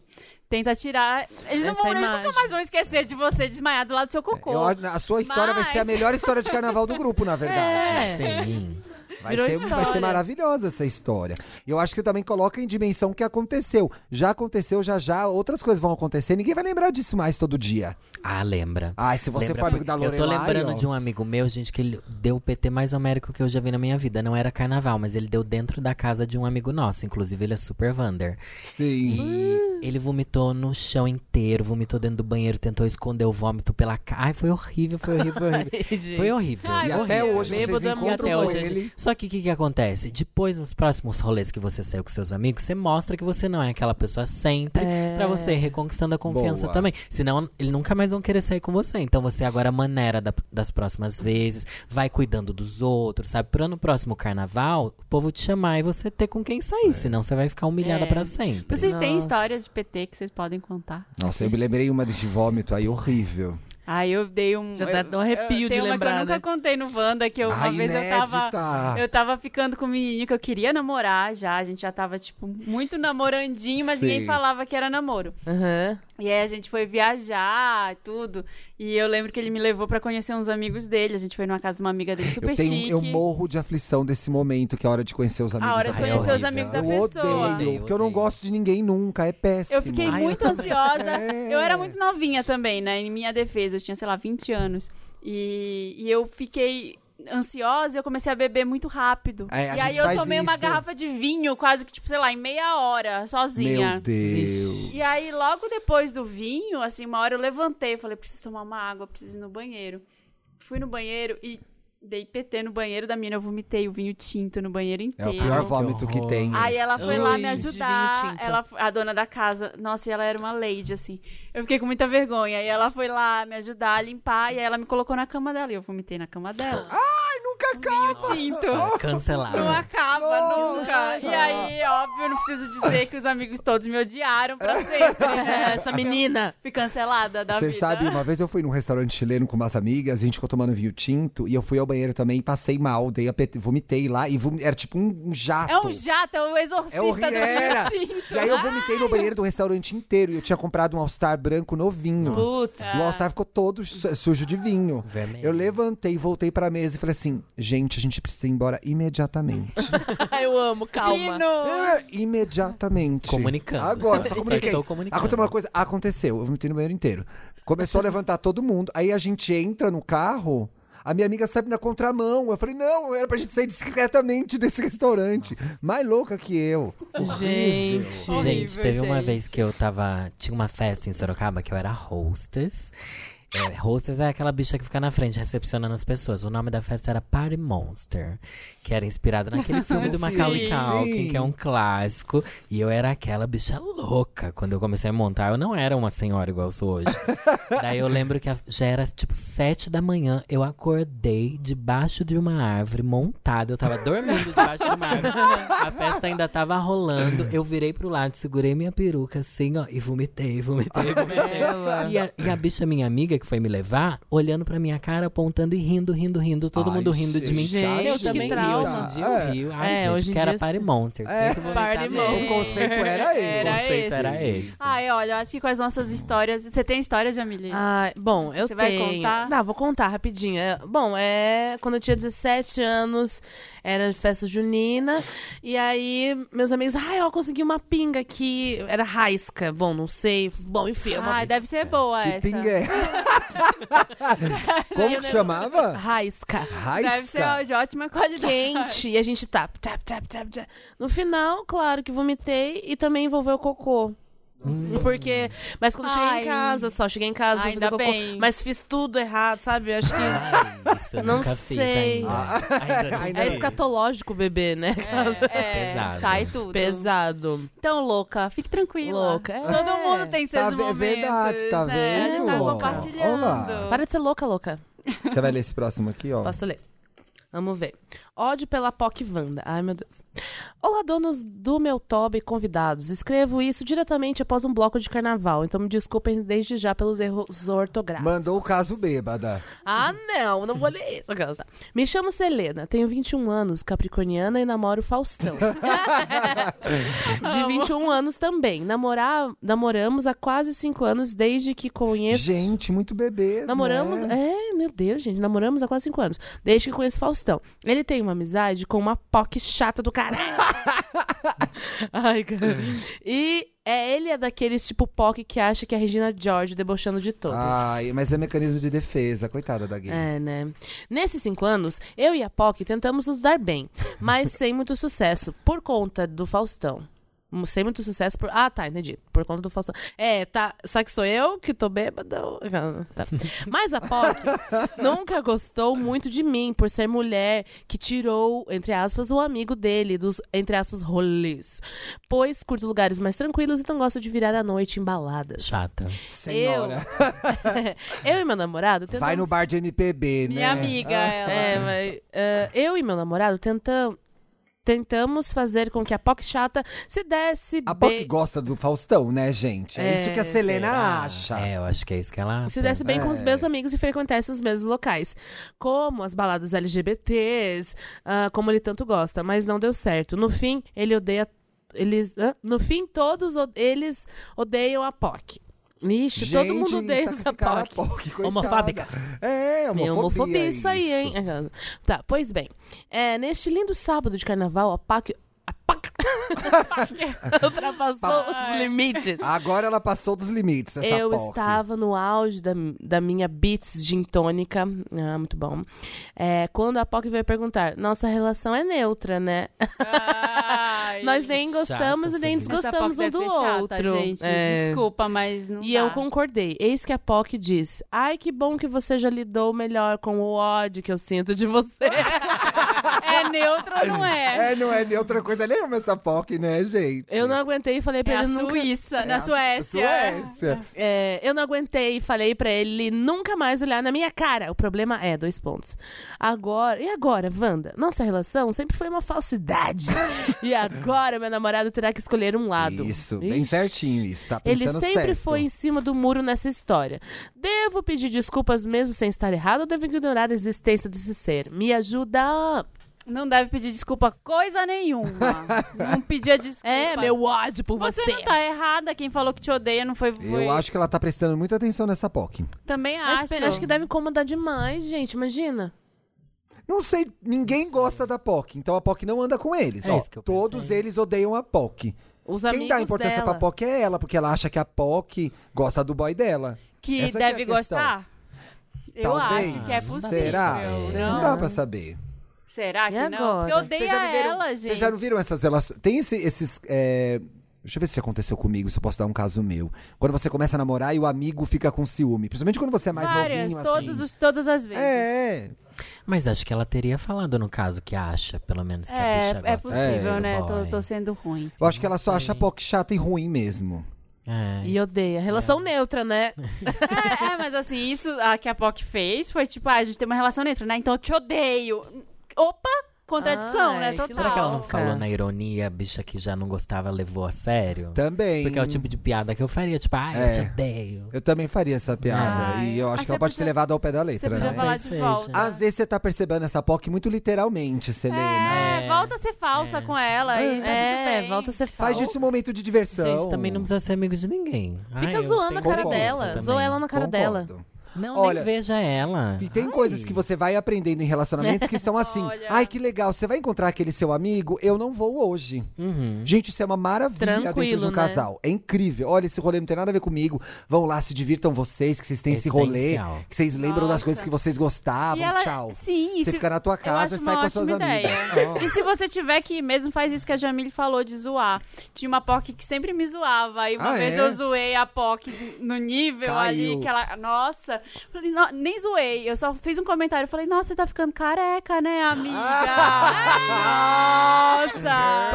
[SPEAKER 1] Tenta tirar. Eles não
[SPEAKER 4] Essa
[SPEAKER 1] vão, eles
[SPEAKER 4] imagem.
[SPEAKER 1] nunca mais vão esquecer de você desmaiado lá do seu cocô.
[SPEAKER 2] É, Eu acho- a sua história vai ser a
[SPEAKER 1] Mas-
[SPEAKER 2] melhor história de carnaval do grupo, na verdade.
[SPEAKER 4] É.
[SPEAKER 3] Sim.
[SPEAKER 2] Vai,
[SPEAKER 4] Virou
[SPEAKER 2] ser, vai ser
[SPEAKER 4] história.
[SPEAKER 2] maravilhosa essa história. E eu acho que também coloca em dimensão o que aconteceu. Já aconteceu, já já, outras coisas vão acontecer. Ninguém vai lembrar disso mais todo dia.
[SPEAKER 3] Ah, lembra.
[SPEAKER 2] Ai, se você
[SPEAKER 3] Lembra
[SPEAKER 2] for amigo da
[SPEAKER 3] Eu
[SPEAKER 2] Lorelai...
[SPEAKER 3] tô lembrando
[SPEAKER 2] ó.
[SPEAKER 3] de um amigo meu, gente, que ele deu o PT mais homérico que eu já vi na minha vida. Não era carnaval, mas ele deu dentro da casa de um amigo nosso. Inclusive, ele é super Vander. E
[SPEAKER 2] Sim.
[SPEAKER 3] ele vomitou no chão inteiro, vomitou dentro do banheiro, tentou esconder o vômito pela cara. Ai, foi horrível, foi horrível, foi horrível. foi horrível.
[SPEAKER 1] Ai,
[SPEAKER 2] E
[SPEAKER 1] horrível.
[SPEAKER 2] até hoje
[SPEAKER 4] Bêbado é
[SPEAKER 2] vocês
[SPEAKER 4] amigo
[SPEAKER 2] encontram
[SPEAKER 4] até
[SPEAKER 2] com
[SPEAKER 4] hoje,
[SPEAKER 2] ele...
[SPEAKER 3] Só que o que, que acontece? Depois, nos próximos rolês que você saiu com seus amigos, você mostra que você não é aquela pessoa sempre.
[SPEAKER 4] É.
[SPEAKER 3] Pra você ir reconquistando a confiança
[SPEAKER 2] Boa.
[SPEAKER 3] também. Senão, eles nunca mais vão querer sair com você. Então, você agora maneira da- das próximas vezes, vai cuidando dos outros, sabe? Pra no próximo carnaval, o povo te chamar e você ter com quem sair. Senão, você vai ficar humilhada
[SPEAKER 1] É.
[SPEAKER 3] pra sempre.
[SPEAKER 1] Vocês têm
[SPEAKER 4] Nossa.
[SPEAKER 1] histórias de PT que vocês podem contar?
[SPEAKER 2] Nossa, eu me lembrei uma desse vômito aí, horrível.
[SPEAKER 1] Ah, eu dei um.
[SPEAKER 4] Já
[SPEAKER 1] eu-
[SPEAKER 4] dá um
[SPEAKER 1] eu,
[SPEAKER 4] arrepio de
[SPEAKER 1] tem uma
[SPEAKER 4] lembrar,
[SPEAKER 1] que eu
[SPEAKER 4] né?
[SPEAKER 1] nunca contei no Wanda, que eu, uma
[SPEAKER 2] Ai,
[SPEAKER 1] vez eu
[SPEAKER 2] Ah, inédita!
[SPEAKER 1] tava. Eu tava ficando com um menino que eu queria namorar já. A gente já tava, tipo, muito namorandinho, mas
[SPEAKER 2] Sim.
[SPEAKER 1] ninguém falava que era namoro.
[SPEAKER 4] Aham.
[SPEAKER 1] E aí a gente foi viajar tudo. E eu lembro que ele me levou pra conhecer uns amigos dele. A gente foi numa casa de uma amiga dele super
[SPEAKER 2] Eu, tenho, um,
[SPEAKER 1] chique.
[SPEAKER 2] eu morro de aflição desse momento, que é a hora de conhecer os amigos.
[SPEAKER 1] hora de
[SPEAKER 2] da
[SPEAKER 1] conhecer
[SPEAKER 2] pessoa.
[SPEAKER 1] os amigos da
[SPEAKER 2] eu
[SPEAKER 1] pessoa.
[SPEAKER 2] Odeio,
[SPEAKER 3] Odeio,
[SPEAKER 2] porque eu não
[SPEAKER 3] odeio.
[SPEAKER 2] gosto de ninguém nunca, é péssimo.
[SPEAKER 1] Eu fiquei
[SPEAKER 3] Ai, eu
[SPEAKER 1] muito
[SPEAKER 3] também.
[SPEAKER 1] ansiosa.
[SPEAKER 2] É.
[SPEAKER 1] Eu era muito novinha também, né? Em minha defesa, eu tinha, sei lá, 20 anos. E, e eu fiquei ansiosa e eu comecei a beber muito rápido.
[SPEAKER 2] É, a
[SPEAKER 1] e aí
[SPEAKER 2] gente
[SPEAKER 1] eu
[SPEAKER 2] faz
[SPEAKER 1] tomei uma
[SPEAKER 2] isso.
[SPEAKER 1] garrafa de vinho, quase que, tipo, sei lá, em meia hora, sozinha.
[SPEAKER 2] Meu Deus.
[SPEAKER 1] E aí, logo depois do vinho, assim, uma hora eu levantei, falei, preciso tomar uma água, preciso ir no banheiro. Fui no banheiro e dei PT no banheiro da mina, eu vomitei o vinho tinto no banheiro
[SPEAKER 2] É
[SPEAKER 1] inteiro.
[SPEAKER 2] o pior vômito que
[SPEAKER 3] horror.
[SPEAKER 2] tem.
[SPEAKER 1] Aí ela foi lá me
[SPEAKER 4] Ui, de vinho
[SPEAKER 1] ajudar.
[SPEAKER 4] tinto.
[SPEAKER 1] Ela, f- a dona da casa, nossa, e ela era uma lady, assim. Eu fiquei com muita vergonha. E ela foi lá me ajudar a limpar. E aí ela me colocou na cama dela. E eu vomitei na cama dela.
[SPEAKER 2] Ai, nunca acaba!
[SPEAKER 1] Tinto.
[SPEAKER 3] Cancelado.
[SPEAKER 1] Não acaba
[SPEAKER 2] Nossa.
[SPEAKER 1] nunca. E aí, óbvio, eu não preciso dizer que os amigos todos me odiaram pra sempre. né?
[SPEAKER 4] É, Essa menina.
[SPEAKER 1] Fui cancelada da
[SPEAKER 2] Você
[SPEAKER 1] vida.
[SPEAKER 2] sabe, uma vez eu fui num restaurante chileno com umas amigas, a gente ficou tomando vinho tinto, e eu fui ao banheiro também, passei mal, dei a PT, vomitei lá, e vom- era tipo um, um jato.
[SPEAKER 1] É um jato, é o
[SPEAKER 2] É o
[SPEAKER 1] exorcista
[SPEAKER 2] Riera.
[SPEAKER 1] do vinho tinto.
[SPEAKER 2] E aí eu vomitei no banheiro do restaurante inteiro, e eu tinha comprado um All-Star branco novinho.
[SPEAKER 4] Putz.
[SPEAKER 2] O All-Star ficou todo su- sujo de vinho.
[SPEAKER 3] Vermelho.
[SPEAKER 2] Eu levantei, voltei pra mesa e falei assim: gente, a gente precisa ir embora imediatamente.
[SPEAKER 1] Ah,
[SPEAKER 4] Eu amo, calma.
[SPEAKER 1] Fino.
[SPEAKER 2] imediatamente.
[SPEAKER 3] Comunicando.
[SPEAKER 2] Agora,
[SPEAKER 3] Só
[SPEAKER 2] só comuniquei.
[SPEAKER 3] estou comunicando.
[SPEAKER 2] Aconteceu uma coisa, aconteceu, eu vomitei no banheiro inteiro. Começou a levantar todo mundo, aí a gente entra no carro, a minha amiga sai na contramão. Eu falei, não, era pra gente sair discretamente desse restaurante. Mais louca que eu.
[SPEAKER 4] Gente.
[SPEAKER 3] Gente,
[SPEAKER 1] Horrível,
[SPEAKER 3] teve uma
[SPEAKER 1] gente.
[SPEAKER 3] vez que eu tava. Tinha uma festa em Sorocaba que eu era hostess. É, hostess é aquela bicha que fica na frente recepcionando as pessoas. O nome da festa era Party Monster, que era inspirado naquele filme do Macaulay
[SPEAKER 2] Sim,
[SPEAKER 3] Culkin,
[SPEAKER 2] sim.
[SPEAKER 3] que é um clássico. E eu era aquela bicha louca. Quando eu comecei a montar, eu não era uma senhora igual eu sou hoje. Daí eu lembro que a- já era tipo sete da manhã, eu acordei debaixo de uma árvore montada. Eu tava dormindo debaixo de uma árvore. A festa ainda tava rolando. Eu virei pro lado, segurei minha peruca assim, ó, e vomitei, vomitei, vomitei. E a, e a bicha, minha amiga, que que foi me levar, olhando pra minha cara, apontando e rindo, rindo, rindo. Todo
[SPEAKER 2] Ai,
[SPEAKER 3] mundo rindo de mim.
[SPEAKER 2] gente,
[SPEAKER 3] eu
[SPEAKER 4] que
[SPEAKER 3] também ri.
[SPEAKER 4] trauma.
[SPEAKER 3] Hoje em dia eu rio. Ai,
[SPEAKER 4] É,
[SPEAKER 3] gente,
[SPEAKER 4] hoje em
[SPEAKER 3] que era
[SPEAKER 4] dia
[SPEAKER 3] Party
[SPEAKER 4] sim.
[SPEAKER 3] Monster.
[SPEAKER 2] É.
[SPEAKER 3] Como que eu vou
[SPEAKER 4] Party
[SPEAKER 3] lembrar dele?
[SPEAKER 4] Monster.
[SPEAKER 2] O conceito era ele.
[SPEAKER 1] Era
[SPEAKER 3] O conceito
[SPEAKER 1] esse.
[SPEAKER 3] era esse.
[SPEAKER 1] Ai, olha, eu acho que com as nossas histórias. Você tem histórias, Jamile?
[SPEAKER 4] Ah, bom, eu
[SPEAKER 1] Você vai
[SPEAKER 4] tenho.
[SPEAKER 1] contar?
[SPEAKER 4] Não, vou contar rapidinho. É, bom, é quando eu tinha 17 anos, era festa junina, e aí meus amigos, ai, ó, consegui uma pinga aqui, era raisca. Bom, não sei. Bom, enfim, é uma
[SPEAKER 1] Ai, deve ser boa
[SPEAKER 2] Que
[SPEAKER 1] essa.
[SPEAKER 2] pinga é? Como que chamava?
[SPEAKER 4] raisca.
[SPEAKER 1] Deve ser
[SPEAKER 2] Raisca.
[SPEAKER 1] de ótima qualidade.
[SPEAKER 4] Quente, e a gente tap, tap, tap, tap, tap. No final, claro que vomitei e também envolveu cocô. Porque. Mas quando eu cheguei
[SPEAKER 1] Ai.
[SPEAKER 4] em casa, só cheguei em casa,
[SPEAKER 1] Ai,
[SPEAKER 4] vou fazer
[SPEAKER 1] ainda
[SPEAKER 4] cocô.
[SPEAKER 1] bem.
[SPEAKER 4] Mas fiz tudo errado, sabe? Eu Acho que.
[SPEAKER 3] Ah, Ai, isso eu
[SPEAKER 4] Não
[SPEAKER 3] nunca
[SPEAKER 4] sei.
[SPEAKER 3] Fiz ainda. ainda não
[SPEAKER 2] Ainda
[SPEAKER 4] É
[SPEAKER 3] fiz.
[SPEAKER 4] escatológico o bebê, né?
[SPEAKER 1] É, é,
[SPEAKER 3] Pesado.
[SPEAKER 1] Sai tudo.
[SPEAKER 4] Pesado.
[SPEAKER 1] Então, louca, fique tranquila.
[SPEAKER 4] Louca, é.
[SPEAKER 1] Todo mundo tem seus
[SPEAKER 2] Tá ve- é
[SPEAKER 1] momentos.
[SPEAKER 2] verdade, tá
[SPEAKER 1] né? A gente
[SPEAKER 4] vendo,
[SPEAKER 1] tá
[SPEAKER 4] louca?
[SPEAKER 1] compartilhando.
[SPEAKER 2] Olá.
[SPEAKER 4] Para de ser louca, louca.
[SPEAKER 2] Você vai ler esse próximo aqui, ó.
[SPEAKER 4] Posso ler? Vamos ver. Ódio pela POC Wanda. Ai, meu Deus. Olá, donos do meu Toba e convidados. Escrevo isso diretamente após um bloco de carnaval, então me desculpem desde já pelos erros ortográficos.
[SPEAKER 2] Mandou o caso bêbada.
[SPEAKER 4] Ah, não, não vou ler isso. Aquelas, tá. Me chamo Selena, tenho 21 anos, capricorniana e namoro Faustão. De 21 anos também. Namorar, namoramos há quase 5 anos desde que conheço.
[SPEAKER 2] Gente, muito bebês.
[SPEAKER 4] Namoramos,
[SPEAKER 2] Né?
[SPEAKER 4] é, meu Deus, gente, namoramos há quase 5 anos, desde que conheço Faustão. Ele tem uma amizade com uma POC chata do caralho. Ai, cara. E é, ele é daqueles tipo POC que acha que é a Regina George debochando de todos.
[SPEAKER 2] Ai, mas é mecanismo de defesa. Coitada da gay.
[SPEAKER 4] É, né? Nesses cinco anos, eu e a POC tentamos nos dar bem, mas sem muito sucesso, por conta do Faustão. Hum, Sem muito sucesso por. Ah, tá, entendi. Por conta do Faustão. É, tá. Só que sou eu que tô bêbada. Tá. Mas a POC nunca gostou muito de mim por ser mulher que tirou, entre aspas, o amigo dele, dos, entre aspas, rolês. Pois curto lugares mais tranquilos e não gosto de virar a noite em baladas.
[SPEAKER 3] Chata.
[SPEAKER 2] Senhora.
[SPEAKER 4] Eu e meu namorado tentamos.
[SPEAKER 2] Vai no bar de MPB, né?
[SPEAKER 1] Minha amiga, ela.
[SPEAKER 4] É, mas eh, eu e meu namorado tentam, tentamos fazer com que a POC chata se desse
[SPEAKER 2] A
[SPEAKER 4] bem.
[SPEAKER 2] Bock gosta do Faustão, né, gente? É,
[SPEAKER 4] É,
[SPEAKER 2] isso que a Selena
[SPEAKER 3] Será?
[SPEAKER 2] acha.
[SPEAKER 3] É, eu acho que é isso que ela.
[SPEAKER 4] Se desse bem com os
[SPEAKER 2] É.
[SPEAKER 4] meus amigos e frequentasse os mesmos locais, como as baladas LGBTs, ah, como ele tanto gosta, mas não deu certo. No fim, ele odeia. Eles, hã? no fim, todos o- eles odeiam a POC. Ixi,
[SPEAKER 2] Gente,
[SPEAKER 4] todo mundo odeia essa
[SPEAKER 2] sacrificaram a
[SPEAKER 4] POC.
[SPEAKER 2] POC, coitada.
[SPEAKER 3] Homofóbica.
[SPEAKER 2] É,
[SPEAKER 4] É
[SPEAKER 2] homofobia.
[SPEAKER 4] homofobia isso aí, hein? Tá, pois bem. É, neste lindo sábado de carnaval, a PAC. A PAC. ultrapassou os limites.
[SPEAKER 1] Ah,
[SPEAKER 2] Agora ela passou dos limites, essa
[SPEAKER 4] Eu
[SPEAKER 2] POC.
[SPEAKER 4] estava no auge da, da minha Beats Gin Tônica. Ah, muito bom. É, quando a POC veio perguntar, nossa relação é neutra, né?
[SPEAKER 1] Ai.
[SPEAKER 4] Nós nem
[SPEAKER 3] Chata
[SPEAKER 4] gostamos e
[SPEAKER 3] essa
[SPEAKER 4] nem
[SPEAKER 3] Beats.
[SPEAKER 1] Essa POC
[SPEAKER 4] desgostamos
[SPEAKER 1] deve
[SPEAKER 4] um do
[SPEAKER 1] ser chata,
[SPEAKER 4] outro.
[SPEAKER 1] Gente,
[SPEAKER 4] É.
[SPEAKER 1] desculpa, mas não
[SPEAKER 4] E
[SPEAKER 1] dá.
[SPEAKER 4] eu concordei. Eis que a POC diz: Ai, que bom que você já lidou melhor com o ódio que eu sinto de você.
[SPEAKER 1] É neutro ou não é?
[SPEAKER 2] É, não é nem outra coisa nenhuma essa POC, né, gente?
[SPEAKER 4] Eu não aguentei e falei pra
[SPEAKER 1] É a
[SPEAKER 4] ele nunca.
[SPEAKER 1] Suíça,
[SPEAKER 2] É
[SPEAKER 1] na
[SPEAKER 2] a
[SPEAKER 1] Suécia.
[SPEAKER 2] Suécia.
[SPEAKER 4] É, eu não aguentei e falei pra ele nunca mais olhar na minha cara. O problema é dois pontos. Agora, e agora, Wanda? Nossa relação sempre foi uma falsidade. e agora meu namorado terá que escolher um lado.
[SPEAKER 2] Isso,
[SPEAKER 4] Ih,
[SPEAKER 2] bem certinho isso. Tá
[SPEAKER 4] Ele
[SPEAKER 2] pensando
[SPEAKER 4] sempre
[SPEAKER 2] certo.
[SPEAKER 4] foi em cima do muro nessa história. Devo pedir desculpas mesmo sem estar errado ou devo ignorar a existência desse ser? Me ajuda.
[SPEAKER 1] Não deve pedir desculpa coisa nenhuma. não pedia desculpa.
[SPEAKER 4] É, meu ódio por
[SPEAKER 1] Você
[SPEAKER 4] você.
[SPEAKER 1] não tá errada. Quem falou que te odeia não foi. foi-
[SPEAKER 2] Eu acho que ela tá prestando muita atenção nessa POC.
[SPEAKER 1] Também
[SPEAKER 4] Mas
[SPEAKER 1] acho.
[SPEAKER 4] pe- acho que deve incomodar demais, gente. Imagina.
[SPEAKER 2] Não sei, ninguém gosta da POC, então a POC não anda com eles.
[SPEAKER 3] É
[SPEAKER 2] ó,
[SPEAKER 3] isso que eu
[SPEAKER 2] todos
[SPEAKER 3] pensei.
[SPEAKER 2] eles odeiam a POC.
[SPEAKER 4] Os
[SPEAKER 2] Quem
[SPEAKER 4] amigos
[SPEAKER 2] dá importância
[SPEAKER 4] dela.
[SPEAKER 2] pra POC é ela, porque ela acha que a POC gosta do boy dela.
[SPEAKER 1] que
[SPEAKER 2] Essa que é a
[SPEAKER 1] deve
[SPEAKER 2] questão.
[SPEAKER 1] gostar. Eu
[SPEAKER 2] Talvez.
[SPEAKER 1] acho que é possível.
[SPEAKER 2] Será?
[SPEAKER 1] Não.
[SPEAKER 2] Não dá pra saber.
[SPEAKER 1] Será que não?
[SPEAKER 4] E
[SPEAKER 1] Porque eu
[SPEAKER 4] agora?
[SPEAKER 1] odeio
[SPEAKER 2] Vocês já viveram-
[SPEAKER 1] ela, gente.
[SPEAKER 2] Vocês já não viram essas relações? Tem esse- esses. é, Deixa eu ver se aconteceu comigo, se eu posso dar um caso meu. Quando você começa a namorar e o amigo fica com ciúme. Principalmente quando você é mais
[SPEAKER 1] Várias,
[SPEAKER 2] novinho,
[SPEAKER 1] todos
[SPEAKER 2] assim.
[SPEAKER 1] os, todas as vezes.
[SPEAKER 2] É,
[SPEAKER 3] Mas acho que ela teria falado no caso que acha, pelo menos que a
[SPEAKER 1] É,
[SPEAKER 3] bicha gosta.
[SPEAKER 1] é possível,
[SPEAKER 3] do
[SPEAKER 1] né?
[SPEAKER 3] boy.
[SPEAKER 1] Tô, tô sendo ruim.
[SPEAKER 2] eu acho que ela só acha a POC chata e ruim mesmo.
[SPEAKER 3] É.
[SPEAKER 4] E odeia. Relação neutra, né?
[SPEAKER 1] é, é, mas assim, isso a, que a POC fez foi tipo, ah, a gente tem uma relação neutra, né? Então eu te odeio. Opa, contradição,
[SPEAKER 4] Ai,
[SPEAKER 1] né?
[SPEAKER 4] é que
[SPEAKER 1] Total.
[SPEAKER 3] Será que ela não
[SPEAKER 4] cara.
[SPEAKER 3] falou na ironia, a bicha que já não gostava levou a sério?
[SPEAKER 2] Também.
[SPEAKER 3] Porque é o tipo de piada que eu faria, tipo, ai,
[SPEAKER 2] É.
[SPEAKER 3] eu te odeio.
[SPEAKER 2] Eu também faria essa piada.
[SPEAKER 1] Ai.
[SPEAKER 2] E eu
[SPEAKER 1] Mas Ah, é.
[SPEAKER 2] acho que
[SPEAKER 1] você
[SPEAKER 2] ela pode ser
[SPEAKER 1] podia-
[SPEAKER 2] levada ao pé da
[SPEAKER 1] Você
[SPEAKER 2] letra,
[SPEAKER 1] podia
[SPEAKER 2] né?
[SPEAKER 1] falar
[SPEAKER 3] Talvez
[SPEAKER 1] de
[SPEAKER 3] seja.
[SPEAKER 1] volta.
[SPEAKER 2] Às vezes você tá percebendo essa POC muito literalmente, Selena.
[SPEAKER 1] É,
[SPEAKER 3] É.
[SPEAKER 1] volta a ser falsa com ela. e tá tudo
[SPEAKER 4] É,
[SPEAKER 1] bem.
[SPEAKER 4] volta a ser
[SPEAKER 2] Faz
[SPEAKER 4] falsa.
[SPEAKER 2] disso um momento de diversão.
[SPEAKER 3] Gente, também não precisa ser amigo de ninguém. Ai,
[SPEAKER 4] Fica
[SPEAKER 3] eu
[SPEAKER 4] zoando a
[SPEAKER 3] tenho
[SPEAKER 4] cara
[SPEAKER 2] Concordo.
[SPEAKER 4] dela.
[SPEAKER 3] também.
[SPEAKER 4] Zoa ela na cara dela.
[SPEAKER 2] é Concordo.
[SPEAKER 3] Não,
[SPEAKER 2] Olha,
[SPEAKER 3] nem veja ela.
[SPEAKER 2] E tem
[SPEAKER 3] Ai.
[SPEAKER 2] coisas que você vai aprendendo em relacionamentos que são assim.
[SPEAKER 1] Olha.
[SPEAKER 2] Ai, que legal, você vai encontrar aquele seu amigo, eu não vou hoje.
[SPEAKER 3] Uhum.
[SPEAKER 2] Gente, isso é uma maravilha dentro
[SPEAKER 4] Tranquilo,
[SPEAKER 2] de um
[SPEAKER 4] né?
[SPEAKER 2] casal. É incrível. Olha, esse rolê não tem nada a ver comigo. Vão lá, se divirtam vocês, que vocês têm esse
[SPEAKER 3] Essencial.
[SPEAKER 2] rolê. Que vocês lembram das
[SPEAKER 1] Nossa.
[SPEAKER 2] coisas que vocês
[SPEAKER 1] E
[SPEAKER 2] gostavam.
[SPEAKER 1] ela-
[SPEAKER 2] Tá Tchau.
[SPEAKER 1] Sim, e
[SPEAKER 2] Você
[SPEAKER 1] se-
[SPEAKER 2] fica na tua casa
[SPEAKER 1] eu
[SPEAKER 2] e
[SPEAKER 1] acho
[SPEAKER 2] sai
[SPEAKER 1] uma
[SPEAKER 2] com as suas
[SPEAKER 1] ótima
[SPEAKER 2] amigas.
[SPEAKER 1] ideia.
[SPEAKER 2] Ó.
[SPEAKER 1] E se você tiver que ir mesmo, faz isso que a Jamile falou de zoar. Tinha uma POC que sempre me zoava. E uma
[SPEAKER 2] Ah,
[SPEAKER 1] vez
[SPEAKER 2] é?
[SPEAKER 1] eu zoei a POC no nível
[SPEAKER 2] Caiu.
[SPEAKER 1] ali que ela. Nossa! Falei, "No- nem zoei. Eu só fiz um comentário. Eu Falei, nossa, você tá ficando careca, né, amiga? Ai, nossa!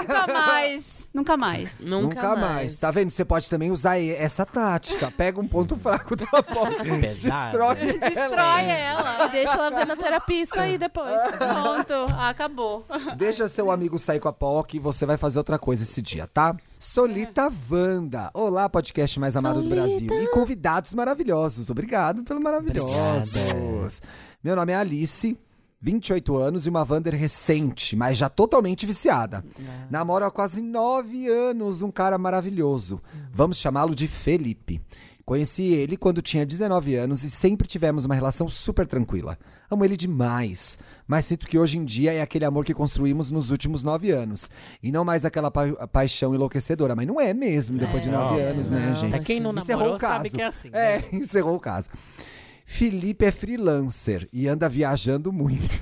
[SPEAKER 1] Nunca mais. Nunca mais.
[SPEAKER 2] Nunca, mais. Tá vendo? Você pode também usar e- essa tática. Pega um ponto fraco da bola,
[SPEAKER 3] Pesada.
[SPEAKER 2] destrói
[SPEAKER 1] Destrói ela.
[SPEAKER 4] Deixa ela ver na terapia isso aí depois.
[SPEAKER 1] Pronto, acabou.
[SPEAKER 2] Deixa seu amigo sair com a POC e você vai fazer outra coisa esse dia, tá? Solita Wanda. Olá, podcast mais amado do Brasil. E convidados maravilhosos. Obrigado pelo maravilhosos. Meu nome é Alice. 28 anos e uma Wander recente, mas já totalmente viciada. Namoro há quase 9 anos um cara maravilhoso. Vamos chamá-lo de Felipe. Conheci ele quando tinha 19 anos e sempre tivemos uma relação super tranquila. Amo ele demais, mas sinto que hoje em dia é aquele amor que construímos nos últimos 9 anos. E não mais aquela pa- paixão enlouquecedora. Mas não é mesmo, depois de
[SPEAKER 3] É,
[SPEAKER 2] 9
[SPEAKER 3] óbvio,
[SPEAKER 2] anos, né,
[SPEAKER 4] não.
[SPEAKER 2] gente?
[SPEAKER 3] Pra quem não
[SPEAKER 2] Encerrou
[SPEAKER 3] namorou
[SPEAKER 2] o caso.
[SPEAKER 3] sabe que é assim. né,
[SPEAKER 2] É, encerrou o caso. Felipe é freelancer e anda viajando muito.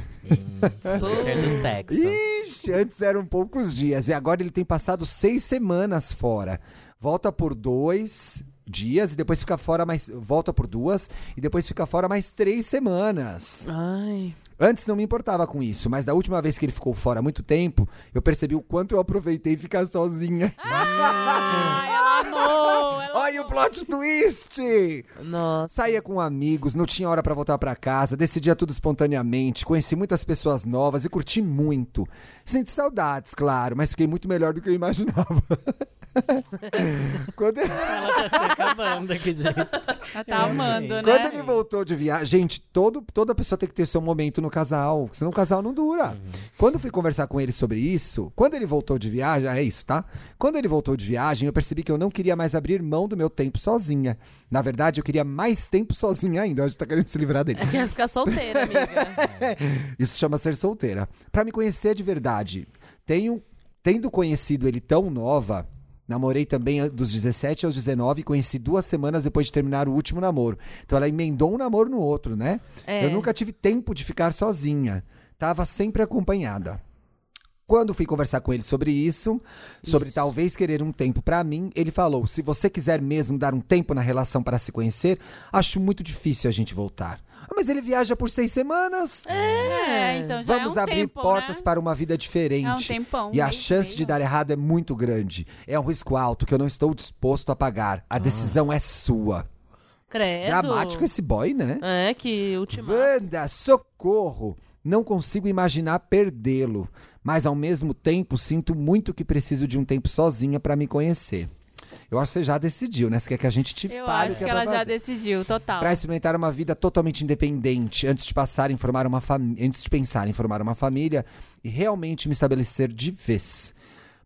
[SPEAKER 3] Freelancer do sexo.
[SPEAKER 2] Ixi, antes eram poucos dias e agora ele tem passado seis semanas fora. Volta por dois dias e depois fica fora mais. Volta por duas e depois fica fora mais três semanas.
[SPEAKER 4] Ai.
[SPEAKER 2] Antes não me importava com isso, mas da última vez que ele ficou fora há muito tempo, eu percebi o quanto eu aproveitei ficar sozinha.
[SPEAKER 1] Ai, ela amou. Ela...
[SPEAKER 2] Olha o plot twist!
[SPEAKER 4] Nossa.
[SPEAKER 2] Saía com amigos, não tinha hora pra voltar pra casa, decidia tudo espontaneamente, conheci muitas pessoas novas e curti muito. Sinto saudades, claro, mas fiquei muito melhor do que eu imaginava. quando, ele,
[SPEAKER 3] Ela tá se acabando aqui, gente.
[SPEAKER 1] Ela tá amando, né?
[SPEAKER 2] quando ele voltou de viagem, gente, todo, toda pessoa tem que ter seu momento no casal, senão o casal não dura. Quando eu fui conversar com ele sobre isso, quando ele voltou de viagem, ah, é isso, tá? Quando ele voltou de viagem, eu percebi que eu não queria mais abrir mão do meu tempo sozinha. Na verdade, eu queria mais tempo sozinha ainda. A gente tá querendo se livrar dele.
[SPEAKER 4] Quer ficar solteira, amiga.
[SPEAKER 2] Isso chama ser solteira. Pra me conhecer de verdade, tenho, tendo conhecido ele tão nova, namorei também dos 17 aos 19 e conheci duas semanas depois de terminar o último namoro. Então ela emendou um namoro no outro, né?
[SPEAKER 4] É.
[SPEAKER 2] Eu nunca tive tempo de ficar sozinha. Tava sempre acompanhada. Quando fui conversar com ele sobre isso, sobre talvez querer um tempo pra mim, ele falou: "Se você quiser mesmo dar um tempo na relação para se conhecer, acho muito difícil a gente voltar." Ah, mas ele viaja por seis semanas.
[SPEAKER 1] É, então já
[SPEAKER 2] Vamos
[SPEAKER 1] é um
[SPEAKER 2] abrir
[SPEAKER 1] tempo,
[SPEAKER 2] portas
[SPEAKER 1] né?
[SPEAKER 2] para uma vida diferente.
[SPEAKER 1] É um tempão,
[SPEAKER 2] E a
[SPEAKER 1] mês né? e
[SPEAKER 2] chance
[SPEAKER 1] meio.
[SPEAKER 2] de dar errado é muito grande. É um risco alto que eu não estou disposto a pagar. A decisão é sua.
[SPEAKER 4] Credo.
[SPEAKER 2] Dramático esse boy, né?
[SPEAKER 4] É, que ultimato.
[SPEAKER 2] Wanda, socorro! Não consigo imaginar perdê-lo. Mas ao mesmo tempo, sinto muito que preciso de um tempo sozinha para me conhecer. Eu acho que você já decidiu, né? Você quer que a gente te
[SPEAKER 1] Eu
[SPEAKER 2] fale o
[SPEAKER 1] acho
[SPEAKER 2] que
[SPEAKER 1] que
[SPEAKER 2] é
[SPEAKER 1] ela
[SPEAKER 2] pra
[SPEAKER 1] já
[SPEAKER 2] fazer.
[SPEAKER 1] decidiu, total.
[SPEAKER 2] Pra experimentar uma vida totalmente independente, antes de passar em formar uma família, antes de pensar em formar uma família e realmente me estabelecer de vez.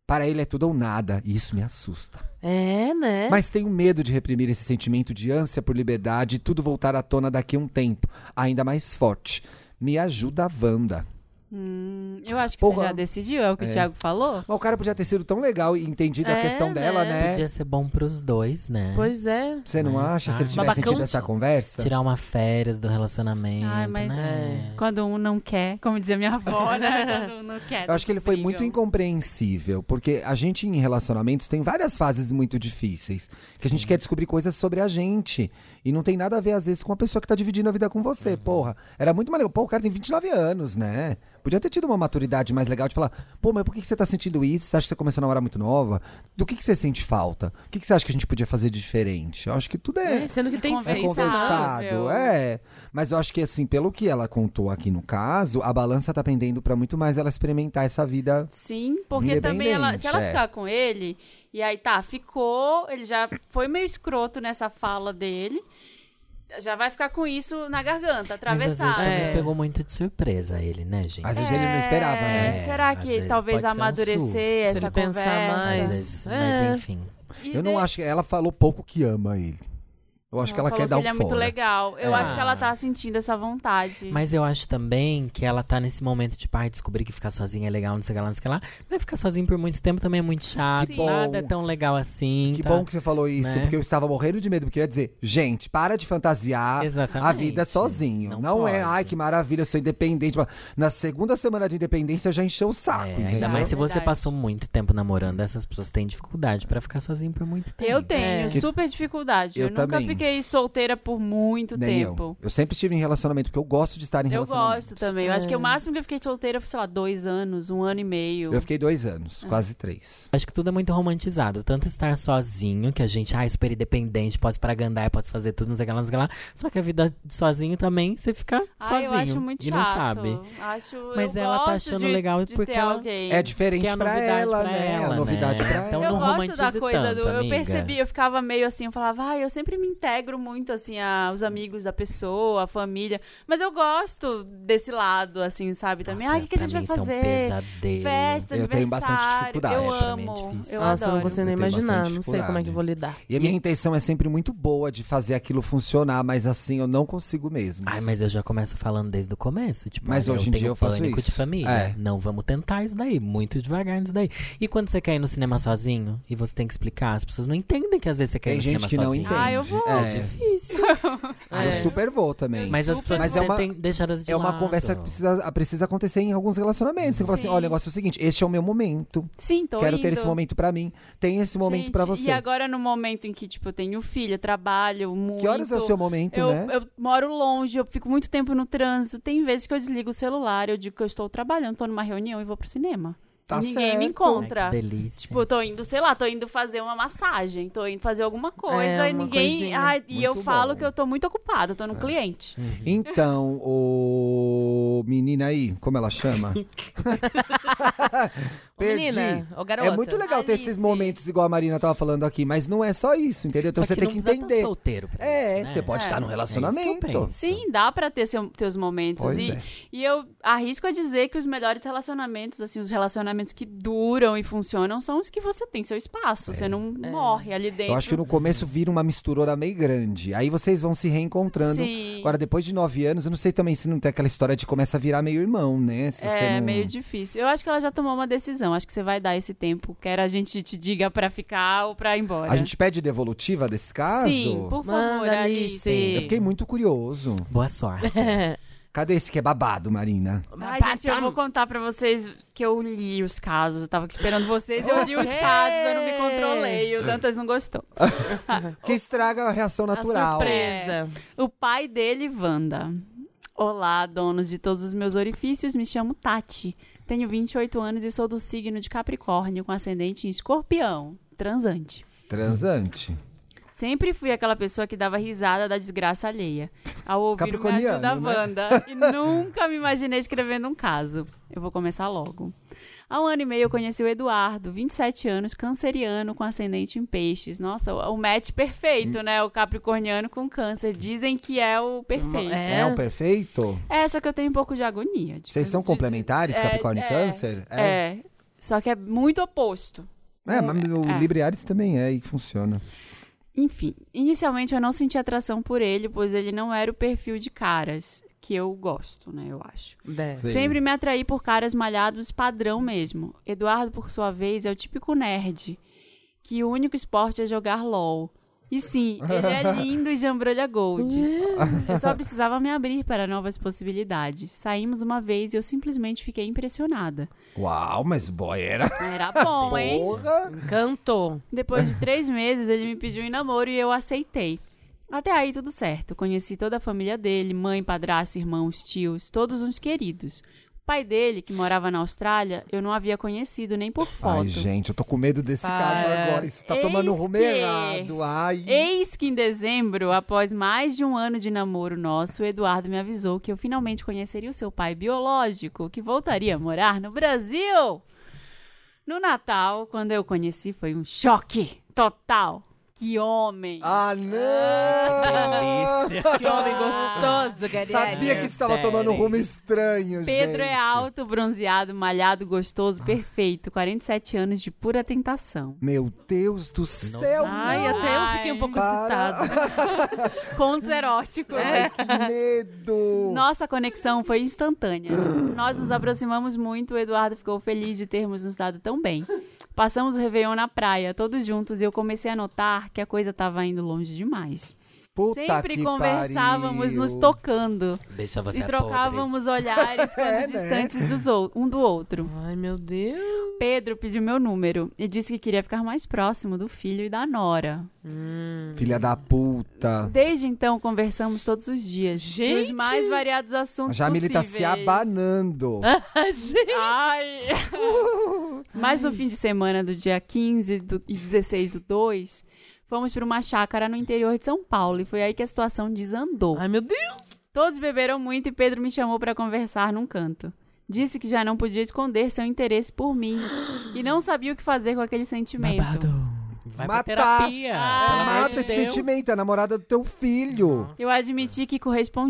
[SPEAKER 2] Para ele é tudo ou nada, e isso me assusta.
[SPEAKER 4] É, né?
[SPEAKER 2] Mas tenho medo de reprimir esse sentimento de ânsia por liberdade e tudo voltar à tona daqui a um tempo, ainda mais forte. Me ajuda a Wanda.
[SPEAKER 1] Hum, eu acho que
[SPEAKER 2] Porra.
[SPEAKER 1] você já decidiu, é o que o Thiago falou.
[SPEAKER 2] Mas o cara podia ter sido tão legal e entendido a
[SPEAKER 4] É,
[SPEAKER 2] questão dela,
[SPEAKER 4] né?
[SPEAKER 2] né?
[SPEAKER 3] Podia ser bom pros dois, né?
[SPEAKER 4] Pois é.
[SPEAKER 2] Você não
[SPEAKER 3] Mas,
[SPEAKER 2] acha? Se ele
[SPEAKER 3] ah,
[SPEAKER 2] tivesse
[SPEAKER 4] babacão
[SPEAKER 2] tido essa conversa?
[SPEAKER 3] Tirar uma férias do relacionamento.
[SPEAKER 1] Ai, mas
[SPEAKER 3] né?
[SPEAKER 1] quando um não quer, como dizia minha avó, né? Quando um não quer.
[SPEAKER 2] Eu acho que ele foi muito
[SPEAKER 1] brigam.
[SPEAKER 2] incompreensível, porque a gente em relacionamentos tem várias fases muito difíceis, que a gente quer descobrir coisas sobre a gente e não tem nada a ver às vezes com a pessoa que tá dividindo a vida com você, porra. Era muito maluco, pô, o cara tem 29 anos, né? Podia ter tido uma maturidade mais legal de falar, pô, mas por que que você tá sentindo isso? Você acha que você começou a namorar muito nova? Do que, que você sente falta? O que, que você acha que a gente podia fazer de diferente? Eu acho que tudo é.
[SPEAKER 4] É, sendo que tem
[SPEAKER 2] É
[SPEAKER 4] seis anos.
[SPEAKER 2] conversado,
[SPEAKER 1] eu-
[SPEAKER 2] é. Mas eu acho que, assim, pelo que ela contou aqui no caso, a balança tá pendendo pra muito mais ela experimentar essa vida.
[SPEAKER 1] Sim, porque também ela, se ela
[SPEAKER 2] Independente, é.
[SPEAKER 1] ficar com ele, e aí tá, ficou, ele já foi meio escroto nessa fala dele, já vai ficar com isso na garganta,
[SPEAKER 3] Mas às
[SPEAKER 1] atravessado.
[SPEAKER 3] vezes também
[SPEAKER 4] É.
[SPEAKER 3] pegou muito de surpresa ele, né, gente?
[SPEAKER 2] Às vezes ele não esperava, né?
[SPEAKER 1] É, Será
[SPEAKER 3] às
[SPEAKER 1] que
[SPEAKER 3] vezes
[SPEAKER 1] talvez
[SPEAKER 3] pode ser um susto.
[SPEAKER 1] amadurecer
[SPEAKER 4] Se
[SPEAKER 1] essa
[SPEAKER 4] ele pensar
[SPEAKER 1] conversa?
[SPEAKER 3] Às
[SPEAKER 4] mais. Mas-
[SPEAKER 3] vezes,
[SPEAKER 4] é.
[SPEAKER 3] mas enfim.
[SPEAKER 1] E
[SPEAKER 2] Eu não
[SPEAKER 1] de-
[SPEAKER 2] acho que ela falou pouco que ama ele. Eu acho que ela
[SPEAKER 1] falou
[SPEAKER 2] quer dar
[SPEAKER 1] ele
[SPEAKER 2] um
[SPEAKER 1] é muito
[SPEAKER 2] fora.
[SPEAKER 1] legal. Eu
[SPEAKER 3] É.
[SPEAKER 1] acho que ela tá sentindo essa vontade.
[SPEAKER 3] Mas eu acho também que ela tá nesse momento de pai descobrir que ficar sozinha é legal, não sei o que lá, não sei o que lá. Mas ficar sozinho por muito tempo também é muito chato.
[SPEAKER 1] Que
[SPEAKER 2] bom.
[SPEAKER 3] Nada é tão legal assim.
[SPEAKER 2] Que
[SPEAKER 3] tá?
[SPEAKER 2] bom que você falou isso,
[SPEAKER 3] Né?
[SPEAKER 2] porque eu estava morrendo de medo, porque eu ia dizer, gente, para de fantasiar
[SPEAKER 3] Exatamente.
[SPEAKER 2] a vida sozinho. Não,
[SPEAKER 3] Não
[SPEAKER 2] é,
[SPEAKER 3] pode.
[SPEAKER 2] ai, que maravilha, eu sou independente. Mas na segunda semana de independência já encheu o saco.
[SPEAKER 3] É,
[SPEAKER 2] entendeu?
[SPEAKER 3] ainda mais se você
[SPEAKER 1] Verdade.
[SPEAKER 3] passou muito tempo namorando, essas pessoas têm dificuldade pra ficar sozinho por muito tempo.
[SPEAKER 1] Eu tenho
[SPEAKER 4] É.
[SPEAKER 1] super dificuldade.
[SPEAKER 2] Eu
[SPEAKER 1] Eu, nunca
[SPEAKER 2] também.
[SPEAKER 1] fiquei solteira por muito
[SPEAKER 2] Nem
[SPEAKER 1] tempo.
[SPEAKER 2] eu. Eu sempre estive em relacionamento, porque eu gosto de estar em
[SPEAKER 1] Eu
[SPEAKER 2] relacionamento.
[SPEAKER 1] gosto também. Eu acho
[SPEAKER 3] É.
[SPEAKER 1] que o máximo que eu fiquei solteira foi, sei lá, dois anos, um ano e meio.
[SPEAKER 2] Eu fiquei dois
[SPEAKER 1] Ah.
[SPEAKER 2] anos, quase três.
[SPEAKER 3] Acho que tudo é muito romantizado. Tanto estar sozinho, que a gente, ah, é super independente, pode pragandar, pode fazer tudo, não sei o que lá, não sei o que lá. Só que a vida sozinho também, você fica
[SPEAKER 1] Ah,
[SPEAKER 3] sozinho.
[SPEAKER 1] eu acho muito
[SPEAKER 3] e
[SPEAKER 1] chato.
[SPEAKER 3] não sabe.
[SPEAKER 1] Acho,
[SPEAKER 3] Mas
[SPEAKER 1] eu
[SPEAKER 3] ela tá
[SPEAKER 1] gosto
[SPEAKER 3] achando
[SPEAKER 1] de,
[SPEAKER 3] legal
[SPEAKER 1] de
[SPEAKER 3] porque
[SPEAKER 1] ter
[SPEAKER 3] ela-
[SPEAKER 1] alguém.
[SPEAKER 2] É
[SPEAKER 3] Que
[SPEAKER 2] diferente
[SPEAKER 3] é a
[SPEAKER 2] pra
[SPEAKER 3] novidade
[SPEAKER 2] ela,
[SPEAKER 3] pra
[SPEAKER 2] né?
[SPEAKER 3] ela,
[SPEAKER 2] a novidade
[SPEAKER 3] né?
[SPEAKER 2] pra
[SPEAKER 3] Então
[SPEAKER 2] ela.
[SPEAKER 1] eu
[SPEAKER 3] não
[SPEAKER 1] gosto da
[SPEAKER 3] romantize
[SPEAKER 1] coisa
[SPEAKER 3] tanto,
[SPEAKER 1] do. Eu
[SPEAKER 3] amiga.
[SPEAKER 1] percebi, eu ficava meio assim, eu falava, ah, eu sempre me integro muito, assim, aos amigos da pessoa, a família. Mas eu gosto desse lado, assim, sabe? Também, ah,
[SPEAKER 3] Nossa,
[SPEAKER 1] o que, que a
[SPEAKER 3] pra
[SPEAKER 1] gente vai
[SPEAKER 3] mim isso é um
[SPEAKER 1] fazer?
[SPEAKER 3] pesadelo.
[SPEAKER 1] Festa,
[SPEAKER 2] Eu tenho bastante
[SPEAKER 1] aniversário.
[SPEAKER 2] dificuldade.
[SPEAKER 1] Eu
[SPEAKER 2] É,
[SPEAKER 3] pra mim é
[SPEAKER 1] amo.
[SPEAKER 3] difícil.
[SPEAKER 1] eu
[SPEAKER 4] Nossa, eu
[SPEAKER 1] adoro.
[SPEAKER 4] não consigo nem
[SPEAKER 2] Eu tenho bastante
[SPEAKER 4] imaginar. Não sei como é
[SPEAKER 2] dificuldade.
[SPEAKER 4] que eu vou lidar.
[SPEAKER 2] E a minha intenção é sempre muito boa de fazer aquilo funcionar, mas assim eu não consigo mesmo.
[SPEAKER 3] Ai, mas eu já começo falando desde o começo. Tipo,
[SPEAKER 2] Mas
[SPEAKER 3] olha,
[SPEAKER 2] hoje em
[SPEAKER 3] eu tenho
[SPEAKER 2] dia eu faço
[SPEAKER 3] pânico
[SPEAKER 2] isso.
[SPEAKER 3] de família.
[SPEAKER 2] É.
[SPEAKER 3] Não vamos tentar isso daí. Muito devagar nisso daí. E quando você quer ir no cinema sozinho e você tem que explicar, as pessoas não entendem que às vezes você quer
[SPEAKER 2] Tem
[SPEAKER 3] ir no
[SPEAKER 2] gente
[SPEAKER 3] cinema
[SPEAKER 2] que não
[SPEAKER 3] sozinho.
[SPEAKER 2] entende.
[SPEAKER 1] Ah, eu vou.
[SPEAKER 2] É.
[SPEAKER 3] Difícil.
[SPEAKER 2] Ah, Eu
[SPEAKER 4] É.
[SPEAKER 2] super vou também.
[SPEAKER 3] Mas as pessoas
[SPEAKER 2] Mas é
[SPEAKER 3] sentem
[SPEAKER 2] uma-
[SPEAKER 3] deixadas de
[SPEAKER 2] É uma
[SPEAKER 3] lado.
[SPEAKER 2] conversa que precisa, precisa acontecer em alguns relacionamentos. Você fala assim:
[SPEAKER 1] Sim.
[SPEAKER 2] olha, o negócio é o seguinte, este é o meu momento.
[SPEAKER 1] Sim, tô
[SPEAKER 2] Quero ter
[SPEAKER 1] indo.
[SPEAKER 2] esse momento pra mim. Tem esse momento
[SPEAKER 1] Gente,
[SPEAKER 2] pra você.
[SPEAKER 1] E agora, no momento em que, tipo, eu tenho filha, trabalho muito.
[SPEAKER 2] Que horas é o seu momento,
[SPEAKER 1] eu,
[SPEAKER 2] né?
[SPEAKER 1] eu moro longe, eu fico muito tempo no trânsito. Tem vezes que eu desligo o celular, eu digo que eu estou trabalhando, tô numa reunião e vou pro cinema.
[SPEAKER 2] Tá
[SPEAKER 1] Ninguém me
[SPEAKER 2] certo.
[SPEAKER 3] Ai, que
[SPEAKER 1] encontra.
[SPEAKER 3] delícia.
[SPEAKER 1] Tipo, eu tô indo, sei lá, tô indo fazer uma massagem, tô indo fazer alguma coisa
[SPEAKER 4] É,
[SPEAKER 1] e
[SPEAKER 4] uma
[SPEAKER 1] ninguém.
[SPEAKER 4] coisinha.
[SPEAKER 1] Ah, e eu
[SPEAKER 2] Muito
[SPEAKER 1] falo
[SPEAKER 2] bom. É.
[SPEAKER 1] que eu tô muito ocupada, tô no cliente.
[SPEAKER 2] Então, o menina aí, como ela chama?
[SPEAKER 4] Ô, menina, ô, garota.
[SPEAKER 2] É muito legal ter esses
[SPEAKER 1] Alice.
[SPEAKER 2] momentos igual a Marina tava falando aqui, mas não é só isso, entendeu? Então
[SPEAKER 3] Só
[SPEAKER 2] você tem
[SPEAKER 3] não
[SPEAKER 2] que
[SPEAKER 3] precisa tá
[SPEAKER 2] entender.
[SPEAKER 3] solteiro pra
[SPEAKER 2] É,
[SPEAKER 3] isso, né?
[SPEAKER 2] você pode
[SPEAKER 1] É.
[SPEAKER 2] estar num
[SPEAKER 3] É isso que eu
[SPEAKER 2] relacionamento.
[SPEAKER 3] penso.
[SPEAKER 1] Sim, dá pra ter seu, teus momentos.
[SPEAKER 2] Pois
[SPEAKER 1] e,
[SPEAKER 2] é.
[SPEAKER 1] e eu arrisco a dizer que os melhores relacionamentos, assim, os relacionamentos que duram e funcionam, são os que você tem seu espaço. Você não morre ali dentro.
[SPEAKER 2] É. Eu acho que no começo vira uma misturona meio grande. Aí vocês vão se reencontrando.
[SPEAKER 1] Sim.
[SPEAKER 2] Agora, depois de nove anos, eu não sei também se não tem aquela história de começa a virar meio irmão, né? Se você
[SPEAKER 1] É
[SPEAKER 2] não-
[SPEAKER 1] meio difícil. Eu acho que ela já tomou uma decisão. Acho que você vai dar esse tempo, quer a gente te diga pra ficar ou pra ir embora.
[SPEAKER 2] A gente pede devolutiva desse caso?
[SPEAKER 1] Sim, por favor,
[SPEAKER 4] Manda,
[SPEAKER 1] Alice.
[SPEAKER 4] Alice.
[SPEAKER 2] Eu fiquei muito curioso.
[SPEAKER 3] Boa sorte.
[SPEAKER 2] Cadê esse que é babado, Marina?
[SPEAKER 1] Ai, gente, eu vou contar pra vocês que eu li os casos. Eu tava esperando vocês, eu li os casos, eu não me controlei. O Dantas não gostou.
[SPEAKER 2] Que estraga a reação natural.
[SPEAKER 4] Surpresa.
[SPEAKER 1] O pai dele, Wanda. Olá, donos de todos os meus orifícios, me chamo Tati. Tenho 28 anos e sou do signo de Capricórnio, com ascendente em escorpião, transante.
[SPEAKER 2] Transante.
[SPEAKER 1] Sempre fui aquela pessoa que dava risada da desgraça alheia. Ao ouvir o Me
[SPEAKER 2] Capricorniano,
[SPEAKER 1] Ajuda
[SPEAKER 2] né?
[SPEAKER 1] Wanda. E nunca me imaginei escrevendo um caso. Eu vou começar logo. Há um ano e meio eu conheci o Eduardo, 27 anos, canceriano com ascendente em peixes. Nossa, o o match
[SPEAKER 2] Hum.
[SPEAKER 1] perfeito, né? O capricorniano com câncer. Dizem que é o perfeito. É,
[SPEAKER 2] É, um perfeito?
[SPEAKER 1] só que eu tenho um pouco de agonia. de-
[SPEAKER 2] Vocês são
[SPEAKER 1] de-
[SPEAKER 2] complementares,
[SPEAKER 1] é,
[SPEAKER 2] Capricórnio e
[SPEAKER 1] é,
[SPEAKER 2] Câncer?
[SPEAKER 1] É. só que é muito oposto.
[SPEAKER 2] É, mas o
[SPEAKER 1] É.
[SPEAKER 2] Libre Ares também é e funciona.
[SPEAKER 1] Enfim, inicialmente eu não senti atração por ele, pois ele não era o perfil de caras que eu gosto, né? Eu acho.
[SPEAKER 4] É.
[SPEAKER 2] Sim.
[SPEAKER 1] Sempre me atraí por caras malhados padrão mesmo. Eduardo, por sua vez, é o típico nerd, que o único esporte é jogar LOL. E sim, ele é lindo e jambrolha gold. Eu só precisava me abrir para novas possibilidades. Saímos uma vez e eu simplesmente fiquei impressionada.
[SPEAKER 2] Uau, mas o boy era.
[SPEAKER 1] Era bom, hein?
[SPEAKER 2] Porra!
[SPEAKER 4] Cantou.
[SPEAKER 1] Depois de três meses, ele me pediu em namoro e eu aceitei. Até aí tudo certo. Conheci toda a família dele, mãe, padrasto, irmãos, tios, todos uns queridos. pai dele, que morava na Austrália, eu não havia conhecido nem por foto.
[SPEAKER 2] Ai, gente, eu tô com medo desse
[SPEAKER 4] Para.
[SPEAKER 2] caso agora. Isso tá
[SPEAKER 1] Eis
[SPEAKER 2] tomando
[SPEAKER 1] que-
[SPEAKER 2] rumo errado. Ai.
[SPEAKER 1] Eis que em dezembro, após mais de um ano de namoro nosso, o Eduardo me avisou que eu finalmente conheceria o seu pai biológico, que voltaria a morar no Brasil. No Natal, quando eu o conheci, foi um choque total. Que homem!
[SPEAKER 2] Ah, não!
[SPEAKER 4] Que homem gostoso, Gabriel.
[SPEAKER 2] Sabia que estava tomando um rumo estranho,
[SPEAKER 1] Pedro
[SPEAKER 2] gente.
[SPEAKER 1] é alto, bronzeado, malhado, gostoso, perfeito. 47 anos de pura tentação.
[SPEAKER 2] Meu Deus do céu!
[SPEAKER 4] Ai,
[SPEAKER 2] não.
[SPEAKER 4] até eu fiquei um pouco
[SPEAKER 2] Para.
[SPEAKER 4] excitada.
[SPEAKER 1] Contos eróticos.
[SPEAKER 2] Ai, que medo!
[SPEAKER 1] Nossa conexão foi instantânea. Nós nos aproximamos muito, o Eduardo ficou feliz de termos nos dado tão bem. Passamos o Réveillon na praia, todos juntos, e eu comecei a notar que a coisa estava indo longe demais.
[SPEAKER 2] Puta
[SPEAKER 1] Sempre
[SPEAKER 2] que
[SPEAKER 1] conversávamos
[SPEAKER 2] pariu.
[SPEAKER 1] nos tocando
[SPEAKER 3] Deixa você é
[SPEAKER 1] e trocávamos olhares quando
[SPEAKER 2] É, né?
[SPEAKER 1] distantes dos ou- um do outro.
[SPEAKER 4] Ai, meu Deus.
[SPEAKER 1] Pedro pediu meu número e disse que queria ficar mais próximo do filho e da nora.
[SPEAKER 4] Hum.
[SPEAKER 2] Filha da puta.
[SPEAKER 1] Desde então, conversamos todos os dias. Dos
[SPEAKER 4] Gente!
[SPEAKER 1] mais variados assuntos
[SPEAKER 2] A Jamile tá se
[SPEAKER 1] possíveis.
[SPEAKER 2] abanando.
[SPEAKER 4] Gente.
[SPEAKER 1] Ai! Mas no fim de semana do dia 15 do- e 16 do 2, fomos para uma chácara no interior de São Paulo e foi aí que a situação desandou.
[SPEAKER 4] Ai, meu Deus.
[SPEAKER 1] Todos beberam muito e Pedro me chamou para conversar num canto. Disse que já não podia esconder seu interesse por mim e não sabia o que fazer com aquele sentimento.
[SPEAKER 3] Vai
[SPEAKER 2] Matar.
[SPEAKER 3] pra terapia.
[SPEAKER 1] Ah,
[SPEAKER 3] pelo amor
[SPEAKER 2] Mata
[SPEAKER 3] de
[SPEAKER 2] esse
[SPEAKER 3] Deus.
[SPEAKER 2] sentimento, é a namorada do teu filho.
[SPEAKER 1] Eu admiti que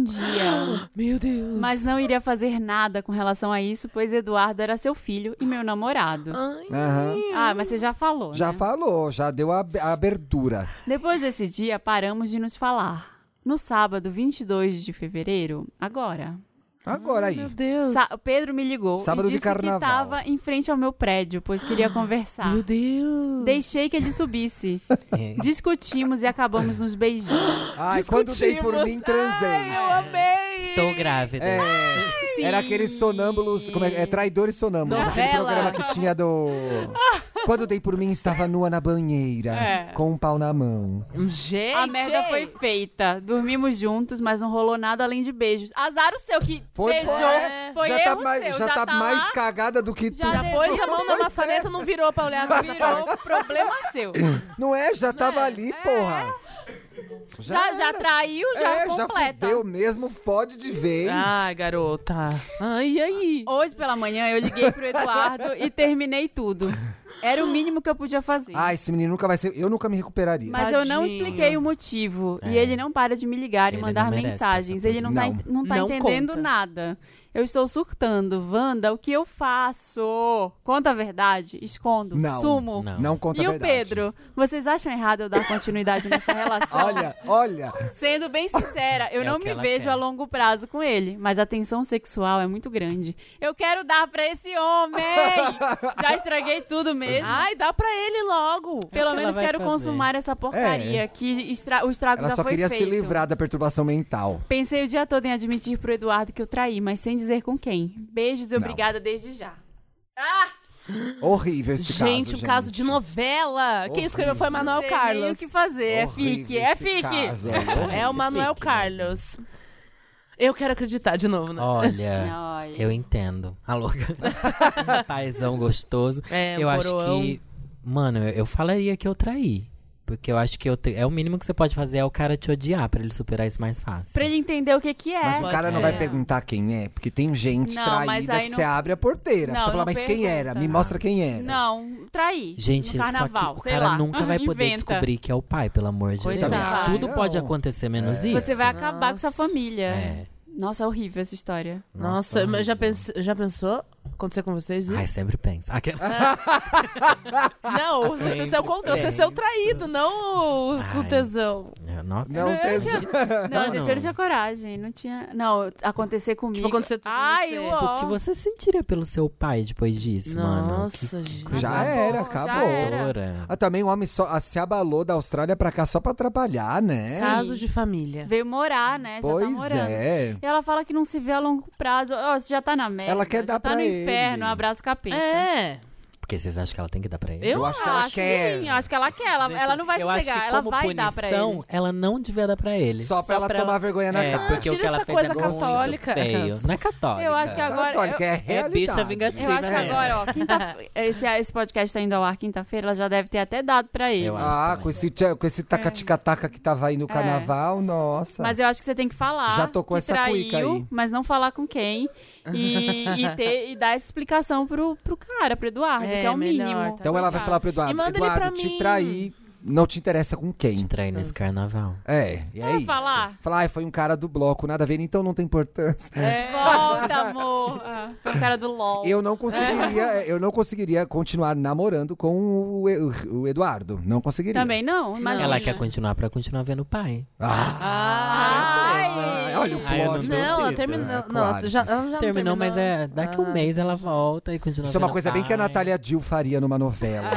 [SPEAKER 1] correspondia,
[SPEAKER 4] Meu Deus.
[SPEAKER 1] mas não iria fazer nada com relação a isso, pois Eduardo era seu filho e meu namorado.
[SPEAKER 4] Ai,
[SPEAKER 2] Aham.
[SPEAKER 1] Ah, mas você já falou,
[SPEAKER 2] Já
[SPEAKER 1] né?
[SPEAKER 2] falou, já deu a, ab- a abertura.
[SPEAKER 1] Depois desse dia, paramos de nos falar. No sábado, 22 de fevereiro, agora,
[SPEAKER 2] Agora aí.
[SPEAKER 4] meu Deus.
[SPEAKER 1] Sa- o Pedro me ligou
[SPEAKER 2] Sábado
[SPEAKER 1] e
[SPEAKER 2] de
[SPEAKER 1] disse
[SPEAKER 2] carnaval.
[SPEAKER 1] que estava em frente ao meu prédio, pois queria conversar.
[SPEAKER 4] Meu Deus.
[SPEAKER 1] Deixei que ele subisse.
[SPEAKER 3] É.
[SPEAKER 1] Discutimos e acabamos nos beijando.
[SPEAKER 2] Ai, quando dei por mim, transei.
[SPEAKER 4] amei.
[SPEAKER 3] Estou grávida.
[SPEAKER 2] É, era aqueles sonâmbulos. Como é, é traidores sonâmbulos. Aquele
[SPEAKER 4] Novela.
[SPEAKER 2] programa que tinha do. Quando dei por mim, estava nua na banheira, com um pau na mão.
[SPEAKER 4] Gente.
[SPEAKER 1] A merda foi feita. Dormimos juntos, mas não rolou nada além de beijos. Azar o seu que
[SPEAKER 2] Foi-
[SPEAKER 1] beijou.
[SPEAKER 2] é,
[SPEAKER 1] Foi
[SPEAKER 2] já
[SPEAKER 1] erro
[SPEAKER 2] tá mais,
[SPEAKER 1] seu.
[SPEAKER 2] já tá mais
[SPEAKER 1] lá,
[SPEAKER 2] cagada do que
[SPEAKER 1] já
[SPEAKER 2] tu.
[SPEAKER 1] deu-
[SPEAKER 4] Pôs a mão na maçaneta, não virou pra olhar. pra-
[SPEAKER 1] Virou um problema seu.
[SPEAKER 2] Não é? Já tava ali, porra.
[SPEAKER 1] É. Já, já
[SPEAKER 2] era.
[SPEAKER 1] traiu, já
[SPEAKER 2] é, já
[SPEAKER 1] completa.
[SPEAKER 2] fudeu mesmo, fode de vez.
[SPEAKER 4] Ai, garota. Ai, ai.
[SPEAKER 1] Hoje pela manhã eu liguei pro Eduardo e terminei tudo. Era o mínimo que eu podia fazer.
[SPEAKER 2] Ah, esse menino nunca vai ser. Eu nunca me recuperaria.
[SPEAKER 1] Mas eu não
[SPEAKER 4] Tadinho.
[SPEAKER 1] expliquei o motivo. E
[SPEAKER 3] É.
[SPEAKER 1] ele não para de me ligar e
[SPEAKER 3] Ele
[SPEAKER 1] mandar
[SPEAKER 3] não merece
[SPEAKER 1] mensagens.
[SPEAKER 3] passar por
[SPEAKER 1] Ele não,
[SPEAKER 2] isso.
[SPEAKER 1] tá,
[SPEAKER 2] Não.
[SPEAKER 1] en- não tá
[SPEAKER 4] Não
[SPEAKER 1] entendendo
[SPEAKER 4] conta.
[SPEAKER 1] nada. Eu estou surtando. Wanda, o que eu faço? Conta a verdade? Escondo?
[SPEAKER 2] Não.
[SPEAKER 1] Sumo?
[SPEAKER 3] Não.
[SPEAKER 2] Não conta
[SPEAKER 1] E
[SPEAKER 2] a
[SPEAKER 1] o
[SPEAKER 2] verdade.
[SPEAKER 1] Pedro? Vocês acham errado eu dar continuidade nessa relação?
[SPEAKER 2] Olha, olha.
[SPEAKER 1] Sendo bem sincera, eu
[SPEAKER 3] É
[SPEAKER 1] não
[SPEAKER 3] o que
[SPEAKER 1] me
[SPEAKER 3] ela
[SPEAKER 1] vejo
[SPEAKER 3] quer.
[SPEAKER 1] a longo prazo com ele, mas a tensão sexual é muito grande. Eu quero dar pra esse homem! Já estraguei tudo mesmo.
[SPEAKER 4] Ai, dá pra ele logo.
[SPEAKER 1] Pelo
[SPEAKER 3] É ela
[SPEAKER 1] menos
[SPEAKER 3] vai
[SPEAKER 1] quero
[SPEAKER 3] fazer.
[SPEAKER 1] consumar essa porcaria que estra- o estrago
[SPEAKER 2] É. Ela
[SPEAKER 1] já
[SPEAKER 2] só
[SPEAKER 1] foi
[SPEAKER 2] queria
[SPEAKER 1] feito.
[SPEAKER 2] se livrar da perturbação mental.
[SPEAKER 1] Pensei o dia todo em admitir pro Eduardo que eu traí, mas sem dizer com quem. Beijos e obrigada desde já.
[SPEAKER 2] Horrível esse caso.
[SPEAKER 4] gente, um caso de novela. Quem
[SPEAKER 2] Horrível.
[SPEAKER 4] escreveu foi
[SPEAKER 1] Não
[SPEAKER 4] Manuel
[SPEAKER 1] sei nem o
[SPEAKER 4] Carlos.
[SPEAKER 1] que fazer, é
[SPEAKER 2] Horrível
[SPEAKER 1] fique, é
[SPEAKER 2] esse
[SPEAKER 1] fique.
[SPEAKER 2] caso, olha.
[SPEAKER 4] É o
[SPEAKER 3] Esse
[SPEAKER 4] Manuel
[SPEAKER 3] fake, né?
[SPEAKER 4] Carlos. Eu quero acreditar de novo, né?
[SPEAKER 3] Olha,
[SPEAKER 1] Ai.
[SPEAKER 3] É. eu entendo. A louca. Paizão gostoso.
[SPEAKER 4] É, um
[SPEAKER 3] eu acho
[SPEAKER 4] coroão.
[SPEAKER 3] que. Mano, eu, eu falaria que eu traí. Porque eu acho que eu te- é o mínimo que você pode fazer é o cara te odiar pra ele superar isso mais fácil.
[SPEAKER 1] Pra ele entender o que que é.
[SPEAKER 2] Mas o
[SPEAKER 4] Pode
[SPEAKER 2] cara não
[SPEAKER 4] ser.
[SPEAKER 2] vai perguntar quem é, porque tem gente
[SPEAKER 1] Não, mas
[SPEAKER 2] traída
[SPEAKER 1] aí
[SPEAKER 2] que
[SPEAKER 1] não-
[SPEAKER 2] você abre a porteira.
[SPEAKER 1] Não,
[SPEAKER 2] você fala,
[SPEAKER 1] não
[SPEAKER 2] mas quem era? Me
[SPEAKER 1] pergunta.
[SPEAKER 2] mostra quem era.
[SPEAKER 1] Não, traí.
[SPEAKER 3] Gente,
[SPEAKER 1] no
[SPEAKER 3] só
[SPEAKER 1] carnaval,
[SPEAKER 3] que o
[SPEAKER 1] sei
[SPEAKER 3] cara
[SPEAKER 1] lá.
[SPEAKER 3] nunca vai poder
[SPEAKER 1] Inventa.
[SPEAKER 3] descobrir que é o pai, pelo amor de
[SPEAKER 4] Coitado.
[SPEAKER 3] Deus.
[SPEAKER 1] Vai.
[SPEAKER 3] Tudo pode
[SPEAKER 2] Não. É.
[SPEAKER 3] acontecer menos isso.
[SPEAKER 1] Você vai acabar com sua
[SPEAKER 4] Nossa.
[SPEAKER 1] família.
[SPEAKER 3] É.
[SPEAKER 1] Nossa, é horrível essa história.
[SPEAKER 4] Nossa, mas já,
[SPEAKER 3] horrível.
[SPEAKER 4] pense- já pensou acontecer com vocês isso?
[SPEAKER 3] Ai, sempre pensa. Aquela-
[SPEAKER 4] Não, você é
[SPEAKER 3] Sempre
[SPEAKER 4] seu con- você
[SPEAKER 3] tem.
[SPEAKER 4] seu traído, não o-
[SPEAKER 3] Ai.
[SPEAKER 4] o tesão.
[SPEAKER 3] É, Nossa.
[SPEAKER 2] Não
[SPEAKER 1] Não,
[SPEAKER 2] tem.
[SPEAKER 1] Não,
[SPEAKER 3] Ah,
[SPEAKER 1] gente,
[SPEAKER 3] não. Tipo,
[SPEAKER 1] eu não tinha coragem. Não tinha. Não, acontecer comigo.
[SPEAKER 4] acontecer tudo com
[SPEAKER 1] Ai,
[SPEAKER 4] você.
[SPEAKER 1] uó.
[SPEAKER 4] Tipo,
[SPEAKER 3] O que você sentiria pelo seu pai depois disso, mano? Que
[SPEAKER 4] Nossa, gente.
[SPEAKER 2] Já era,
[SPEAKER 1] Acabou.
[SPEAKER 2] acabou.
[SPEAKER 1] Já era.
[SPEAKER 3] horror.
[SPEAKER 2] Ah, também o homem só ah, se abalou da Austrália pra cá só pra atrapalhar, né?
[SPEAKER 1] Sim.
[SPEAKER 3] é
[SPEAKER 4] Casos de família.
[SPEAKER 1] Veio morar, né? Já tá
[SPEAKER 2] pois
[SPEAKER 1] morando.
[SPEAKER 2] é.
[SPEAKER 1] E ela fala que não se vê a longo prazo. Ó, você já tá na merda.
[SPEAKER 2] Ela quer
[SPEAKER 1] já
[SPEAKER 2] dar
[SPEAKER 1] tá
[SPEAKER 2] pra
[SPEAKER 1] no
[SPEAKER 2] ele.
[SPEAKER 1] inferno, abraço capeta.
[SPEAKER 4] É.
[SPEAKER 3] Porque vocês acham que ela tem que dar pra ele?
[SPEAKER 4] Eu
[SPEAKER 2] Eu acho que ela quer.
[SPEAKER 1] Sim, eu acho que ela quer. Ela,
[SPEAKER 3] Gente,
[SPEAKER 1] ela não vai
[SPEAKER 3] eu acho que
[SPEAKER 1] sossegar, ela
[SPEAKER 3] como
[SPEAKER 1] vai dar pra ele.
[SPEAKER 3] punição, Ela não devia dar pra ele.
[SPEAKER 2] Só pra ela tomar vergonha na
[SPEAKER 3] é,
[SPEAKER 2] cara.
[SPEAKER 3] Porque o
[SPEAKER 4] Tira
[SPEAKER 3] que ela
[SPEAKER 4] essa
[SPEAKER 3] fez
[SPEAKER 4] coisa
[SPEAKER 3] é muito
[SPEAKER 4] católica.
[SPEAKER 3] Feio. Não é católica.
[SPEAKER 1] Eu acho que agora. eu-
[SPEAKER 2] Católica, é
[SPEAKER 3] É
[SPEAKER 2] realidade.
[SPEAKER 3] bicha vingativa.
[SPEAKER 1] Eu acho que
[SPEAKER 3] né?
[SPEAKER 1] agora, ó, quinta- esse, esse podcast tá indo ao ar quinta-feira, ela já deve ter até dado pra ele.
[SPEAKER 3] Eu acho.
[SPEAKER 2] Ah,
[SPEAKER 3] também.
[SPEAKER 2] com esse, tcha- com esse taca-tica-taca que tava aí no carnaval, nossa.
[SPEAKER 1] É. Mas eu acho que você tem que falar.
[SPEAKER 2] Já tocou
[SPEAKER 1] que
[SPEAKER 2] essa
[SPEAKER 1] traiu,
[SPEAKER 2] cuica aí.
[SPEAKER 1] Mas não falar com quem. E, e, ter, e dar essa explicação pro, pro cara, pro Eduardo,
[SPEAKER 4] É,
[SPEAKER 1] que é o
[SPEAKER 4] melhor,
[SPEAKER 1] mínimo.
[SPEAKER 4] tá
[SPEAKER 2] Então ela vai falar pro Eduardo,
[SPEAKER 4] E manda ele pra
[SPEAKER 2] Eduardo, te
[SPEAKER 4] mim.
[SPEAKER 2] trair, não te interessa com
[SPEAKER 3] Te
[SPEAKER 2] quem.
[SPEAKER 3] trair nesse carnaval.
[SPEAKER 2] É, e é
[SPEAKER 1] Vai
[SPEAKER 2] isso.
[SPEAKER 1] falar.
[SPEAKER 2] Falar, ai, foi um cara do bloco, nada a ver, então não tem importância.
[SPEAKER 1] Volta, amor. Ah, Foi o cara do LOL.
[SPEAKER 2] É. Eu não
[SPEAKER 1] É.
[SPEAKER 2] conseguiria, é, eu não conseguiria continuar namorando com o, E- o Eduardo. Não conseguiria.
[SPEAKER 1] Também não, imagina.
[SPEAKER 3] Ela quer continuar pra continuar vendo o pai.
[SPEAKER 2] Ah,
[SPEAKER 1] Ai,
[SPEAKER 2] olha o
[SPEAKER 3] Ai, eu não
[SPEAKER 2] plot.
[SPEAKER 3] Meu
[SPEAKER 4] Não, ela
[SPEAKER 3] Deus,
[SPEAKER 4] terminou.
[SPEAKER 2] é,
[SPEAKER 4] Não,
[SPEAKER 2] claro.
[SPEAKER 4] ela já, ela já não
[SPEAKER 3] terminou, mas é daqui um
[SPEAKER 4] Ah.
[SPEAKER 3] mês ela volta e continua
[SPEAKER 2] Isso é uma
[SPEAKER 3] vendo
[SPEAKER 2] coisa bem
[SPEAKER 3] pai.
[SPEAKER 2] que a Natália Dill faria numa novela.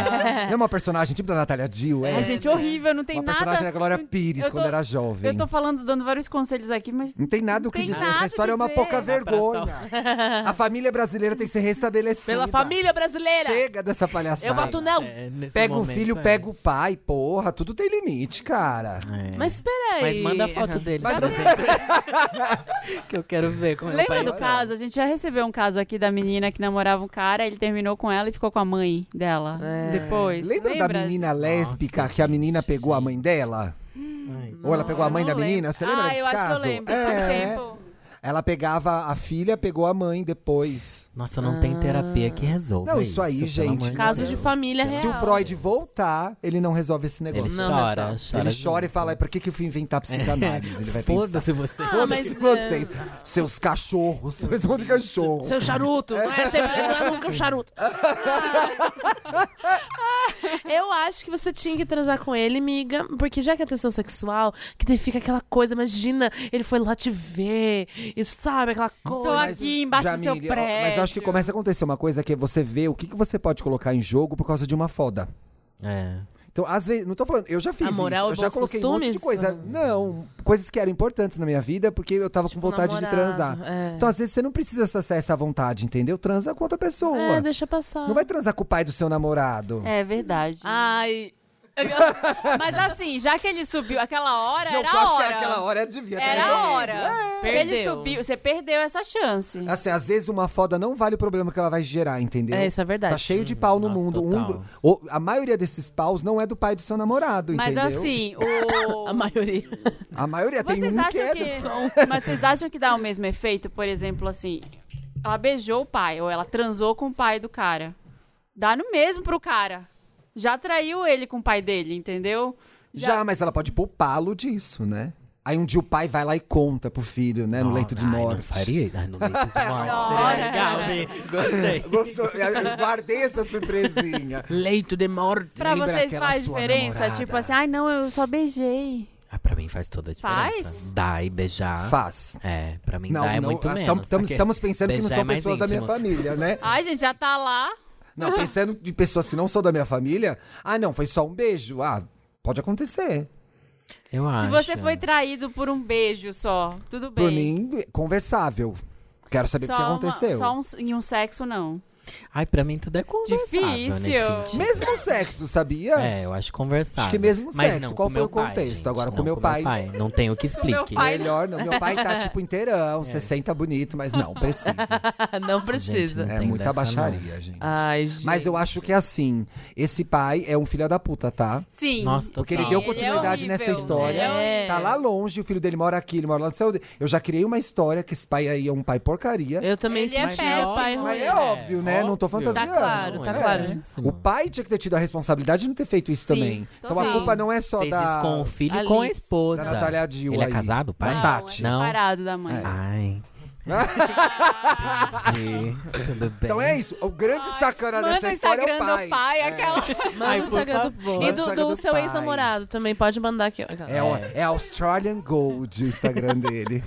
[SPEAKER 2] Não é uma personagem tipo da Natália Dill, é.
[SPEAKER 1] a gente é horrível, não tem
[SPEAKER 2] uma personagem da
[SPEAKER 1] nada.
[SPEAKER 2] Glória Pires
[SPEAKER 1] eu tô-
[SPEAKER 2] quando era jovem.
[SPEAKER 1] Eu tô falando, dando vários conselhos aqui, mas.
[SPEAKER 2] Não tem nada o que
[SPEAKER 1] Não tem
[SPEAKER 2] dizer.
[SPEAKER 1] nada
[SPEAKER 2] Essa
[SPEAKER 1] o
[SPEAKER 2] história
[SPEAKER 1] que
[SPEAKER 2] é uma
[SPEAKER 1] dizer.
[SPEAKER 2] pouca
[SPEAKER 1] Dá pra
[SPEAKER 2] vergonha. A família brasileira tem que ser restabelecida.
[SPEAKER 4] Pela família brasileira!
[SPEAKER 2] Chega dessa palhaçada.
[SPEAKER 4] Eu voto não!
[SPEAKER 3] É, nesse
[SPEAKER 2] Pega o
[SPEAKER 3] momento,
[SPEAKER 2] filho,
[SPEAKER 3] é.
[SPEAKER 2] pega o pai, porra. Tudo tem limite, cara.
[SPEAKER 3] É.
[SPEAKER 4] Mas
[SPEAKER 3] Mas
[SPEAKER 4] peraí.
[SPEAKER 3] manda a foto deles pra gente. que eu quero ver como é o
[SPEAKER 1] Lembra
[SPEAKER 3] pai
[SPEAKER 1] do caso? A gente já recebeu um caso aqui da menina que namorava um cara, ele terminou com ela e ficou com a mãe dela depois.
[SPEAKER 2] É. Lembra, da menina lésbica que a menina pegou a mãe dela? Ou ela pegou a mãe da
[SPEAKER 1] Não
[SPEAKER 2] menina?
[SPEAKER 1] lembro.
[SPEAKER 2] Você lembra
[SPEAKER 1] ah,
[SPEAKER 2] desse
[SPEAKER 1] eu acho
[SPEAKER 2] caso?
[SPEAKER 1] que eu lembro. Faz
[SPEAKER 2] É.
[SPEAKER 1] tempo.
[SPEAKER 2] Ela pegava a filha, pegou a mãe depois.
[SPEAKER 3] Nossa, não tem terapia
[SPEAKER 1] Ah.
[SPEAKER 3] que resolva
[SPEAKER 2] Não, isso aí,
[SPEAKER 3] pelo amor
[SPEAKER 2] gente.
[SPEAKER 3] de
[SPEAKER 4] Caso de
[SPEAKER 3] Deus.
[SPEAKER 4] família
[SPEAKER 2] Se o
[SPEAKER 4] real.
[SPEAKER 2] Freud voltar, ele não resolve esse negócio.
[SPEAKER 3] Ele
[SPEAKER 2] Ele,
[SPEAKER 4] Não,
[SPEAKER 1] é
[SPEAKER 4] mas
[SPEAKER 3] chora,
[SPEAKER 4] só-
[SPEAKER 3] chora.
[SPEAKER 2] chora e
[SPEAKER 3] junto.
[SPEAKER 2] fala, "Ai, por que, que eu fui inventar psicanálise? Ele vai pensar.
[SPEAKER 3] Foda-se você.
[SPEAKER 4] Ah, mas, é,
[SPEAKER 2] Vocês, seus cachorros, vocês vão de cachorro.
[SPEAKER 4] Seu charuto, não é, sempre, não é nunca um charuto. Eu acho que você tinha que transar com ele, miga, porque já que é tensão sexual, que daí fica aquela coisa, imagina, ele foi lá te ver, e sabe, aquela
[SPEAKER 1] Estou
[SPEAKER 4] coisa.
[SPEAKER 2] Mas,
[SPEAKER 1] aqui embaixo do seu
[SPEAKER 2] Jamile, ó,
[SPEAKER 1] prédio.
[SPEAKER 2] Mas eu acho que começa a acontecer uma coisa que é você vê o que, que você pode colocar em jogo por causa de uma foda.
[SPEAKER 3] É.
[SPEAKER 2] Então, às vezes, não tô falando, eu já fiz
[SPEAKER 4] A moral
[SPEAKER 2] isso, eu já
[SPEAKER 4] e bons
[SPEAKER 2] coloquei um monte de
[SPEAKER 4] costumes?
[SPEAKER 2] coisa. Não, coisas que eram importantes na minha vida, porque eu tava com vontade de
[SPEAKER 4] namorado,
[SPEAKER 2] transar.
[SPEAKER 4] Tipo é.
[SPEAKER 2] Então, às vezes, você não precisa acessar essa vontade, entendeu? Transa com outra pessoa.
[SPEAKER 4] É, deixa passar.
[SPEAKER 2] tá Não vai transar com o pai do seu namorado.
[SPEAKER 1] É verdade.
[SPEAKER 4] Ai.
[SPEAKER 1] Mas assim, já que ele subiu aquela hora,
[SPEAKER 2] não,
[SPEAKER 1] era
[SPEAKER 2] eu
[SPEAKER 1] a
[SPEAKER 2] acho
[SPEAKER 1] hora.
[SPEAKER 2] que aquela hora É. devia ter
[SPEAKER 1] Era a
[SPEAKER 2] resolvido.
[SPEAKER 1] hora. Se ele
[SPEAKER 4] Perdeu.
[SPEAKER 1] subiu, você perdeu essa chance.
[SPEAKER 2] Assim, às vezes uma foda não vale o problema que ela vai gerar, entendeu?
[SPEAKER 4] É, isso é verdade.
[SPEAKER 2] Tá cheio de pau no
[SPEAKER 3] Nossa,
[SPEAKER 2] mundo. Um
[SPEAKER 3] total.
[SPEAKER 2] do- o- a maioria desses paus não é do pai do seu namorado,
[SPEAKER 1] Mas
[SPEAKER 2] entendeu?
[SPEAKER 1] assim,
[SPEAKER 4] A
[SPEAKER 1] o.
[SPEAKER 4] maioria.
[SPEAKER 2] A maioria tem
[SPEAKER 1] Vocês
[SPEAKER 2] um que
[SPEAKER 1] acham
[SPEAKER 2] é
[SPEAKER 1] que.
[SPEAKER 2] do-
[SPEAKER 1] Mas vocês acham que dá o mesmo efeito? Por exemplo, assim, ela beijou o pai, ou ela transou com o pai do cara. Dá no mesmo pro cara. Já traiu ele com o pai dele, entendeu?
[SPEAKER 2] Já, mas ela pode poupá-lo disso, né? Aí um dia o pai vai lá e conta pro filho, né? no leito de
[SPEAKER 3] ai,
[SPEAKER 2] morte.
[SPEAKER 3] Não faria. Ai, no leito de morte.
[SPEAKER 1] Nossa.
[SPEAKER 3] Gabi, gostei.
[SPEAKER 2] Gostou? Eu guardei essa surpresinha.
[SPEAKER 4] Leito de morte.
[SPEAKER 1] Pra
[SPEAKER 2] Lembra
[SPEAKER 1] vocês
[SPEAKER 2] aquela
[SPEAKER 1] faz
[SPEAKER 2] sua
[SPEAKER 1] diferença?
[SPEAKER 2] namorada?
[SPEAKER 1] Tipo assim, ai não, eu só beijei.
[SPEAKER 3] Ah, pra mim faz toda a diferença.
[SPEAKER 1] Faz?
[SPEAKER 3] Dar e beijar.
[SPEAKER 2] Faz.
[SPEAKER 3] É, pra mim
[SPEAKER 2] Não,
[SPEAKER 3] dar é
[SPEAKER 2] não, ah,
[SPEAKER 3] muito
[SPEAKER 2] tam-
[SPEAKER 3] menos.
[SPEAKER 2] tam-
[SPEAKER 3] porque
[SPEAKER 2] estamos pensando que não
[SPEAKER 3] beijar
[SPEAKER 2] são
[SPEAKER 3] é mais
[SPEAKER 2] pessoas da minha
[SPEAKER 3] íntimo.
[SPEAKER 2] família, né?
[SPEAKER 1] Ai, gente, já tá lá.
[SPEAKER 2] Não, pensando de pessoas que não são da minha família. Ah, não, foi só um beijo. Ah, pode acontecer.
[SPEAKER 3] Eu acho.
[SPEAKER 1] Se você foi traído por um beijo só, tudo bem.
[SPEAKER 2] Por mim, conversável. Quero saber o que
[SPEAKER 1] uma-
[SPEAKER 2] aconteceu.
[SPEAKER 1] só um- em um sexo, não.
[SPEAKER 3] Ai, pra mim tudo é conversável nesse
[SPEAKER 1] Difícil.
[SPEAKER 3] sentido.
[SPEAKER 2] Mesmo sexo, sabia?
[SPEAKER 3] É, eu acho conversável.
[SPEAKER 2] Acho que mesmo
[SPEAKER 3] Mas
[SPEAKER 2] sexo,
[SPEAKER 3] não,
[SPEAKER 2] qual
[SPEAKER 3] com
[SPEAKER 2] foi
[SPEAKER 3] meu
[SPEAKER 2] o contexto?
[SPEAKER 3] gente,
[SPEAKER 2] Agora,
[SPEAKER 3] não,
[SPEAKER 2] com meu pai.
[SPEAKER 3] Não tem o que
[SPEAKER 1] meu
[SPEAKER 3] explique.
[SPEAKER 1] pai,
[SPEAKER 2] Melhor não. Meu pai tá tipo
[SPEAKER 3] É.
[SPEAKER 2] inteirão, 60 bonito, mas não, precisa.
[SPEAKER 4] Não
[SPEAKER 3] Gente,
[SPEAKER 4] precisa.
[SPEAKER 3] não.
[SPEAKER 2] É
[SPEAKER 3] tem
[SPEAKER 2] muita
[SPEAKER 3] dessa,
[SPEAKER 2] baixaria, gente.
[SPEAKER 1] Ah,
[SPEAKER 4] Ai, gente.
[SPEAKER 2] Mas eu acho que é assim, esse pai é um filho da puta, tá?
[SPEAKER 1] Sim.
[SPEAKER 3] Nossa,
[SPEAKER 2] Porque ele
[SPEAKER 3] total.
[SPEAKER 2] deu
[SPEAKER 1] Ele é
[SPEAKER 2] continuidade
[SPEAKER 1] horrível.
[SPEAKER 2] nessa história.
[SPEAKER 1] Ele é
[SPEAKER 4] horrível.
[SPEAKER 2] Tá lá longe, o filho dele mora aqui, ele mora lá no céu. Eu já criei uma história que esse pai aí é um pai porcaria.
[SPEAKER 4] Eu também
[SPEAKER 1] Ele é
[SPEAKER 4] senti
[SPEAKER 1] péssimo.
[SPEAKER 4] o pai
[SPEAKER 2] Mas
[SPEAKER 4] ruim.
[SPEAKER 2] é óbvio, né? Não tô
[SPEAKER 3] óbvio.
[SPEAKER 2] fantasiando.
[SPEAKER 4] Tá claro, tá
[SPEAKER 3] Não, é
[SPEAKER 4] claro.
[SPEAKER 3] péssimo.
[SPEAKER 2] O pai tinha que ter tido a responsabilidade de não ter feito isso
[SPEAKER 1] Sim,
[SPEAKER 2] também. Então a
[SPEAKER 1] total.
[SPEAKER 2] culpa não é só
[SPEAKER 3] Fez
[SPEAKER 2] da.
[SPEAKER 3] isso com o filho e com a
[SPEAKER 4] Alice.
[SPEAKER 3] esposa.
[SPEAKER 2] Da Natália Dill
[SPEAKER 3] Ele é
[SPEAKER 2] aí.
[SPEAKER 3] casado, o pai?
[SPEAKER 2] Da
[SPEAKER 1] Não,
[SPEAKER 2] Tati.
[SPEAKER 1] É
[SPEAKER 3] Não.
[SPEAKER 1] separado da mãe.
[SPEAKER 3] Ai. Entendi. Tudo bem.
[SPEAKER 2] Então é isso. O grande sacana
[SPEAKER 1] Manda
[SPEAKER 2] dessa
[SPEAKER 1] o
[SPEAKER 2] história é
[SPEAKER 1] Instagram
[SPEAKER 2] o pai.
[SPEAKER 1] do pai, aquela.
[SPEAKER 4] Manda
[SPEAKER 3] Ai,
[SPEAKER 4] o
[SPEAKER 3] por
[SPEAKER 4] Instagram do...
[SPEAKER 3] favor.
[SPEAKER 4] E
[SPEAKER 2] Manda o
[SPEAKER 4] do,
[SPEAKER 2] Instagram
[SPEAKER 4] do
[SPEAKER 2] do
[SPEAKER 4] seu
[SPEAKER 2] pai.
[SPEAKER 4] ex-namorado também, pode mandar aqui. ó.
[SPEAKER 2] É, o- é Australian Gold o Instagram dele.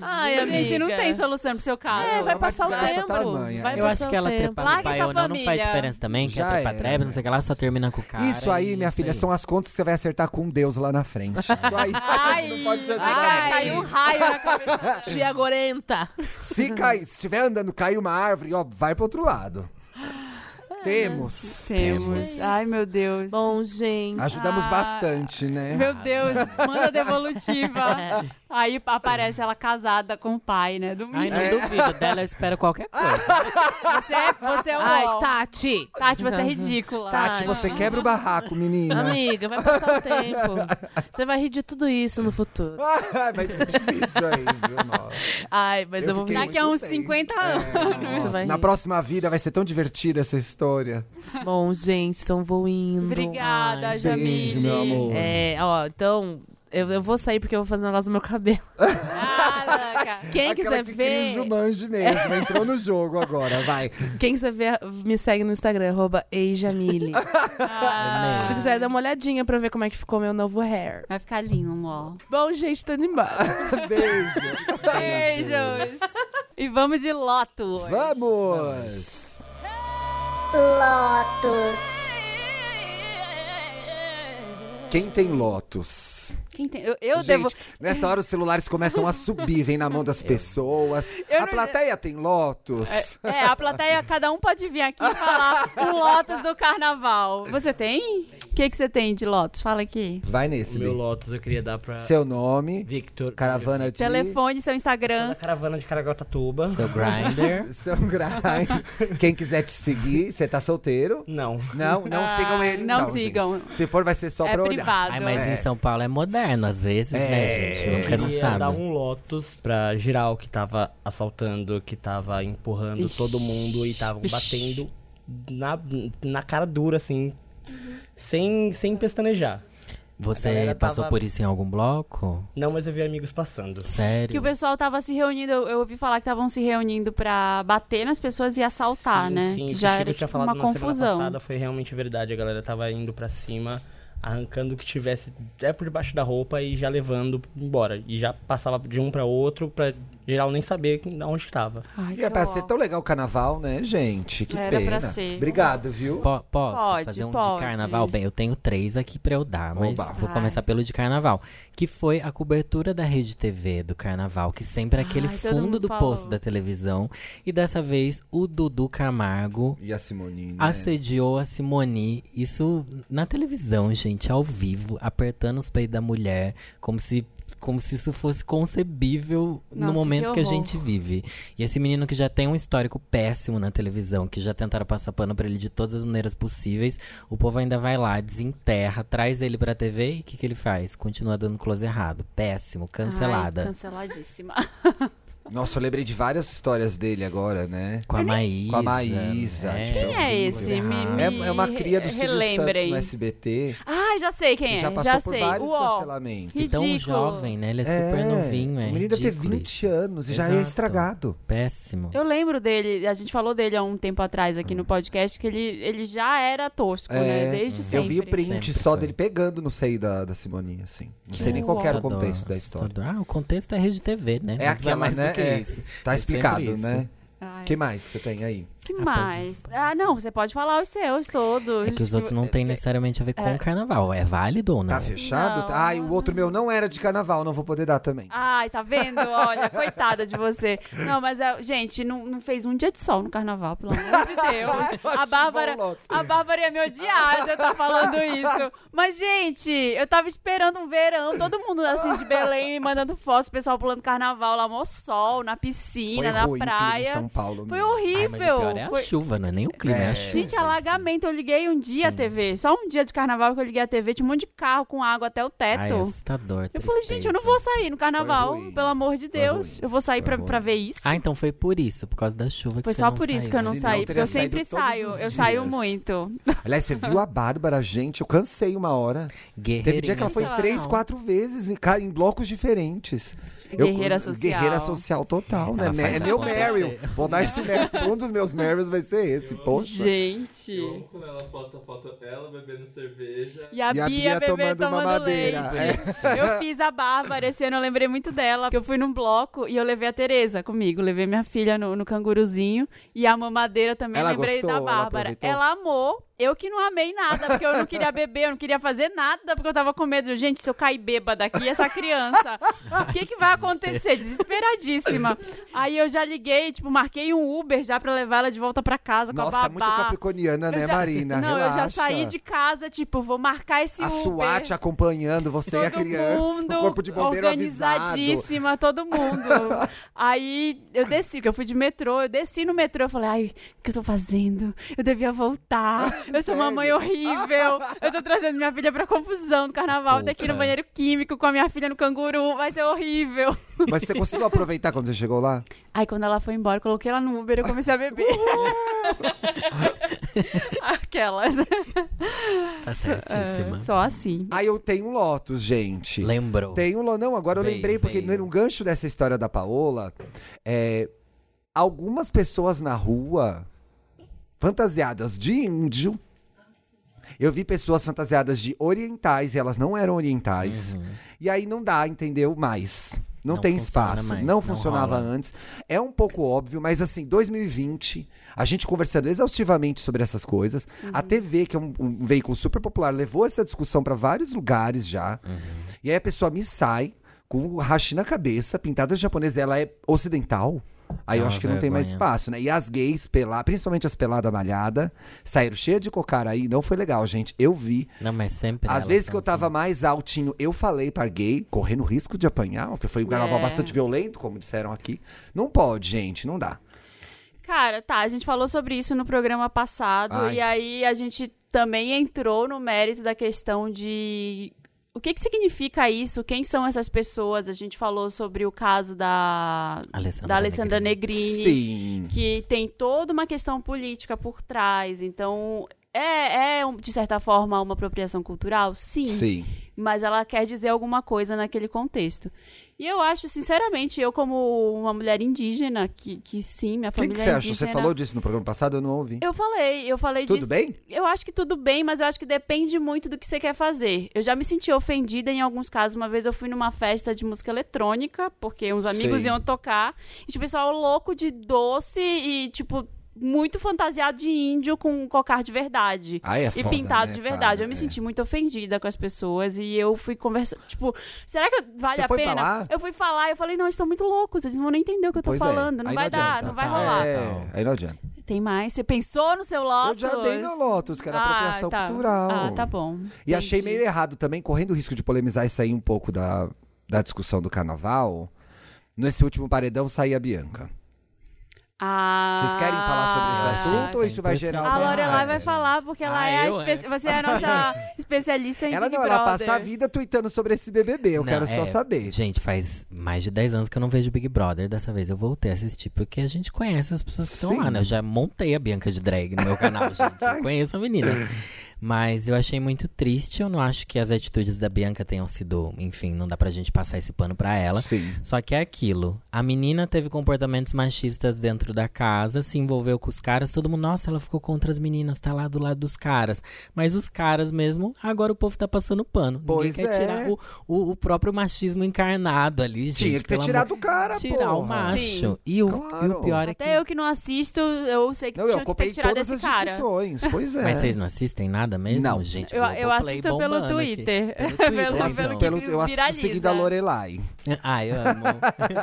[SPEAKER 4] Ai, amiga.
[SPEAKER 1] Gente, não tem solução pro seu caso.
[SPEAKER 4] É, vai passar o
[SPEAKER 2] desgraça
[SPEAKER 4] tempo.
[SPEAKER 2] tamanha.
[SPEAKER 4] Vai
[SPEAKER 3] Eu
[SPEAKER 4] passar
[SPEAKER 3] acho que
[SPEAKER 4] o
[SPEAKER 3] ela
[SPEAKER 4] tempo.
[SPEAKER 3] trepar
[SPEAKER 1] Larga
[SPEAKER 3] no pai
[SPEAKER 1] essa
[SPEAKER 3] ou não, não faz
[SPEAKER 1] família.
[SPEAKER 3] diferença também. Que
[SPEAKER 2] Já
[SPEAKER 3] é trepar
[SPEAKER 2] era,
[SPEAKER 3] treva, não sei o que lá, só termina com o cara.
[SPEAKER 2] isso aí,
[SPEAKER 3] e
[SPEAKER 2] minha
[SPEAKER 3] isso
[SPEAKER 2] filha,
[SPEAKER 3] aí.
[SPEAKER 2] são as contas que você vai acertar com Deus lá na frente. Isso aí. a gente não pode
[SPEAKER 1] Ai,
[SPEAKER 2] jogar.
[SPEAKER 1] vai cair um raio na cabeça.
[SPEAKER 4] Tia Gorenta.
[SPEAKER 2] Se cair, se estiver andando, cair uma árvore, ó, vai pro outro lado. Temos.
[SPEAKER 1] Temos.
[SPEAKER 3] Temos.
[SPEAKER 1] Ai, meu Deus.
[SPEAKER 4] Bom, gente.
[SPEAKER 2] Ajudamos
[SPEAKER 1] Ah.
[SPEAKER 2] bastante, né?
[SPEAKER 1] Meu Deus, manda devolutiva. Aí aparece ela casada com o pai, né? Do
[SPEAKER 3] Ai,
[SPEAKER 1] menino.
[SPEAKER 3] não
[SPEAKER 2] É.
[SPEAKER 3] duvido. Dela eu espero qualquer coisa.
[SPEAKER 1] Você, é- você é um.
[SPEAKER 4] Ai,
[SPEAKER 1] ó.
[SPEAKER 4] Tati.
[SPEAKER 1] Tati, você é ridícula.
[SPEAKER 2] Tati,
[SPEAKER 4] Ai,
[SPEAKER 2] você
[SPEAKER 4] não.
[SPEAKER 2] quebra o barraco, menina.
[SPEAKER 4] Amiga, vai passar o tempo. Você vai rir de tudo isso no futuro.
[SPEAKER 2] Ai, vai ser difícil aí, viu? Nossa.
[SPEAKER 4] Ai, mas eu, vou
[SPEAKER 2] fiquei
[SPEAKER 4] vir.
[SPEAKER 1] Daqui a
[SPEAKER 2] muito
[SPEAKER 1] uns
[SPEAKER 2] tenso.
[SPEAKER 1] 50
[SPEAKER 2] É,
[SPEAKER 1] anos.
[SPEAKER 2] nossa.
[SPEAKER 4] Você vai
[SPEAKER 2] Na
[SPEAKER 4] rir.
[SPEAKER 2] próxima vida vai ser tão divertida essa história.
[SPEAKER 4] Bom, gente, estão voando.
[SPEAKER 1] Obrigada,
[SPEAKER 3] Ai,
[SPEAKER 1] Jamile.
[SPEAKER 2] Beijo, meu amor.
[SPEAKER 4] É, ó, então. Eu, eu vou sair porque eu vou fazer um negócio no meu cabelo.
[SPEAKER 1] Ah, Lanca.
[SPEAKER 4] Quem
[SPEAKER 2] Aquela
[SPEAKER 4] quiser
[SPEAKER 2] que
[SPEAKER 4] ver.
[SPEAKER 2] cria o Jumanji mesmo, entrou no jogo agora, vai.
[SPEAKER 4] Quem quiser ver, me segue no Instagram, arroba eijamile.
[SPEAKER 1] Ah.
[SPEAKER 3] né?
[SPEAKER 4] Se quiser dar uma olhadinha pra ver como é que ficou meu novo hair.
[SPEAKER 1] Vai ficar lindo, um amor.
[SPEAKER 4] Bom, gente, tô indo embora.
[SPEAKER 2] Beijo.
[SPEAKER 1] Beijos. e vamos de loto. hoje.
[SPEAKER 2] Vamos!
[SPEAKER 6] Lotus,
[SPEAKER 2] Quem tem Lotus?
[SPEAKER 1] Quem tem- Eu, eu
[SPEAKER 2] Gente,
[SPEAKER 1] devo.
[SPEAKER 2] nessa hora os celulares começam a subir, vem na mão das pessoas.
[SPEAKER 1] Eu
[SPEAKER 2] a
[SPEAKER 1] não-
[SPEAKER 2] plateia tem Lotus?
[SPEAKER 1] É, a plateia, cada um pode vir aqui e falar o Lotus do carnaval. Você tem? O que, que você tem de Lotus? Fala aqui.
[SPEAKER 2] Vai
[SPEAKER 7] O
[SPEAKER 2] nesse,
[SPEAKER 7] meu
[SPEAKER 2] Bi.
[SPEAKER 7] Lotus eu queria dar pra
[SPEAKER 2] Seu nome,
[SPEAKER 7] Victor.
[SPEAKER 2] é
[SPEAKER 7] é
[SPEAKER 2] caravana de...
[SPEAKER 1] Telefone, seu
[SPEAKER 7] Da
[SPEAKER 1] Instagram.
[SPEAKER 7] caravana de Caraguatatuba.
[SPEAKER 3] Seu grinder.
[SPEAKER 2] São Grai. Quem quiser te seguir, você tá solteiro?
[SPEAKER 7] Não.
[SPEAKER 2] Não, não
[SPEAKER 1] Ah,
[SPEAKER 2] sigam ele.
[SPEAKER 1] não
[SPEAKER 2] gente.
[SPEAKER 1] sigam.
[SPEAKER 2] Se for, vai ser só
[SPEAKER 1] É
[SPEAKER 2] pra olhar.
[SPEAKER 1] privado.
[SPEAKER 3] Ai, mas
[SPEAKER 2] É.
[SPEAKER 3] em São Paulo é moderno às vezes, né, gente? Nunca não
[SPEAKER 7] queria
[SPEAKER 3] sabe.
[SPEAKER 7] É. dar um Lotus pra geral que tava assaltando, que tava empurrando
[SPEAKER 1] Ixi.
[SPEAKER 7] todo mundo e tava
[SPEAKER 1] Ixi.
[SPEAKER 7] batendo na, na cara dura, assim. Sem, sem pestanejar. A
[SPEAKER 3] Você
[SPEAKER 7] galera tava-
[SPEAKER 3] passou por isso em algum bloco?
[SPEAKER 7] Não, mas eu vi amigos passando.
[SPEAKER 3] Sério?
[SPEAKER 1] Que o pessoal tava se reunindo, eu eu ouvi falar que estavam se reunindo pra bater nas pessoas e assaltar,
[SPEAKER 7] Sim,
[SPEAKER 1] né?
[SPEAKER 7] Sim,
[SPEAKER 1] que
[SPEAKER 7] o
[SPEAKER 1] já
[SPEAKER 7] Chico
[SPEAKER 1] era
[SPEAKER 7] tinha
[SPEAKER 1] tipo,
[SPEAKER 7] falado
[SPEAKER 1] uma
[SPEAKER 7] na
[SPEAKER 1] confusão.
[SPEAKER 7] Semana passada foi realmente verdade. A galera tava indo pra cima, arrancando o que tivesse até por debaixo da roupa e já levando embora. E já passava de um pra outro pra geral nem saber quem- de onde tava.
[SPEAKER 1] Ai,
[SPEAKER 2] E é
[SPEAKER 1] que
[SPEAKER 2] pra
[SPEAKER 1] ó.
[SPEAKER 2] ser tão legal o carnaval, né, gente? Que
[SPEAKER 1] Era pra
[SPEAKER 2] pena.
[SPEAKER 1] ser.
[SPEAKER 2] Obrigado, viu?
[SPEAKER 3] Po- posso
[SPEAKER 1] Pode,
[SPEAKER 3] fazer um
[SPEAKER 1] pode.
[SPEAKER 3] de carnaval? Bem, eu tenho três aqui pra eu dar, mas
[SPEAKER 2] Oba.
[SPEAKER 3] vou
[SPEAKER 1] Vai.
[SPEAKER 3] começar pelo de carnaval. Que foi a cobertura da rede TV do carnaval, que sempre é aquele
[SPEAKER 1] Ai, todo mundo
[SPEAKER 3] fundo do
[SPEAKER 1] falou.
[SPEAKER 3] posto da televisão. E dessa vez, o Dudu Camargo
[SPEAKER 2] E a Simonini, né?
[SPEAKER 3] assediou a Simone, isso na televisão, gente, ao vivo, apertando os peitos da mulher, como se como se isso fosse concebível
[SPEAKER 1] Nossa,
[SPEAKER 3] no momento
[SPEAKER 1] que
[SPEAKER 3] que, a
[SPEAKER 1] horror.
[SPEAKER 3] gente vive. E esse menino que já tem um histórico péssimo na televisão, que já tentaram passar pano pra ele de todas as maneiras possíveis, o povo ainda vai lá, desenterra, traz ele pra TV e o que, que ele faz? Continua dando close errado. Péssimo, cancelada.
[SPEAKER 1] Ai, canceladíssima.
[SPEAKER 2] Nossa, eu lembrei de várias histórias dele agora, né?
[SPEAKER 3] Com a Maísa.
[SPEAKER 2] Com a Maísa, tipo,
[SPEAKER 1] Quem é esse? Me-
[SPEAKER 3] errado.
[SPEAKER 1] me-
[SPEAKER 2] É, é uma cria do Silvio Santos
[SPEAKER 1] relembrem.
[SPEAKER 2] no SBT.
[SPEAKER 1] Ai, já sei quem
[SPEAKER 2] que
[SPEAKER 1] é.
[SPEAKER 2] já passou por
[SPEAKER 1] sei.
[SPEAKER 2] vários
[SPEAKER 1] Uó,
[SPEAKER 2] cancelamentos.
[SPEAKER 3] E tão
[SPEAKER 1] ridículo.
[SPEAKER 3] jovem, né? Ele é super novinho, é.
[SPEAKER 2] O menino deve ter
[SPEAKER 3] ridículo
[SPEAKER 2] 20 anos e já é
[SPEAKER 3] Exato.
[SPEAKER 2] estragado.
[SPEAKER 3] Péssimo.
[SPEAKER 1] Eu lembro dele, a gente falou dele há um tempo atrás aqui no podcast, que ele, ele já era tosco, né?
[SPEAKER 2] É.
[SPEAKER 1] Desde sempre.
[SPEAKER 2] Eu vi o print
[SPEAKER 3] Sempre
[SPEAKER 2] só
[SPEAKER 3] foi.
[SPEAKER 2] dele pegando no seio da, da Simoninha, assim. Não sei nem
[SPEAKER 1] Que
[SPEAKER 2] qual que era o
[SPEAKER 3] Assustador,
[SPEAKER 2] contexto da história.
[SPEAKER 3] assustador. Ah, o contexto é rede TV, né?
[SPEAKER 2] É
[SPEAKER 3] Não precisa
[SPEAKER 2] aquela,
[SPEAKER 3] mais
[SPEAKER 2] né?
[SPEAKER 3] do que
[SPEAKER 2] É.
[SPEAKER 3] isso.
[SPEAKER 2] Tá
[SPEAKER 3] É
[SPEAKER 2] explicado,
[SPEAKER 3] sempre isso.
[SPEAKER 2] né?
[SPEAKER 1] Ai, que,
[SPEAKER 2] O que mais você tem aí?
[SPEAKER 1] mais? Ah, não, você pode falar os seus todos.
[SPEAKER 3] É que os outros não têm necessariamente a ver com o carnaval. É válido ou não?
[SPEAKER 2] Tá fechado?
[SPEAKER 1] Não.
[SPEAKER 2] Tá- Ah, e o outro meu não era de carnaval, não vou poder dar também.
[SPEAKER 1] Ai, tá vendo? Olha, coitada de você. Não, mas, ah, gente, não, não fez um dia de sol no carnaval, pelo amor de Deus. A Bárbara,
[SPEAKER 2] bom, Lotus.
[SPEAKER 1] a Bárbara ia me odiar de eu tá falando isso. Mas, gente, eu tava esperando um verão, todo mundo assim de Belém mandando fotos, o pessoal pulando carnaval lá, mó sol, na piscina,
[SPEAKER 2] Foi
[SPEAKER 1] na
[SPEAKER 2] ruim tudo em São
[SPEAKER 1] praia.
[SPEAKER 2] Paulo.
[SPEAKER 1] Foi
[SPEAKER 2] né?
[SPEAKER 3] Ai, mas o
[SPEAKER 1] horrível.
[SPEAKER 3] pior é a
[SPEAKER 1] Foi-
[SPEAKER 3] chuva, não é nem o clima, é,
[SPEAKER 2] É.
[SPEAKER 3] a chuva.
[SPEAKER 1] Gente, alagamento, eu liguei um dia a TV. Só um dia de carnaval que eu liguei a TV, tinha um monte de carro com água até o
[SPEAKER 3] Ai,
[SPEAKER 1] teto.
[SPEAKER 3] é assustador,
[SPEAKER 1] Eu falei,
[SPEAKER 3] tristeza.
[SPEAKER 1] gente, eu não vou sair no carnaval,
[SPEAKER 2] Foi ruim.
[SPEAKER 1] pelo amor de Deus.
[SPEAKER 2] ruim.
[SPEAKER 1] Eu vou sair
[SPEAKER 2] Foi
[SPEAKER 1] pra,
[SPEAKER 2] ruim.
[SPEAKER 1] pra ver isso.
[SPEAKER 3] Ah, então foi por isso, por causa da chuva que
[SPEAKER 1] Foi
[SPEAKER 3] você
[SPEAKER 1] só
[SPEAKER 3] não
[SPEAKER 1] por isso
[SPEAKER 3] saiu.
[SPEAKER 1] que eu não
[SPEAKER 2] Se não,
[SPEAKER 1] saí, porque
[SPEAKER 2] teria
[SPEAKER 1] eu sempre
[SPEAKER 2] saído todos
[SPEAKER 1] saio.
[SPEAKER 2] os
[SPEAKER 1] Eu saio
[SPEAKER 2] dias.
[SPEAKER 1] muito.
[SPEAKER 2] Aliás, você viu a Bárbara, gente? Eu cansei uma hora. Teve
[SPEAKER 3] Guerreirinha
[SPEAKER 2] dia que ela foi
[SPEAKER 1] social.
[SPEAKER 2] três, quatro vezes em, ca- em blocos diferentes. Eu-
[SPEAKER 1] Guerreira social.
[SPEAKER 2] Guerreira social total, né?
[SPEAKER 3] Ela
[SPEAKER 2] Me-
[SPEAKER 3] faz
[SPEAKER 2] É meu
[SPEAKER 3] acontecer.
[SPEAKER 2] Meryl. Vou dar esse Meryl. Um dos meus Meryls vai ser esse, poxa.
[SPEAKER 5] Eu
[SPEAKER 1] Gente.
[SPEAKER 5] amo quando ela posta foto dela bebendo cerveja.
[SPEAKER 1] E a,
[SPEAKER 2] E
[SPEAKER 1] Bia,
[SPEAKER 2] a Bia
[SPEAKER 1] bebê tomando,
[SPEAKER 2] tomando mamadeira, é.
[SPEAKER 1] leite. Eu fiz a Bárbara esse ano, eu lembrei muito dela. porque Eu fui num bloco e eu levei a Tereza comigo. Levei minha filha no, no canguruzinho. E a mamadeira também,
[SPEAKER 2] Ela
[SPEAKER 1] lembrei
[SPEAKER 2] gostou?
[SPEAKER 1] da
[SPEAKER 2] Ela
[SPEAKER 1] Bárbara.
[SPEAKER 2] aproveitou?
[SPEAKER 1] Ela amou. Eu que não amei nada, porque eu não queria beber, eu não queria fazer nada, porque eu tava com medo. Gente, se eu cair bêbada aqui, essa criança, Ah, o que que vai acontecer? Desesperadíssima. Aí eu já liguei, tipo, marquei um Uber já pra levar ela de volta pra casa com
[SPEAKER 2] Nossa, é
[SPEAKER 1] a
[SPEAKER 2] muito
[SPEAKER 1] babá.
[SPEAKER 2] capricorniana,
[SPEAKER 1] Eu
[SPEAKER 2] né,
[SPEAKER 1] já-
[SPEAKER 2] Marina?
[SPEAKER 1] Não, eu já
[SPEAKER 2] Relaxa.
[SPEAKER 1] saí de casa, tipo, vou marcar esse
[SPEAKER 2] A
[SPEAKER 1] Uber.
[SPEAKER 2] SWAT acompanhando você e a
[SPEAKER 1] Todo
[SPEAKER 2] criança.
[SPEAKER 1] mundo
[SPEAKER 2] o corpo de bombeiro avisado.
[SPEAKER 1] organizadíssima, todo mundo. Aí eu desci, porque eu fui de metrô, eu desci no metrô, eu falei, ai, o que eu tô fazendo? Eu devia voltar. Eu sou uma mãe horrível. Eu tô trazendo minha filha pra confusão do carnaval, ter que ir no
[SPEAKER 3] Puta.
[SPEAKER 1] banheiro químico com a minha filha no canguru, vai ser horrível.
[SPEAKER 2] Mas você conseguiu aproveitar quando você chegou lá?
[SPEAKER 1] Aí quando ela foi embora, eu coloquei ela no Uber e eu comecei a beber. Aquelas.
[SPEAKER 3] Tá
[SPEAKER 1] É,
[SPEAKER 3] certíssima.
[SPEAKER 1] só assim.
[SPEAKER 2] Aí eu tenho um Lotus, gente.
[SPEAKER 3] Lembrou.
[SPEAKER 2] Tem um lo- Não, agora eu
[SPEAKER 3] Veio,
[SPEAKER 2] lembrei, porque
[SPEAKER 3] veio.
[SPEAKER 2] no gancho dessa história da Paola, é, algumas pessoas na rua, fantasiadas de índio. Eu vi pessoas fantasiadas de orientais, e elas não eram orientais. E aí não dá, entendeu? Mais. Não,
[SPEAKER 3] Uhum. Não
[SPEAKER 2] tem
[SPEAKER 3] funciona
[SPEAKER 2] espaço.
[SPEAKER 3] mais,
[SPEAKER 2] não,
[SPEAKER 3] não
[SPEAKER 2] funcionava
[SPEAKER 3] rola.
[SPEAKER 2] antes. É um pouco óbvio, mas assim, 2020, a gente conversando exaustivamente sobre essas coisas.
[SPEAKER 3] Uhum.
[SPEAKER 2] A TV, que é um, um veículo super popular, levou essa discussão para vários lugares já.
[SPEAKER 3] Uhum.
[SPEAKER 2] E aí a pessoa me sai com o hashi na cabeça, pintada de japonesa, ela é ocidental. Aí
[SPEAKER 3] É
[SPEAKER 2] eu
[SPEAKER 3] uma
[SPEAKER 2] acho que não tem mais
[SPEAKER 3] vergonha.
[SPEAKER 2] espaço, né? E as gays, pela, principalmente as peladas malhada, saíram cheias de cocara aí, não foi legal, gente. Eu vi.
[SPEAKER 3] Não, mas sempre.
[SPEAKER 2] Às
[SPEAKER 3] elas
[SPEAKER 2] vezes
[SPEAKER 3] são
[SPEAKER 2] que eu tava
[SPEAKER 3] assim.
[SPEAKER 2] mais altinho, eu falei pra gay, correndo risco de apanhar, porque foi um carnaval
[SPEAKER 1] É.
[SPEAKER 2] bastante violento, como disseram aqui. Não pode, gente, não dá.
[SPEAKER 1] Cara, tá, a gente falou sobre isso no programa passado
[SPEAKER 2] Ai.
[SPEAKER 1] e aí a gente também entrou no mérito da questão de o que que significa isso, quem são essas pessoas? A gente falou sobre o caso da
[SPEAKER 3] Alessandra
[SPEAKER 1] da Alessandra
[SPEAKER 3] Negrini.
[SPEAKER 1] Negrini,
[SPEAKER 2] Sim.
[SPEAKER 1] que tem toda uma questão política por trás. Então, é, é um- de certa forma uma apropriação cultural?
[SPEAKER 2] Sim.
[SPEAKER 1] mas ela quer dizer alguma coisa naquele contexto. E eu acho, sinceramente, eu como uma mulher indígena, que, que sim, minha
[SPEAKER 2] O que,
[SPEAKER 1] família
[SPEAKER 2] que você
[SPEAKER 1] é
[SPEAKER 2] acha? Você
[SPEAKER 1] indígena.
[SPEAKER 2] falou disso no programa passado, eu não ouvi.
[SPEAKER 1] Eu falei, eu falei
[SPEAKER 2] Tudo
[SPEAKER 1] disso.
[SPEAKER 2] bem?
[SPEAKER 1] Eu acho que tudo bem, mas eu acho que depende muito do que você quer fazer. Eu já me senti ofendida em alguns casos. Uma vez eu fui numa festa de música eletrônica, porque uns amigos
[SPEAKER 2] Sim.
[SPEAKER 1] iam tocar, e tipo, o pessoal louco de doce e, tipo, muito fantasiado de índio com um cocar de verdade
[SPEAKER 2] Ai, é
[SPEAKER 1] e
[SPEAKER 2] foda,
[SPEAKER 1] pintado
[SPEAKER 2] né,
[SPEAKER 1] de verdade.
[SPEAKER 2] cara?
[SPEAKER 1] eu me
[SPEAKER 2] É.
[SPEAKER 1] senti muito ofendida com as pessoas e eu fui conversar. Tipo, será que vale
[SPEAKER 2] Você
[SPEAKER 1] a
[SPEAKER 2] foi
[SPEAKER 1] pena?
[SPEAKER 2] falar?
[SPEAKER 1] Eu fui falar e eu falei, não, eles estão muito loucos, eles não vão nem entender o que eu tô
[SPEAKER 2] Pois é,
[SPEAKER 1] falando. Não
[SPEAKER 2] aí
[SPEAKER 1] vai dar,
[SPEAKER 2] adianta,
[SPEAKER 1] não vai
[SPEAKER 2] tá.
[SPEAKER 1] rolar.
[SPEAKER 2] É, aí não adianta.
[SPEAKER 1] Tem mais? Você pensou no seu
[SPEAKER 2] Eu
[SPEAKER 1] Lotus?
[SPEAKER 2] já dei meu Lotus, que era apropriação
[SPEAKER 1] tá.
[SPEAKER 2] cultural.
[SPEAKER 1] Ah, tá bom.
[SPEAKER 2] E achei
[SPEAKER 1] Entendi.
[SPEAKER 2] meio errado também, correndo o risco de polemizar e sair um pouco da, da discussão do carnaval. Nesse último paredão sair a Bianca.
[SPEAKER 1] Ah, é.
[SPEAKER 2] Vocês querem falar sobre esse
[SPEAKER 3] Ah,
[SPEAKER 2] assunto ou isso vai gerar
[SPEAKER 1] A
[SPEAKER 2] alguma
[SPEAKER 1] Lorelai
[SPEAKER 2] raiva,
[SPEAKER 1] vai
[SPEAKER 2] gente?
[SPEAKER 1] falar, porque ela
[SPEAKER 3] Ah,
[SPEAKER 1] é, a
[SPEAKER 3] eu,
[SPEAKER 1] espe-
[SPEAKER 3] é.
[SPEAKER 1] você é a nossa especialista em
[SPEAKER 2] Ela
[SPEAKER 1] Big
[SPEAKER 2] não, ela
[SPEAKER 1] Brother.
[SPEAKER 2] passa a vida tweetando sobre esse BBB, eu
[SPEAKER 3] Não,
[SPEAKER 2] quero só
[SPEAKER 3] é,
[SPEAKER 2] saber.
[SPEAKER 3] Gente, faz mais de 10 anos que eu não vejo Big Brother. Dessa vez eu voltei a assistir, porque a gente conhece as pessoas que estão
[SPEAKER 2] Sim.
[SPEAKER 3] lá, né? Eu já montei a Bianca de drag no meu canal, gente. Eu conheço a menina. Mas eu achei muito triste. Eu não acho que as atitudes da Bianca tenham sido. Enfim, não dá pra gente passar esse pano pra ela.
[SPEAKER 2] Sim.
[SPEAKER 3] Só que é aquilo. A menina teve comportamentos machistas dentro da casa, se envolveu com os caras, todo mundo, nossa, ela ficou contra as meninas, tá lá do lado dos caras. Mas os caras mesmo, agora o povo tá passando pano.
[SPEAKER 2] Pois
[SPEAKER 3] Ninguém quer
[SPEAKER 2] é.
[SPEAKER 3] tirar o, o, o próprio machismo encarnado ali, gente.
[SPEAKER 2] Tinha que ter
[SPEAKER 3] pelo
[SPEAKER 2] tirado o cara,
[SPEAKER 3] amor... Tirar o
[SPEAKER 2] porra.
[SPEAKER 1] Sim.
[SPEAKER 3] macho. E o,
[SPEAKER 2] Claro.
[SPEAKER 3] e o pior é que.
[SPEAKER 1] Até eu que não assisto, eu sei que
[SPEAKER 2] Não,
[SPEAKER 1] tinha
[SPEAKER 2] eu
[SPEAKER 1] que ter
[SPEAKER 2] copiei
[SPEAKER 1] tirado
[SPEAKER 2] todas as
[SPEAKER 1] esse cara.
[SPEAKER 2] discussões, pois é.
[SPEAKER 3] Mas vocês não assistem nada mesmo,
[SPEAKER 2] Não.
[SPEAKER 3] gente?
[SPEAKER 1] Eu, eu
[SPEAKER 3] Globoplay
[SPEAKER 1] assisto pelo
[SPEAKER 3] bombando aqui.
[SPEAKER 1] Twitter.
[SPEAKER 3] Pelo
[SPEAKER 1] Pelo-
[SPEAKER 2] eu
[SPEAKER 3] Twitter,
[SPEAKER 1] pelo
[SPEAKER 2] assisto,
[SPEAKER 3] então.
[SPEAKER 1] que
[SPEAKER 2] pelo, eu assisto
[SPEAKER 1] viraliza.
[SPEAKER 2] seguindo a Lorelai.
[SPEAKER 3] Ah, eu amo.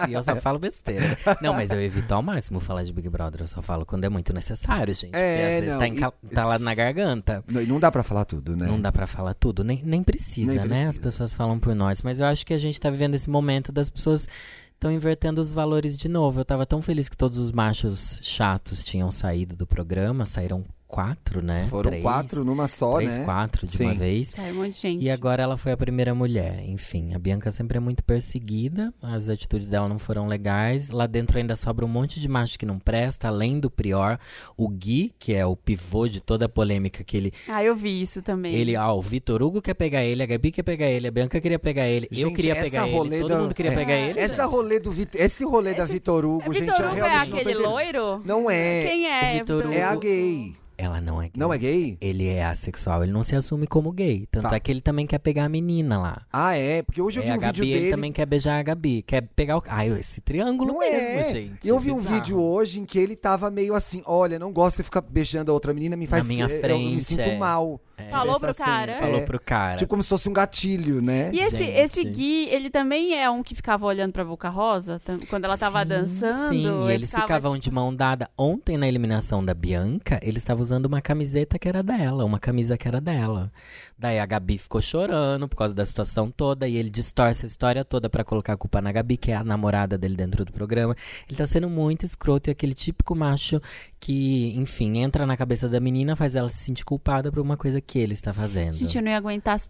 [SPEAKER 3] e eu só falo besteira. Não, mas eu evito ao máximo falar de Big Brother. Eu só falo quando é muito necessário, gente.
[SPEAKER 2] É,
[SPEAKER 3] porque às vezes
[SPEAKER 2] não,
[SPEAKER 3] tá, enca-
[SPEAKER 2] e-
[SPEAKER 3] tá lá na garganta.
[SPEAKER 2] Não, e não dá pra falar tudo, né?
[SPEAKER 3] Não dá pra falar tudo, nem, nem precisa,
[SPEAKER 2] Nem
[SPEAKER 3] né? As
[SPEAKER 2] precisa.
[SPEAKER 3] pessoas falam por nós. Mas eu acho que a gente tá vivendo esse momento das pessoas estão invertendo os valores de novo. Eu tava tão feliz que todos os machos chatos tinham saído do programa. Saíram quatro, né?
[SPEAKER 2] Foram
[SPEAKER 3] Três,
[SPEAKER 2] quatro numa só,
[SPEAKER 3] Três,
[SPEAKER 2] né?
[SPEAKER 3] quatro de uma
[SPEAKER 2] Sim.
[SPEAKER 3] vez.
[SPEAKER 1] Sai um monte de gente.
[SPEAKER 3] E agora ela foi a primeira mulher. Enfim, a Bianca sempre é muito perseguida, as atitudes dela não foram legais. Lá dentro ainda sobra um monte de macho que não presta, além do Prior. O Gui, que é o pivô de toda a polêmica, que ele.
[SPEAKER 1] Ah, eu vi isso também.
[SPEAKER 3] Ele, ó, o Vitor Hugo quer pegar ele, a Gabi quer pegar ele, a Bianca queria pegar ele, eu
[SPEAKER 2] Gente,
[SPEAKER 3] queria
[SPEAKER 2] essa
[SPEAKER 3] pegar
[SPEAKER 2] rolê
[SPEAKER 3] ele, todo
[SPEAKER 2] da-
[SPEAKER 3] mundo queria
[SPEAKER 2] é.
[SPEAKER 3] pegar ele.
[SPEAKER 2] Essa
[SPEAKER 3] gente.
[SPEAKER 2] rolê do Vit- esse rolê da Vitor Hugo,
[SPEAKER 1] É,
[SPEAKER 2] gente,
[SPEAKER 1] Vitor
[SPEAKER 2] eu
[SPEAKER 1] Hugo é
[SPEAKER 2] realmente não tô
[SPEAKER 1] aquele
[SPEAKER 2] entendendo.
[SPEAKER 1] loiro?
[SPEAKER 2] Não é.
[SPEAKER 1] Quem é?
[SPEAKER 3] O Vitor
[SPEAKER 1] Vitor
[SPEAKER 3] Hugo?
[SPEAKER 2] É a gay.
[SPEAKER 3] Ela não é gay.
[SPEAKER 2] Não é gay?
[SPEAKER 3] Ele é assexual, ele não se assume como gay. Tanto
[SPEAKER 2] Tá.
[SPEAKER 3] é que ele também quer pegar a menina lá.
[SPEAKER 2] Ah, é? Porque hoje eu vi
[SPEAKER 3] É, a
[SPEAKER 2] um
[SPEAKER 3] Gabi,
[SPEAKER 2] vídeo
[SPEAKER 3] ele
[SPEAKER 2] dele.
[SPEAKER 3] também quer beijar a Gabi. Quer pegar o. Ai, esse triângulo
[SPEAKER 2] Não
[SPEAKER 3] mesmo,
[SPEAKER 2] é.
[SPEAKER 3] gente.
[SPEAKER 2] eu vi um
[SPEAKER 3] bizarro.
[SPEAKER 2] vídeo hoje em que ele tava meio assim, olha, não gosto de ficar beijando a outra menina, me faz eh,
[SPEAKER 3] minha
[SPEAKER 2] eu- eu me
[SPEAKER 3] frente,
[SPEAKER 2] sinto
[SPEAKER 3] é.
[SPEAKER 2] mal.
[SPEAKER 1] Falou pro
[SPEAKER 2] Pensa
[SPEAKER 1] cara?
[SPEAKER 3] Falou
[SPEAKER 2] é.
[SPEAKER 3] pro cara.
[SPEAKER 2] Tipo como se fosse um gatilho, né?
[SPEAKER 1] E esse,
[SPEAKER 3] Gente.
[SPEAKER 1] esse Gui, ele também é um que ficava olhando pra Boca Rosa tam- quando ela tava
[SPEAKER 3] Sim,
[SPEAKER 1] dançando.
[SPEAKER 3] Sim,
[SPEAKER 1] ele
[SPEAKER 3] e eles
[SPEAKER 1] ficava,
[SPEAKER 3] ficavam
[SPEAKER 1] tipo,
[SPEAKER 3] de mão dada. Ontem, na eliminação da Bianca, ele estava usando uma camiseta que era dela, uma camisa que era dela. Daí a Gabi ficou chorando por causa da situação toda, e ele distorce a história toda pra colocar a culpa na Gabi, que é a namorada dele dentro do programa. Ele tá sendo muito escroto e aquele típico macho que, enfim, entra na cabeça da menina, faz ela se sentir culpada por uma coisa que ele está fazendo.
[SPEAKER 1] Gente, eu não ia aguentar s-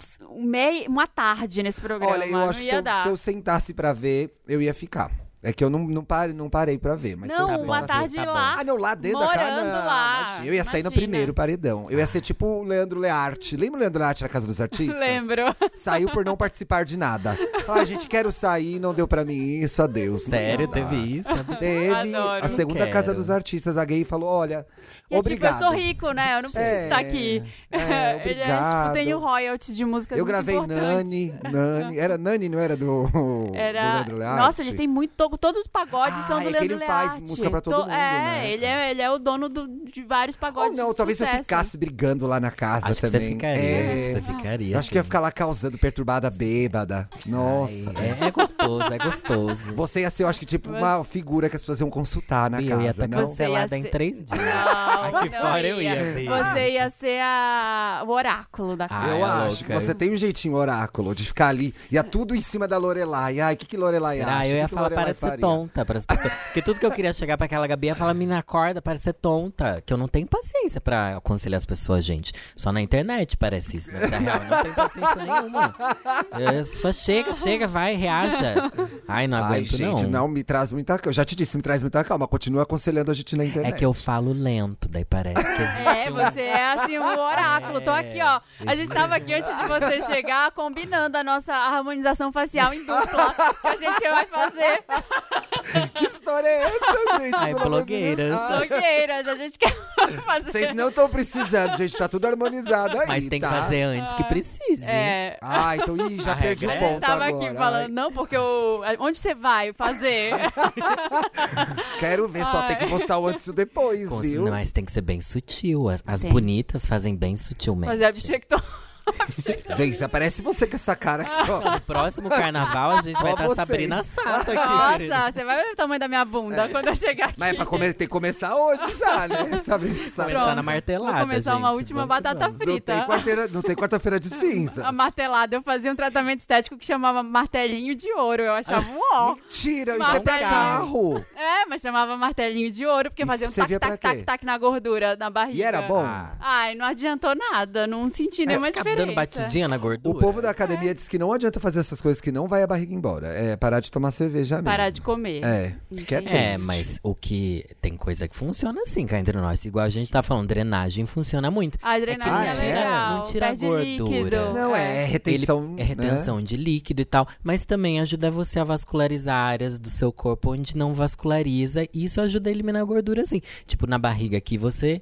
[SPEAKER 1] s- um mei- uma tarde nesse programa.
[SPEAKER 2] Olha, eu
[SPEAKER 1] não
[SPEAKER 2] acho que
[SPEAKER 1] ia
[SPEAKER 2] se eu,
[SPEAKER 1] dar.
[SPEAKER 2] se eu sentasse pra ver, eu ia ficar. É que eu não, não, parei, não parei pra ver, mas se eu
[SPEAKER 1] não,
[SPEAKER 3] tá bom,
[SPEAKER 1] uma
[SPEAKER 3] tá
[SPEAKER 2] sentasse-
[SPEAKER 1] tarde
[SPEAKER 3] bom.
[SPEAKER 1] lá.
[SPEAKER 2] Ah, não, lá dentro da casa.
[SPEAKER 1] morando
[SPEAKER 2] não,
[SPEAKER 1] lá.
[SPEAKER 2] imagina. Eu ia sair no
[SPEAKER 1] Imagina.
[SPEAKER 2] primeiro paredão. Eu ia ser tipo o Leandro Learte. Lembra o Leandro Learte na Casa dos Artistas?
[SPEAKER 1] Lembro.
[SPEAKER 2] Saiu por não participar de nada. Ah, gente, quero sair, não deu pra mim isso, adeus. não
[SPEAKER 3] Sério,
[SPEAKER 2] dá.
[SPEAKER 3] teve isso?
[SPEAKER 2] Teve
[SPEAKER 1] Adoro.
[SPEAKER 2] a segunda
[SPEAKER 3] Não
[SPEAKER 2] Casa
[SPEAKER 3] quero.
[SPEAKER 2] dos Artistas, a gay falou, olha,
[SPEAKER 1] E é tipo, eu
[SPEAKER 2] obrigado.
[SPEAKER 1] sou rico, né? Eu não preciso
[SPEAKER 2] É,
[SPEAKER 1] estar aqui.
[SPEAKER 2] é,
[SPEAKER 1] ele é tipo,
[SPEAKER 2] obrigado.
[SPEAKER 1] tenho royalties de músicas
[SPEAKER 2] Eu
[SPEAKER 1] muito
[SPEAKER 2] gravei
[SPEAKER 1] importantes.
[SPEAKER 2] Nani, Nani. Era Nani, não era do, Tipo, do
[SPEAKER 1] Era...
[SPEAKER 2] Leandro Learte?
[SPEAKER 1] Nossa, ele tem muito. to- Todos os pagodes
[SPEAKER 2] Ah,
[SPEAKER 1] são do
[SPEAKER 2] é que
[SPEAKER 1] Leandro
[SPEAKER 2] ele faz
[SPEAKER 1] Learte.
[SPEAKER 2] música pra todo mundo,
[SPEAKER 1] É,
[SPEAKER 2] né?
[SPEAKER 1] ele é, ele é o dono do- de vários
[SPEAKER 2] Ou
[SPEAKER 1] pagodes.
[SPEAKER 2] não,
[SPEAKER 1] um de
[SPEAKER 2] talvez eu
[SPEAKER 1] sucesso.
[SPEAKER 2] ficasse brigando lá na casa
[SPEAKER 3] Acho que
[SPEAKER 2] também.
[SPEAKER 3] você ficaria.
[SPEAKER 2] É,
[SPEAKER 3] Você ficaria.
[SPEAKER 2] eu acho que ia
[SPEAKER 3] sim.
[SPEAKER 2] ficar lá causando perturbada bêbada. Nossa.
[SPEAKER 3] Ai, é, é gostoso, é gostoso.
[SPEAKER 2] Você ia ser, eu acho que, tipo, uma figura que as pessoas iam consultar na
[SPEAKER 3] Bia, eu ia
[SPEAKER 2] casa,
[SPEAKER 3] estar
[SPEAKER 2] não?
[SPEAKER 1] Você ia
[SPEAKER 3] cancelada
[SPEAKER 1] ser-
[SPEAKER 3] em três dias.
[SPEAKER 1] Não,
[SPEAKER 3] Aqui
[SPEAKER 1] não
[SPEAKER 3] fora eu ia, Bia.
[SPEAKER 1] Você ia ser a... o oráculo da casa.
[SPEAKER 3] Ah,
[SPEAKER 2] eu
[SPEAKER 3] é
[SPEAKER 2] acho que
[SPEAKER 3] louca.
[SPEAKER 2] você tem um jeitinho oráculo de ficar ali. Ia tudo em cima da Lorelai. Ai, o que, que Lorelai acha?
[SPEAKER 3] Ah, eu
[SPEAKER 2] Que
[SPEAKER 3] ia
[SPEAKER 2] que
[SPEAKER 3] falar
[SPEAKER 2] Lorelai
[SPEAKER 3] para de ser
[SPEAKER 2] faria?
[SPEAKER 3] tonta para as pessoas. Porque tudo que eu queria chegar para aquela Gabi ia falar, mina, acorda para de ser tonta. Que eu não tenho paciência para aconselhar as pessoas, gente. Só na internet parece isso, mas na real, eu não tenho paciência nenhuma. Eh, As pessoas chega, chega, vai, reaja. Ai, não
[SPEAKER 2] Ai,
[SPEAKER 3] aguento,
[SPEAKER 2] gente, não. me traz muita calma. Eu já te disse, me traz muita calma. Continua aconselhando a gente na internet.
[SPEAKER 3] É que eu falo lento, daí parece que
[SPEAKER 1] É, você é assim, um oráculo. Tô aqui, ó.
[SPEAKER 3] É,
[SPEAKER 1] A gente tava aqui antes de você chegar combinando a nossa harmonização facial em dupla que a gente vai fazer.
[SPEAKER 2] Que história é essa, gente?
[SPEAKER 3] Ai,
[SPEAKER 2] Pelo amor de Deus.
[SPEAKER 3] blogueiras.
[SPEAKER 2] Ah,
[SPEAKER 1] Blogueiras, a gente quer fazer.
[SPEAKER 2] Vocês não estão precisando, gente. Tá tudo harmonizado aí,
[SPEAKER 3] Mas tem que
[SPEAKER 2] tá?
[SPEAKER 3] fazer antes que precise.
[SPEAKER 1] É.
[SPEAKER 2] Ah, então, ih, já
[SPEAKER 3] A
[SPEAKER 2] perdi o
[SPEAKER 3] regra
[SPEAKER 1] A
[SPEAKER 3] é
[SPEAKER 2] ponto
[SPEAKER 1] gente tava
[SPEAKER 2] tá agora.
[SPEAKER 1] aqui falando, não, porque o. Onde você vai fazer?
[SPEAKER 2] Ai, quero ver, só tem que postar o antes e o depois,
[SPEAKER 3] Com-
[SPEAKER 2] viu?
[SPEAKER 3] Mas tem que ser bem sutil. As, as
[SPEAKER 1] Tem.
[SPEAKER 3] bonitas fazem bem sutilmente.
[SPEAKER 1] fazer a bichectomia.
[SPEAKER 3] é?
[SPEAKER 2] Vem, se aparece você com essa cara aqui, ó.
[SPEAKER 3] No próximo carnaval a gente vai
[SPEAKER 2] Só
[SPEAKER 3] estar
[SPEAKER 2] vocês.
[SPEAKER 3] Sabrina Sato aqui. querida. Tá
[SPEAKER 1] Nossa, você vai ver o tamanho da minha bunda quando eu chegar aqui.
[SPEAKER 2] Mas Tá é pra comer, tem que começar hoje já, né? Sabe? sabe?
[SPEAKER 3] Começar na
[SPEAKER 1] Pronto.
[SPEAKER 3] martelada.
[SPEAKER 1] Vou começar uma
[SPEAKER 3] gente.
[SPEAKER 1] última
[SPEAKER 3] Vamos que
[SPEAKER 1] batata
[SPEAKER 3] vamos.
[SPEAKER 2] Não
[SPEAKER 1] frita.
[SPEAKER 2] tem quarteira- não tem quarta-feira de cinzas.
[SPEAKER 1] A martelada, eu fazia um tratamento estético que chamava martelinho de ouro. Eu achava um ó.
[SPEAKER 2] Tira, isso é
[SPEAKER 1] Martelo.
[SPEAKER 2] pra carro.
[SPEAKER 1] É, mas chamava martelinho de ouro, porque
[SPEAKER 2] E
[SPEAKER 1] fazia um tac,
[SPEAKER 2] servia pra
[SPEAKER 1] tac,
[SPEAKER 2] quê?
[SPEAKER 1] tac, tac na gordura, na barriga.
[SPEAKER 2] E era bom?
[SPEAKER 3] Ah,
[SPEAKER 1] Ai, não adiantou nada, não senti nenhuma
[SPEAKER 3] ficar
[SPEAKER 1] diferença.
[SPEAKER 3] dando batidinha na
[SPEAKER 2] O
[SPEAKER 3] gordura.
[SPEAKER 2] povo da academia diz que não adianta fazer essas coisas que não vai a barriga embora. É parar de tomar cerveja mesmo.
[SPEAKER 1] Parar de comer.
[SPEAKER 2] É, que é,
[SPEAKER 3] É,
[SPEAKER 2] triste.
[SPEAKER 3] mas o que. Tem coisa que funciona assim, cá entre nós. Igual a gente tá falando, drenagem funciona muito.
[SPEAKER 1] A drenagem
[SPEAKER 2] Ah,
[SPEAKER 1] é,
[SPEAKER 2] é?
[SPEAKER 1] legal.
[SPEAKER 3] Não tira a
[SPEAKER 1] perde
[SPEAKER 3] gordura.
[SPEAKER 1] líquido.
[SPEAKER 2] Não, é, retenção.
[SPEAKER 3] Ele- é retenção de líquido e tal, mas também ajuda você a vascularizar áreas do seu corpo onde não vasculariza, e isso ajuda a eliminar a gordura assim. Tipo, na barriga aqui você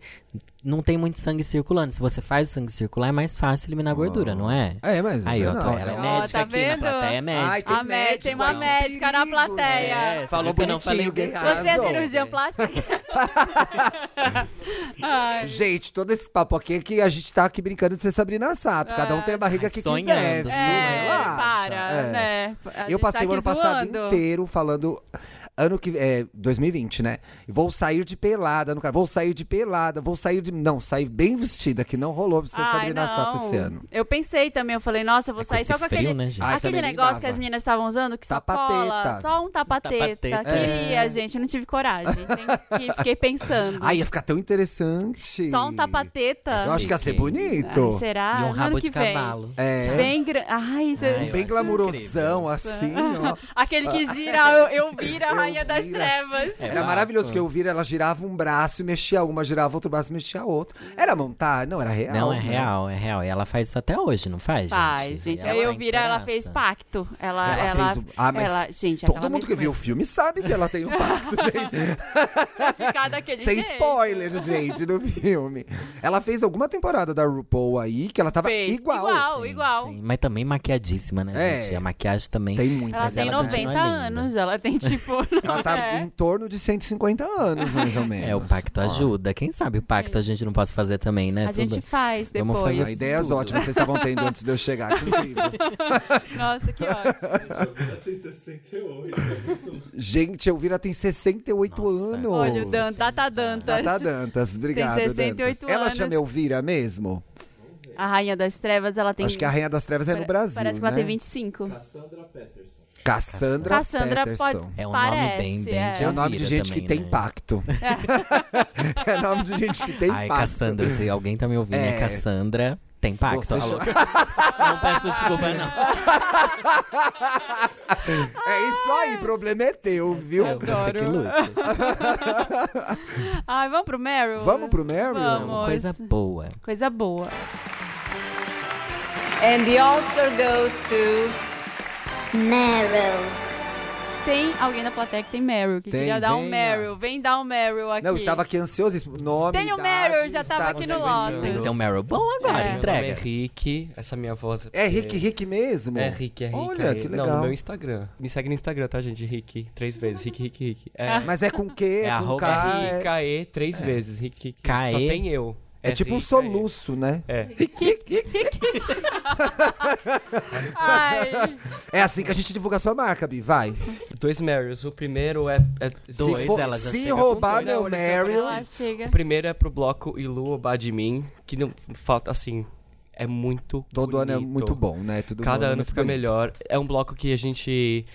[SPEAKER 3] não tem muito sangue circulando. Se você faz o sangue circular, é mais fácil eliminar a gordura, não é?
[SPEAKER 2] É, mas.
[SPEAKER 3] Aí, ó, tô-
[SPEAKER 2] não,
[SPEAKER 3] ela é
[SPEAKER 1] Ó,
[SPEAKER 3] médica
[SPEAKER 1] tá
[SPEAKER 3] aqui, na
[SPEAKER 1] vendo?
[SPEAKER 3] plateia é médica.
[SPEAKER 2] Ai, que
[SPEAKER 1] A mé- tem uma
[SPEAKER 2] ó.
[SPEAKER 1] médica na
[SPEAKER 2] um Perigo,
[SPEAKER 1] plateia.
[SPEAKER 2] né?
[SPEAKER 3] É,
[SPEAKER 2] Falou
[SPEAKER 3] você viu que eu não
[SPEAKER 2] bonitinho,
[SPEAKER 3] falei
[SPEAKER 2] gay.
[SPEAKER 3] nada.
[SPEAKER 1] Você é
[SPEAKER 2] Arrasou.
[SPEAKER 3] um
[SPEAKER 1] cirurgiã plástica? Ai.
[SPEAKER 2] Gente, todo esse papo aqui é que a gente tá aqui brincando de ser Sabrina Sato. Cada um tem a barriga
[SPEAKER 3] ai,
[SPEAKER 2] que
[SPEAKER 3] sonhando,
[SPEAKER 2] quiser.
[SPEAKER 3] sonhando.
[SPEAKER 2] viu?
[SPEAKER 1] É,
[SPEAKER 2] Relaxa.
[SPEAKER 1] para,
[SPEAKER 2] É.
[SPEAKER 1] né? A gente
[SPEAKER 2] Eu passei
[SPEAKER 1] tá
[SPEAKER 2] o ano
[SPEAKER 1] aqui
[SPEAKER 2] passado
[SPEAKER 1] zoando.
[SPEAKER 2] inteiro falando. Ano que. É, 2020, né? Vou sair de pelada no cara. Vou sair de pelada, vou sair de. Não, saí bem vestida, que não rolou pra você
[SPEAKER 1] Ai,
[SPEAKER 2] Sabrina Sato
[SPEAKER 1] não.
[SPEAKER 2] esse ano.
[SPEAKER 1] Eu pensei também, eu falei, nossa, eu vou
[SPEAKER 3] É com
[SPEAKER 1] sair
[SPEAKER 3] esse
[SPEAKER 1] só com
[SPEAKER 3] frio,
[SPEAKER 1] aquele,
[SPEAKER 3] né, gente?
[SPEAKER 1] aquele
[SPEAKER 2] Ai, Ah, também me
[SPEAKER 1] negócio
[SPEAKER 2] dava.
[SPEAKER 1] que as meninas estavam usando, que só
[SPEAKER 2] Tapateta.
[SPEAKER 1] cola, só um tapateta.
[SPEAKER 3] Tapateta.
[SPEAKER 1] Queria, gente, eu não tive coragem. tem que- fiquei pensando.
[SPEAKER 2] é. Ai, ia ficar tão interessante.
[SPEAKER 1] só um tapateta.
[SPEAKER 2] Eu acho que ia ser
[SPEAKER 3] Chique.
[SPEAKER 1] Ai,
[SPEAKER 2] bonito.
[SPEAKER 1] será?
[SPEAKER 3] E
[SPEAKER 1] No
[SPEAKER 3] um rabo
[SPEAKER 1] ah, ano
[SPEAKER 3] de
[SPEAKER 1] que vem.
[SPEAKER 3] cavalo.
[SPEAKER 2] É.
[SPEAKER 1] Bem grande. Ai, você-
[SPEAKER 3] Ai, eu
[SPEAKER 2] Bem
[SPEAKER 3] acho
[SPEAKER 2] glamurosão,
[SPEAKER 1] É
[SPEAKER 3] incrível.
[SPEAKER 2] assim, ó.
[SPEAKER 1] Aquele que gira, eu, eu vira,
[SPEAKER 2] Eu Elvira.
[SPEAKER 8] Rainha das Trevas.
[SPEAKER 2] Era maravilhoso, porque eu vira, ela girava um braço e mexia uma, girava outro braço e mexia outro. Era montagem, não, era real.
[SPEAKER 3] Não, é
[SPEAKER 2] né?
[SPEAKER 3] real, é real. E ela faz isso até hoje, não faz,
[SPEAKER 1] Faz, gente.
[SPEAKER 3] Ela é
[SPEAKER 1] Aí eu vira, ela
[SPEAKER 3] interessa.
[SPEAKER 1] fez pacto. Ela,
[SPEAKER 2] é Ela
[SPEAKER 1] ela,
[SPEAKER 2] fez o- Ah, mas
[SPEAKER 1] ela- gente,
[SPEAKER 2] Todo
[SPEAKER 1] aquela
[SPEAKER 2] mundo que viu o filme sabe que ela tem um pacto, gente.
[SPEAKER 8] Ficar daquele
[SPEAKER 1] é
[SPEAKER 2] Sem
[SPEAKER 8] jeito.
[SPEAKER 2] spoiler, gente, no filme. Ela fez alguma temporada da RuPaul aí que ela tava
[SPEAKER 8] Fez.
[SPEAKER 2] igual. assim,
[SPEAKER 1] Igual, igual.
[SPEAKER 3] Sim, mas também maquiadíssima, né,
[SPEAKER 2] É.
[SPEAKER 3] gente? A maquiagem também.
[SPEAKER 2] Tem muito. tá
[SPEAKER 1] Ela
[SPEAKER 3] Mas
[SPEAKER 1] tem
[SPEAKER 3] ela continua
[SPEAKER 1] 90
[SPEAKER 3] linda.
[SPEAKER 1] anos, ela tem tipo.
[SPEAKER 2] Ela tá em torno de 150 anos, mais ou menos.
[SPEAKER 3] É, o pacto
[SPEAKER 2] Ó,
[SPEAKER 3] ajuda. Quem sabe o pacto a gente não pode fazer também, né?
[SPEAKER 1] É. A gente faz
[SPEAKER 3] Vamos
[SPEAKER 1] depois.
[SPEAKER 3] fazer
[SPEAKER 2] São ideias é ótimas que vocês estavam tendo antes de eu chegar. Que incrível.
[SPEAKER 1] Nossa, que ótimo.
[SPEAKER 5] Já tem 68. né?
[SPEAKER 2] Gente, Elvira tem 68
[SPEAKER 3] Nossa.
[SPEAKER 2] anos.
[SPEAKER 1] Olha, o Dan, Data Dantas.
[SPEAKER 2] Data Dantas, obrigado.
[SPEAKER 1] 68
[SPEAKER 2] Dantas. Ela
[SPEAKER 1] anos.
[SPEAKER 2] chama Elvira mesmo?
[SPEAKER 1] A Rainha das Trevas, ela tem.
[SPEAKER 2] Acho que a Rainha das Trevas é no Brasil.
[SPEAKER 1] Parece que
[SPEAKER 2] né?
[SPEAKER 1] ela tem 25.
[SPEAKER 5] Cassandra Peterson.
[SPEAKER 2] Cassandra,
[SPEAKER 1] Cassandra
[SPEAKER 2] Peterson.
[SPEAKER 1] pode-
[SPEAKER 3] É um
[SPEAKER 1] Parece,
[SPEAKER 3] nome bem, bem
[SPEAKER 1] é.
[SPEAKER 3] de
[SPEAKER 2] É o nome de
[SPEAKER 3] Elvira
[SPEAKER 2] gente que
[SPEAKER 3] também,
[SPEAKER 2] tem
[SPEAKER 3] né?
[SPEAKER 2] pacto. é nome de gente que tem
[SPEAKER 3] Ai,
[SPEAKER 2] pacto.
[SPEAKER 3] Cassandra, se alguém tá me ouvindo, é,
[SPEAKER 2] É.
[SPEAKER 3] Cassandra. Tem pacto.
[SPEAKER 2] Você
[SPEAKER 3] alô?
[SPEAKER 2] chama-
[SPEAKER 3] Não peço desculpa, não.
[SPEAKER 2] É isso aí, problema é teu, viu?
[SPEAKER 3] Você que lute.
[SPEAKER 1] Ai, vamos pro Meryl?
[SPEAKER 2] Vamos pro Meryl?
[SPEAKER 1] Vamos.
[SPEAKER 3] Coisa boa.
[SPEAKER 1] Coisa boa.
[SPEAKER 9] And the Oscar goes to.
[SPEAKER 6] Meryl.
[SPEAKER 1] Tem alguém na plateia que tem Meryl, que
[SPEAKER 2] Tem,
[SPEAKER 1] queria dar um
[SPEAKER 2] venha.
[SPEAKER 1] Meryl. Vem dar um Meryl aqui.
[SPEAKER 2] Não, eu estava aqui ansioso. esse Nome,
[SPEAKER 1] Tem o
[SPEAKER 2] idade,
[SPEAKER 1] Meryl, já tava
[SPEAKER 2] estado
[SPEAKER 1] aqui no
[SPEAKER 2] sanguíneo.
[SPEAKER 1] Lotus.
[SPEAKER 3] Seu um Meryl bom agora,
[SPEAKER 1] É.
[SPEAKER 10] Meu
[SPEAKER 3] entrega.
[SPEAKER 10] nome é Rick, essa minha voz
[SPEAKER 2] É Rick Rick mesmo?
[SPEAKER 10] É Rick, é Rick.
[SPEAKER 2] Olha,
[SPEAKER 10] é
[SPEAKER 2] que
[SPEAKER 10] Rick.
[SPEAKER 2] legal.
[SPEAKER 10] Não, no meu Instagram. Me segue no Instagram, tá, gente? Rick, três vezes. Rick, Rick, Rick. É,
[SPEAKER 2] Mas é com quê?
[SPEAKER 3] É
[SPEAKER 2] É com
[SPEAKER 3] arroba
[SPEAKER 2] K.
[SPEAKER 10] é
[SPEAKER 2] É,
[SPEAKER 10] Rick, KE, três vezes. Rick, Rick.
[SPEAKER 3] KE.
[SPEAKER 10] Só tem eu.
[SPEAKER 2] é tipo um
[SPEAKER 10] Rick, KE.
[SPEAKER 2] soluço, né?
[SPEAKER 10] É.
[SPEAKER 1] Ai,
[SPEAKER 2] É assim que a gente divulga a sua marca, Bi. Vai.
[SPEAKER 10] Dois Marys. O primeiro é... é
[SPEAKER 3] Dois,
[SPEAKER 10] Se
[SPEAKER 2] for-
[SPEAKER 3] ela já
[SPEAKER 2] se
[SPEAKER 3] chega com
[SPEAKER 2] roubar
[SPEAKER 10] dois.
[SPEAKER 2] meu
[SPEAKER 10] Não, eles
[SPEAKER 2] Meryl.
[SPEAKER 1] ela chega.
[SPEAKER 10] O primeiro é pro bloco Ilu Obá de Mim, que não falta, assim, é muito
[SPEAKER 2] Todo ano é
[SPEAKER 10] bonito.
[SPEAKER 2] muito bom, né? Todo
[SPEAKER 10] Cada
[SPEAKER 2] é
[SPEAKER 10] ano
[SPEAKER 2] muito
[SPEAKER 10] fica
[SPEAKER 2] bonito.
[SPEAKER 10] melhor. É um bloco que a gente...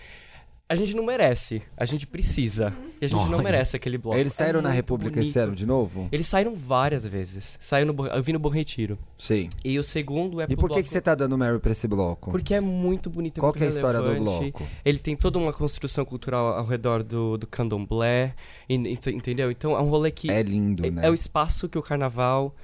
[SPEAKER 10] A gente não merece, a gente precisa. E a gente não
[SPEAKER 3] Olha.
[SPEAKER 10] merece aquele bloco.
[SPEAKER 2] Eles
[SPEAKER 10] É
[SPEAKER 2] saíram na
[SPEAKER 10] muito
[SPEAKER 2] República
[SPEAKER 10] bonito.
[SPEAKER 2] esse ano de novo?
[SPEAKER 10] Eles saíram várias vezes. Saiu no, Bo- eu vi no Bom Retiro.
[SPEAKER 2] Sim.
[SPEAKER 10] E o segundo é
[SPEAKER 2] E
[SPEAKER 10] pro
[SPEAKER 2] por que,
[SPEAKER 10] bloco-
[SPEAKER 2] que você tá dando Meryl pra esse bloco?
[SPEAKER 10] Porque é muito bonito. é
[SPEAKER 2] Qual
[SPEAKER 10] muito
[SPEAKER 2] que é a história do
[SPEAKER 10] relevante.
[SPEAKER 2] bloco?
[SPEAKER 10] Ele tem toda uma construção cultural ao redor do, do candomblé, e- ent- entendeu? Então é um rolê que...
[SPEAKER 2] É lindo,
[SPEAKER 10] é-
[SPEAKER 2] né?
[SPEAKER 10] é o espaço que o carnaval...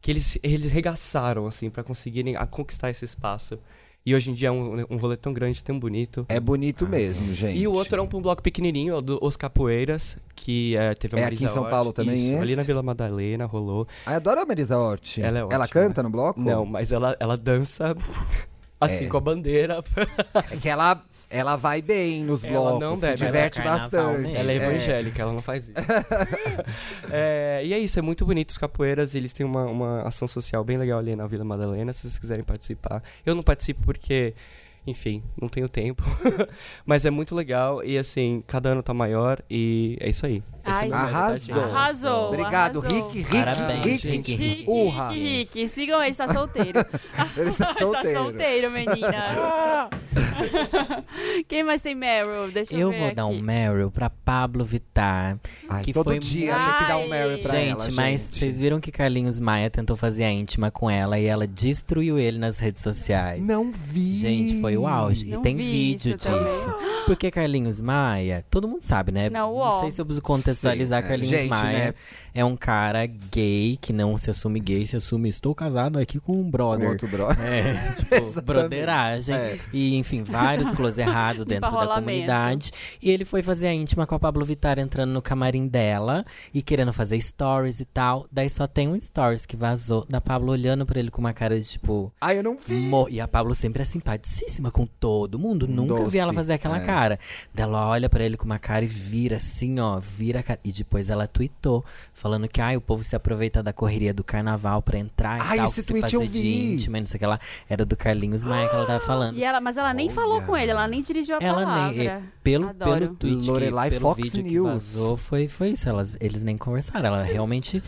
[SPEAKER 10] Que eles, eles regaçaram, assim, pra conseguirem a conquistar esse espaço. E hoje em dia é um, um rolê tão grande, tão bonito.
[SPEAKER 2] É bonito mesmo, gente.
[SPEAKER 10] E o outro Ah, é um, um bloco pequenininho, é o do Os Capoeiras, que é, teve a
[SPEAKER 2] É
[SPEAKER 10] Marisa
[SPEAKER 2] aqui em São
[SPEAKER 10] Hort.
[SPEAKER 2] Paulo também
[SPEAKER 10] Isso,
[SPEAKER 2] esse?
[SPEAKER 10] ali na Vila Madalena rolou.
[SPEAKER 2] Ah, eu adoro a Marisa Hort.
[SPEAKER 10] Ela é
[SPEAKER 2] Ela
[SPEAKER 10] ótima.
[SPEAKER 2] canta no bloco?
[SPEAKER 10] Não, mas ela, ela dança assim
[SPEAKER 2] É.
[SPEAKER 10] com a bandeira.
[SPEAKER 2] É que ela, ela vai bem nos
[SPEAKER 10] Ela
[SPEAKER 2] blocos,
[SPEAKER 10] não
[SPEAKER 2] se
[SPEAKER 10] bebe, ela é
[SPEAKER 2] diverte
[SPEAKER 3] carnaval
[SPEAKER 2] bastante.
[SPEAKER 3] mesmo.
[SPEAKER 10] ela é evangélica, ela não faz isso. É, e é isso, é muito bonito. Os capoeiras, eles têm uma, uma ação social bem legal ali na Vila Madalena, se vocês quiserem participar. Eu não participo porque, enfim, não tenho tempo. Mas é muito legal e, assim, cada ano tá maior e é isso aí. Esse
[SPEAKER 1] Ai,
[SPEAKER 10] é meu
[SPEAKER 2] Arrasou.
[SPEAKER 10] Meryl, tadinho.
[SPEAKER 1] Arrasou.
[SPEAKER 2] Obrigado,
[SPEAKER 1] arrasou.
[SPEAKER 2] Rick, Rick,
[SPEAKER 3] Parabéns,
[SPEAKER 2] Rick.
[SPEAKER 3] Rick,
[SPEAKER 1] Rick,
[SPEAKER 2] Urra.
[SPEAKER 1] Rick, Rick. Sigam ele, está solteiro.
[SPEAKER 2] Ele está solteiro.
[SPEAKER 1] Está solteiro, meninas. Quem mais tem Meryl? Deixa eu,
[SPEAKER 3] Eu
[SPEAKER 1] ver
[SPEAKER 3] vou dar
[SPEAKER 1] aqui.
[SPEAKER 3] um Meryl pra Pablo Vittar.
[SPEAKER 2] Ai,
[SPEAKER 3] Que
[SPEAKER 2] todo
[SPEAKER 3] foi
[SPEAKER 2] dia tem que dar um
[SPEAKER 1] Ai.
[SPEAKER 2] Meryl pra
[SPEAKER 3] gente,
[SPEAKER 2] ela,
[SPEAKER 3] mas
[SPEAKER 2] gente.
[SPEAKER 3] vocês viram que Carlinhos Maia tentou fazer a íntima com ela e ela destruiu ele nas redes sociais.
[SPEAKER 2] Não vi.
[SPEAKER 3] Gente, foi o auge.
[SPEAKER 1] Não
[SPEAKER 3] e tem
[SPEAKER 1] vi
[SPEAKER 3] vídeo
[SPEAKER 1] isso também.
[SPEAKER 3] disso. Porque Carlinhos Maia, todo mundo sabe, né?
[SPEAKER 1] Não,
[SPEAKER 3] não
[SPEAKER 1] uó.
[SPEAKER 3] sei se eu preciso contextualizar
[SPEAKER 2] Sim, é.
[SPEAKER 3] Carlinhos
[SPEAKER 2] Gente,
[SPEAKER 3] Maia.
[SPEAKER 2] né?
[SPEAKER 3] É um cara gay que não se assume gay, se assume estou casado aqui com um
[SPEAKER 2] Com
[SPEAKER 3] brother.
[SPEAKER 2] outro brother.
[SPEAKER 3] É, tipo,
[SPEAKER 2] Exatamente.
[SPEAKER 3] broderagem.
[SPEAKER 2] É.
[SPEAKER 3] E, enfim, vários close errados dentro da
[SPEAKER 1] Embarrolamento.
[SPEAKER 3] comunidade. E ele foi fazer a íntima com a Pablo Vittar entrando no camarim dela e querendo fazer stories e tal. Daí só tem um stories que vazou da Pablo olhando pra ele com uma cara de tipo.
[SPEAKER 2] Ai, eu não vi.
[SPEAKER 3] Mo- E a Pablo sempre é simpaticíssima com todo mundo. Nunca
[SPEAKER 2] Doce,
[SPEAKER 3] vi ela fazer aquela
[SPEAKER 2] é.
[SPEAKER 3] cara. Daí ela olha pra ele com uma cara e vira assim, ó, vira a cara. E depois ela tweetou, falando que ai, o povo se aproveita da correria do carnaval pra entrar e
[SPEAKER 2] Ai,
[SPEAKER 3] tal,
[SPEAKER 2] esse
[SPEAKER 3] que se
[SPEAKER 2] tweet eu
[SPEAKER 3] fazer de
[SPEAKER 2] vi.
[SPEAKER 3] íntima, e não sei o que lá. Era do Carlinhos Maia que ela tava falando.
[SPEAKER 1] E ela, mas ela nem falou com ele, ela nem dirigiu a
[SPEAKER 3] Ela
[SPEAKER 1] palavra.
[SPEAKER 3] nem. é, pelo,
[SPEAKER 1] Adoro.
[SPEAKER 3] pelo tweet, que,
[SPEAKER 2] Lorelai
[SPEAKER 3] pelo
[SPEAKER 2] Fox
[SPEAKER 3] vídeo
[SPEAKER 2] News.
[SPEAKER 3] que vazou, foi, foi isso. Elas, eles nem conversaram. Ela realmente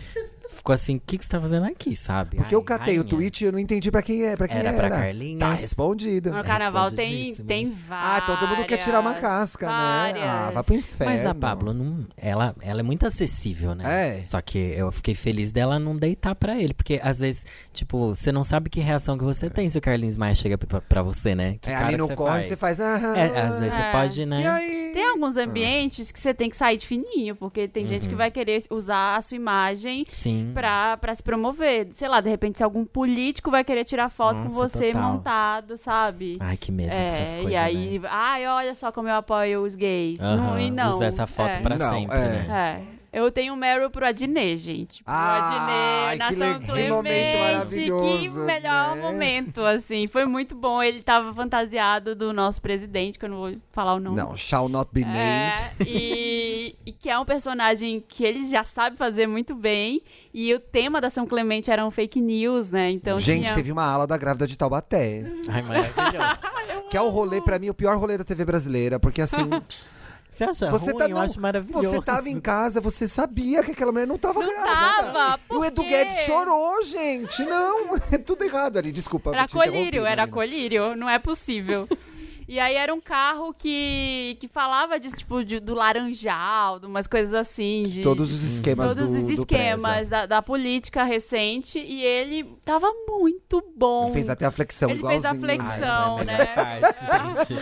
[SPEAKER 3] ficou assim, o que, que você tá fazendo aqui, sabe?
[SPEAKER 2] Porque
[SPEAKER 3] Ai,
[SPEAKER 2] eu catei o
[SPEAKER 3] rainha.
[SPEAKER 2] tweet e eu não entendi pra quem é. Pra quem
[SPEAKER 3] Era
[SPEAKER 2] era
[SPEAKER 3] pra Carlinhos?
[SPEAKER 2] Tá
[SPEAKER 3] é
[SPEAKER 2] respondido.
[SPEAKER 1] No carnaval tem,
[SPEAKER 3] Escondidíssimo.
[SPEAKER 1] tem
[SPEAKER 2] Ah,
[SPEAKER 1] várias.
[SPEAKER 2] todo mundo quer tirar uma casca, né? Ah, vai
[SPEAKER 1] várias.
[SPEAKER 2] pro inferno.
[SPEAKER 3] Mas a Pablo, não, ela, ela é muito acessível, né?
[SPEAKER 2] É.
[SPEAKER 3] Só que eu fiquei feliz dela não deitar pra ele. Porque às vezes, tipo, você não sabe que reação que você tem se o Carlinhos Maia chega pra, pra você, né? Que
[SPEAKER 2] É,
[SPEAKER 3] cara
[SPEAKER 2] ali
[SPEAKER 3] que
[SPEAKER 2] no corre, você faz. Ah,
[SPEAKER 3] É, às vezes
[SPEAKER 1] É.
[SPEAKER 3] você pode, né?
[SPEAKER 2] E aí?
[SPEAKER 1] Tem alguns ambientes que você tem que sair de fininho, porque tem gente
[SPEAKER 3] Uhum.
[SPEAKER 1] que vai querer usar a sua imagem
[SPEAKER 3] Sim.
[SPEAKER 1] pra, pra se promover. Sei lá, de repente, se algum político vai querer tirar foto com
[SPEAKER 3] Nossa,
[SPEAKER 1] você
[SPEAKER 3] total.
[SPEAKER 1] montado, sabe?
[SPEAKER 3] Ai, que medo dessas
[SPEAKER 1] É,
[SPEAKER 3] coisas.
[SPEAKER 1] e aí,
[SPEAKER 3] né?
[SPEAKER 1] ai, olha só como eu apoio os gays. Não,
[SPEAKER 3] Aham,
[SPEAKER 1] e não.
[SPEAKER 3] Usa essa foto
[SPEAKER 1] é.
[SPEAKER 3] pra
[SPEAKER 2] Não,
[SPEAKER 3] sempre,
[SPEAKER 2] é.
[SPEAKER 3] né?
[SPEAKER 1] É. Eu tenho um Meryl pro Adnet, gente. Pro
[SPEAKER 2] Ah,
[SPEAKER 1] Adnet,
[SPEAKER 2] ai, que
[SPEAKER 1] Nação
[SPEAKER 2] le- que
[SPEAKER 1] Clemente.
[SPEAKER 2] momento maravilhoso,
[SPEAKER 1] que melhor
[SPEAKER 2] né?
[SPEAKER 1] momento, assim. Foi muito bom. Ele tava fantasiado do nosso presidente, que eu não vou falar o um nome.
[SPEAKER 2] Não, shall not be
[SPEAKER 1] É,
[SPEAKER 2] named.
[SPEAKER 1] e, e que é um personagem que ele já sabe fazer muito bem. E o tema da São Clemente eram fake news, né? Então
[SPEAKER 2] Gente,
[SPEAKER 1] tinha...
[SPEAKER 2] teve uma ala da grávida de Taubaté.
[SPEAKER 3] Ai, maravilhoso.
[SPEAKER 2] Que é o rolê, pra mim, o pior rolê da TV brasileira. Porque assim,
[SPEAKER 3] Você acha
[SPEAKER 2] Você
[SPEAKER 3] Tá ruim?
[SPEAKER 2] tá-
[SPEAKER 3] eu
[SPEAKER 2] não,
[SPEAKER 3] acho maravilhoso.
[SPEAKER 2] você tava em casa, você sabia que aquela mulher não tava grávida.
[SPEAKER 1] Tava,
[SPEAKER 2] né? E o
[SPEAKER 1] por
[SPEAKER 2] Edu
[SPEAKER 1] quê?
[SPEAKER 2] Guedes chorou, gente. Não, é tudo errado ali. Desculpa.
[SPEAKER 1] Era
[SPEAKER 2] eu te interrompi,
[SPEAKER 1] colírio, era
[SPEAKER 2] Marina.
[SPEAKER 1] colírio, não é possível. E aí era um carro que, que falava disso, tipo, de- do laranjal, de umas coisas assim. De,
[SPEAKER 2] Todos os esquemas
[SPEAKER 1] todos
[SPEAKER 2] do,
[SPEAKER 1] os
[SPEAKER 2] do
[SPEAKER 1] esquemas
[SPEAKER 2] Preza.
[SPEAKER 1] da, da política recente. E ele tava muito bom.
[SPEAKER 2] Ele fez até a flexão,
[SPEAKER 1] Ele
[SPEAKER 2] igualzinho.
[SPEAKER 1] fez a
[SPEAKER 3] Ai,
[SPEAKER 1] flexão.
[SPEAKER 3] foi a melhor
[SPEAKER 1] né?
[SPEAKER 3] parte,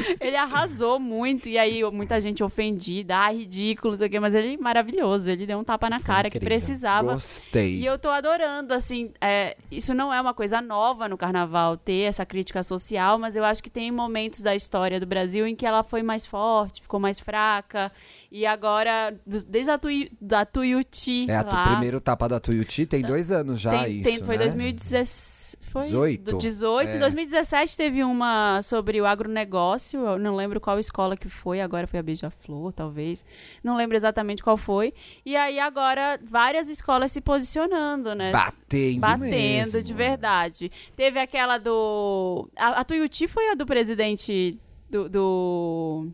[SPEAKER 3] gente.
[SPEAKER 1] Ele arrasou muito, e aí muita gente ofendida, ah, ridículo, não sei o quê, mas ele maravilhoso, ele deu um tapa na
[SPEAKER 3] Foi
[SPEAKER 1] cara que
[SPEAKER 3] incrível.
[SPEAKER 1] precisava. E
[SPEAKER 2] Gostei.
[SPEAKER 1] eu tô adorando, assim, é, isso não é uma coisa nova no carnaval ter essa crítica social, mas eu acho que tem momentos da história do Brasil em que ela foi mais forte, ficou mais fraca, e agora, dos- desde a Tui, da Tuiuti
[SPEAKER 2] É, a tu,
[SPEAKER 1] lá,
[SPEAKER 2] primeiro tapa da Tuiuti tem dois anos já,
[SPEAKER 1] tem,
[SPEAKER 2] isso,
[SPEAKER 1] tem- foi
[SPEAKER 2] né?
[SPEAKER 1] 2016. Foi?
[SPEAKER 2] 18.
[SPEAKER 1] Do 18.
[SPEAKER 2] É.
[SPEAKER 1] 2017 teve uma sobre o agronegócio. Eu não lembro qual escola que foi. Agora foi a Beija-Flor, talvez. Não lembro exatamente qual foi. E aí agora várias escolas se posicionando, né?
[SPEAKER 2] Batendo
[SPEAKER 1] Batendo
[SPEAKER 2] mesmo. é.
[SPEAKER 1] de verdade. Teve aquela do. A, a Tuiuti foi a do presidente do. do...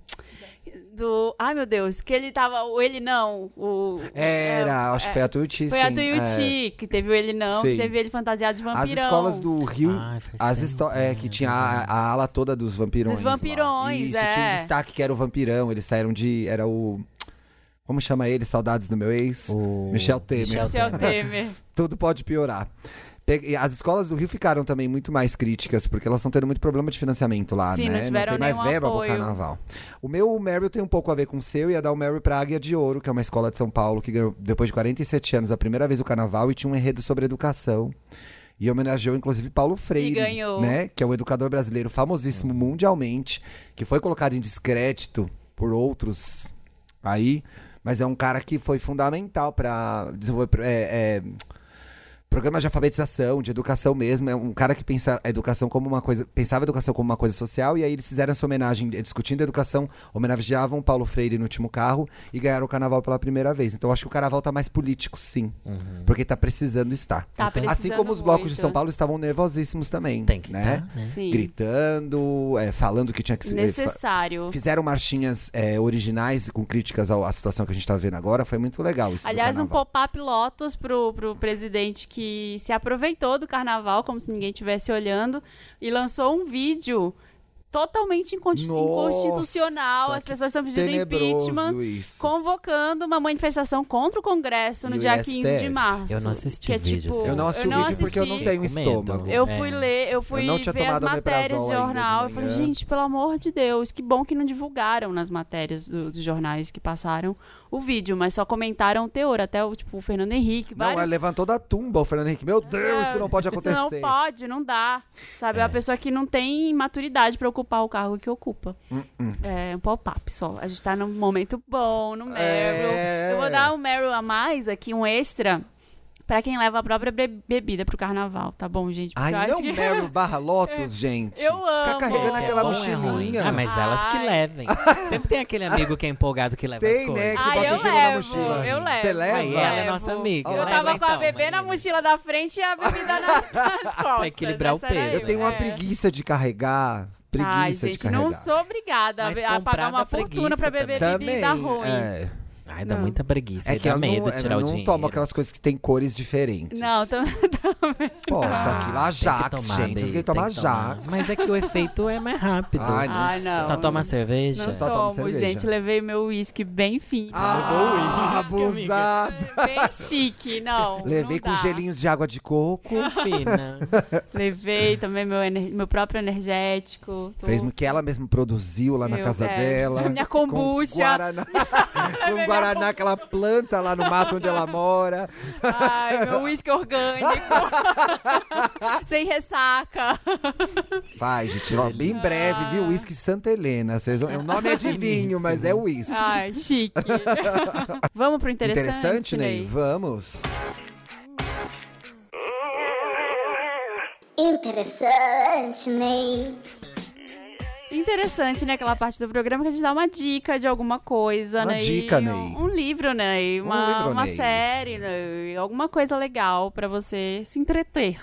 [SPEAKER 1] do- Ai, meu Deus, que ele tava. O ele não. O... é,
[SPEAKER 2] Era, acho que foi a Tuiuti,
[SPEAKER 1] Foi
[SPEAKER 2] sim. é.
[SPEAKER 1] a Tuiuti, que teve o ele não,
[SPEAKER 2] Sim.
[SPEAKER 1] que teve ele fantasiado de
[SPEAKER 2] As
[SPEAKER 1] vampirão.
[SPEAKER 2] escolas do Rio,
[SPEAKER 3] Ai, faz
[SPEAKER 2] as
[SPEAKER 3] tempo,
[SPEAKER 2] esto- é,
[SPEAKER 3] né?
[SPEAKER 2] que tinha a, a ala toda dos vampirões.
[SPEAKER 1] Dos
[SPEAKER 2] lá.
[SPEAKER 1] vampirões,
[SPEAKER 2] Isso,
[SPEAKER 1] é.
[SPEAKER 2] tinha um destaque que era o vampirão, eles saíram de. Era o. Como chama ele? Saudades do meu ex?
[SPEAKER 3] O-
[SPEAKER 2] Michel Temer.
[SPEAKER 3] Michel
[SPEAKER 1] Michel
[SPEAKER 2] né?
[SPEAKER 1] Temer.
[SPEAKER 2] Tudo pode piorar. Pe- e As escolas do Rio ficaram também muito mais críticas, porque elas estão tendo muito problema de financiamento lá,
[SPEAKER 1] Sim, não
[SPEAKER 2] né?
[SPEAKER 1] tiveram
[SPEAKER 2] tem mais
[SPEAKER 1] nenhum
[SPEAKER 2] verba
[SPEAKER 1] apoio.
[SPEAKER 2] pro carnaval. O meu Meryl tem um pouco a ver com o seu, ia dar o Meryl pra Águia de Ouro, que é uma escola de São Paulo que ganhou, depois de 47 anos, a primeira vez o carnaval e tinha um enredo sobre educação. E homenageou, inclusive, Paulo Freire,
[SPEAKER 1] ganhou.
[SPEAKER 2] né? Que é um educador brasileiro famosíssimo mundialmente, que foi colocado em descrédito por outros aí, mas é um cara que foi fundamental para desenvolver é, é, programas de alfabetização, de educação mesmo. É um cara que pensa a educação como uma coisa, pensava a educação como uma coisa social e aí eles fizeram essa homenagem eh, discutindo a educação, homenageavam Paulo Freire no último carro e ganharam o carnaval pela primeira vez. Então eu acho que o carnaval tá mais político, sim,
[SPEAKER 3] Uhum.
[SPEAKER 2] porque tá precisando estar.
[SPEAKER 1] Tá precisando
[SPEAKER 2] assim como os blocos
[SPEAKER 1] muito.
[SPEAKER 2] de São Paulo estavam nervosíssimos também,
[SPEAKER 3] Tem que
[SPEAKER 2] né?
[SPEAKER 3] tá, né?
[SPEAKER 1] Sim.
[SPEAKER 2] Gritando, eh, falando que tinha que se eh, fa-
[SPEAKER 1] Necessário.
[SPEAKER 2] Fizeram marchinhas é, originais com críticas ao- à situação que a gente tá vendo agora. Foi muito legal isso. do
[SPEAKER 1] Aliás, um
[SPEAKER 2] carnaval.
[SPEAKER 1] pop-up Lotus pro, pro presidente que se aproveitou do carnaval, como se ninguém estivesse olhando, e lançou um vídeo totalmente inconsti-
[SPEAKER 2] Nossa,
[SPEAKER 1] inconstitucional. As
[SPEAKER 2] que
[SPEAKER 1] pessoas estão pedindo
[SPEAKER 2] Tenebroso
[SPEAKER 1] impeachment.
[SPEAKER 2] isso.
[SPEAKER 1] Convocando uma manifestação contra o Congresso no
[SPEAKER 2] E o
[SPEAKER 1] dia
[SPEAKER 2] STF.
[SPEAKER 1] 15 de março.
[SPEAKER 3] Eu não assisti
[SPEAKER 1] que é
[SPEAKER 3] o vídeo,
[SPEAKER 1] tipo,
[SPEAKER 3] assim.
[SPEAKER 2] Eu não assisti o vídeo porque eu não
[SPEAKER 1] assisti.
[SPEAKER 2] tenho
[SPEAKER 3] Fiquei com medo.
[SPEAKER 2] estômago.
[SPEAKER 1] Eu
[SPEAKER 3] É.
[SPEAKER 1] fui ler, eu fui
[SPEAKER 2] Eu não tinha
[SPEAKER 1] ver as
[SPEAKER 2] tomado
[SPEAKER 1] matérias de
[SPEAKER 2] omeprazol ainda de
[SPEAKER 1] jornal. eu falei,
[SPEAKER 2] manhã.
[SPEAKER 1] gente, pelo amor de Deus, que bom que não divulgaram nas matérias do- dos jornais que passaram o vídeo, mas só comentaram o teor, até o tipo o Fernando Henrique,
[SPEAKER 2] Não,
[SPEAKER 1] vários.
[SPEAKER 2] ela levantou da tumba o Fernando Henrique. Meu Deus,
[SPEAKER 1] É,
[SPEAKER 2] isso não pode
[SPEAKER 1] Isso
[SPEAKER 2] acontecer.
[SPEAKER 1] não pode, não dá. Sabe, é uma pessoa que não tem maturidade pra ocupar o cargo que ocupa.
[SPEAKER 2] Hum,
[SPEAKER 1] É um pop-up só. A gente tá num momento bom, no Meryl.
[SPEAKER 2] É.
[SPEAKER 1] Eu vou dar um Meryl a mais aqui, um extra, pra quem leva a própria be- bebida pro carnaval, tá bom, gente? Porque eu
[SPEAKER 2] Ai,
[SPEAKER 1] acho
[SPEAKER 2] não
[SPEAKER 1] que- É,
[SPEAKER 2] Meryl barra Lotus, gente.
[SPEAKER 1] Eu amo.
[SPEAKER 2] Ficar carregando
[SPEAKER 1] É
[SPEAKER 2] aquela
[SPEAKER 3] bom, ruim.
[SPEAKER 2] mochilinha.
[SPEAKER 3] ah, mas elas que
[SPEAKER 1] Ai.
[SPEAKER 3] levem. Sempre tem aquele amigo que é empolgado que leva as
[SPEAKER 2] Tem,
[SPEAKER 3] coisas.
[SPEAKER 2] né? Que
[SPEAKER 1] Ah,
[SPEAKER 2] bota
[SPEAKER 1] eu
[SPEAKER 2] o gelo na
[SPEAKER 1] levo,
[SPEAKER 2] mochila.
[SPEAKER 1] eu levo.
[SPEAKER 2] Você leva?
[SPEAKER 3] Aí ela é nossa amiga.
[SPEAKER 1] Eu
[SPEAKER 3] Leva
[SPEAKER 1] tava com a
[SPEAKER 3] então,
[SPEAKER 1] bebê na
[SPEAKER 3] Maíra.
[SPEAKER 1] mochila da frente e a bebida nas, nas costas.
[SPEAKER 3] equilibrar o
[SPEAKER 1] Essa era
[SPEAKER 3] peso,
[SPEAKER 1] eu.
[SPEAKER 2] Eu tenho uma
[SPEAKER 1] É.
[SPEAKER 2] preguiça de carregar. Preguiça
[SPEAKER 1] Ai,
[SPEAKER 2] de
[SPEAKER 1] gente,
[SPEAKER 2] carregar.
[SPEAKER 1] não sou obrigada a
[SPEAKER 3] Mas
[SPEAKER 1] be- a
[SPEAKER 3] comprar
[SPEAKER 1] pagar uma
[SPEAKER 3] dá preguiça
[SPEAKER 1] fortuna pra beber
[SPEAKER 2] Também.
[SPEAKER 1] bebida ruim.
[SPEAKER 2] é.
[SPEAKER 3] Ai, dá
[SPEAKER 1] Não.
[SPEAKER 3] muita preguiça.
[SPEAKER 2] É que
[SPEAKER 3] dá
[SPEAKER 2] ela
[SPEAKER 3] medo
[SPEAKER 2] não,
[SPEAKER 3] tirar
[SPEAKER 2] ela
[SPEAKER 3] o
[SPEAKER 2] não
[SPEAKER 3] dinheiro.
[SPEAKER 2] toma aquelas coisas que tem cores diferentes.
[SPEAKER 1] Não, também. também.
[SPEAKER 2] Pô, isso
[SPEAKER 3] Ah,
[SPEAKER 2] aqui lá
[SPEAKER 3] já
[SPEAKER 2] Jax, gente. Isso aqui toma Jax.
[SPEAKER 3] Mas é que o efeito é mais rápido.
[SPEAKER 2] Ai, não
[SPEAKER 1] Ai, não.
[SPEAKER 3] Só toma cerveja?
[SPEAKER 1] Não
[SPEAKER 2] Só
[SPEAKER 1] tomo,
[SPEAKER 2] toma cerveja.
[SPEAKER 1] gente. Levei meu uísque bem fino.
[SPEAKER 2] Ah, abusado.
[SPEAKER 1] Bem chique, não.
[SPEAKER 2] Levei
[SPEAKER 1] não
[SPEAKER 2] com
[SPEAKER 1] dá.
[SPEAKER 2] gelinhos de água de coco.
[SPEAKER 3] Fina.
[SPEAKER 1] Levei também meu, ener- meu próprio energético. tudo.
[SPEAKER 2] Fez que ela mesma produziu lá na
[SPEAKER 1] Meu,
[SPEAKER 2] casa
[SPEAKER 1] é.
[SPEAKER 2] dela.
[SPEAKER 1] Minha
[SPEAKER 2] Com
[SPEAKER 1] kombucha.
[SPEAKER 2] Guaraná, com guaraná que ela planta lá no mato onde ela mora.
[SPEAKER 1] Ai, meu uísque orgânico. Sem ressaca.
[SPEAKER 2] Faz, gente. Ó, bem
[SPEAKER 1] Ah.
[SPEAKER 2] em breve, viu? Whisky Santa Helena. Vocês vão- O nome é de vinho, mas é whisky.
[SPEAKER 1] Ai, chique. Vamos pro Ah, interessante,
[SPEAKER 2] Interessante, Ney?
[SPEAKER 1] Ney?
[SPEAKER 2] Vamos.
[SPEAKER 6] Interessante, Ney.
[SPEAKER 1] Interessante, né? Aquela parte do programa que a gente dá uma dica de alguma coisa,
[SPEAKER 2] Uma
[SPEAKER 1] né?
[SPEAKER 2] dica,
[SPEAKER 1] E
[SPEAKER 2] Ney.
[SPEAKER 1] Um, um livro, né? E
[SPEAKER 2] Um
[SPEAKER 1] Uma,
[SPEAKER 2] livro,
[SPEAKER 1] uma
[SPEAKER 2] Ney.
[SPEAKER 1] série, né? E Alguma coisa legal pra você se entreter.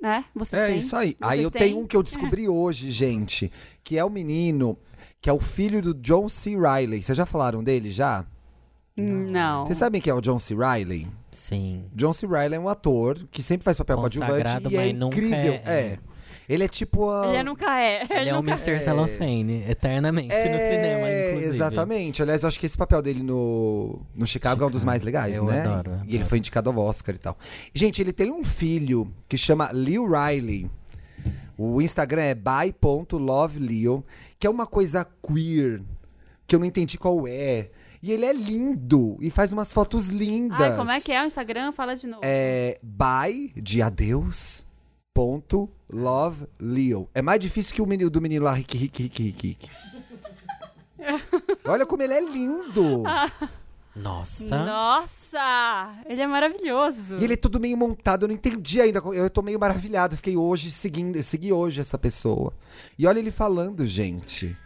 [SPEAKER 1] Né? Vocês
[SPEAKER 2] é
[SPEAKER 1] têm?
[SPEAKER 2] isso aí.
[SPEAKER 1] Vocês
[SPEAKER 2] aí eu
[SPEAKER 1] têm? É.
[SPEAKER 2] tenho um que eu descobri hoje, gente, que é o menino que é o filho do John C. Riley. Vocês já falaram dele já?
[SPEAKER 1] Não.
[SPEAKER 2] Vocês sabem quem é o John C. Riley?
[SPEAKER 3] Sim.
[SPEAKER 2] John C. Riley é um ator que sempre faz papel coadjuvante
[SPEAKER 3] Consagrado,
[SPEAKER 2] e é
[SPEAKER 3] mas nunca
[SPEAKER 2] incrível.
[SPEAKER 3] é-
[SPEAKER 2] É. Ele é tipo a...
[SPEAKER 1] Ele nunca é. Ele,
[SPEAKER 3] Ele é o
[SPEAKER 1] nunca...
[SPEAKER 3] Mr. Cellophane, eternamente no cinema, inclusive.
[SPEAKER 2] É, Exatamente. Aliás, eu acho que esse papel dele no, no Chicago, é um dos mais legais,
[SPEAKER 3] Eu
[SPEAKER 2] né?
[SPEAKER 3] adoro, eu
[SPEAKER 2] E ele
[SPEAKER 3] adoro.
[SPEAKER 2] foi indicado ao Oscar e tal. Gente, ele tem um filho que chama Leo Riley. O Instagram é by.loveleo, que é uma coisa queer, que eu não entendi qual é. E ele é lindo e faz umas fotos lindas.
[SPEAKER 1] Ai, como é que é o Instagram? Fala de novo.
[SPEAKER 2] É by de adeus. Ponto love Leo. É mais difícil que o menino do menino lá, Rick, Rick, Rick, Rick, Rick. Olha como ele é lindo.
[SPEAKER 1] Ah.
[SPEAKER 3] Nossa.
[SPEAKER 1] Nossa! Ele é maravilhoso.
[SPEAKER 2] E ele é tudo meio montado, eu não entendi ainda. Eu tô meio maravilhado. Fiquei hoje seguindo, segui hoje essa pessoa. E olha ele falando, gente.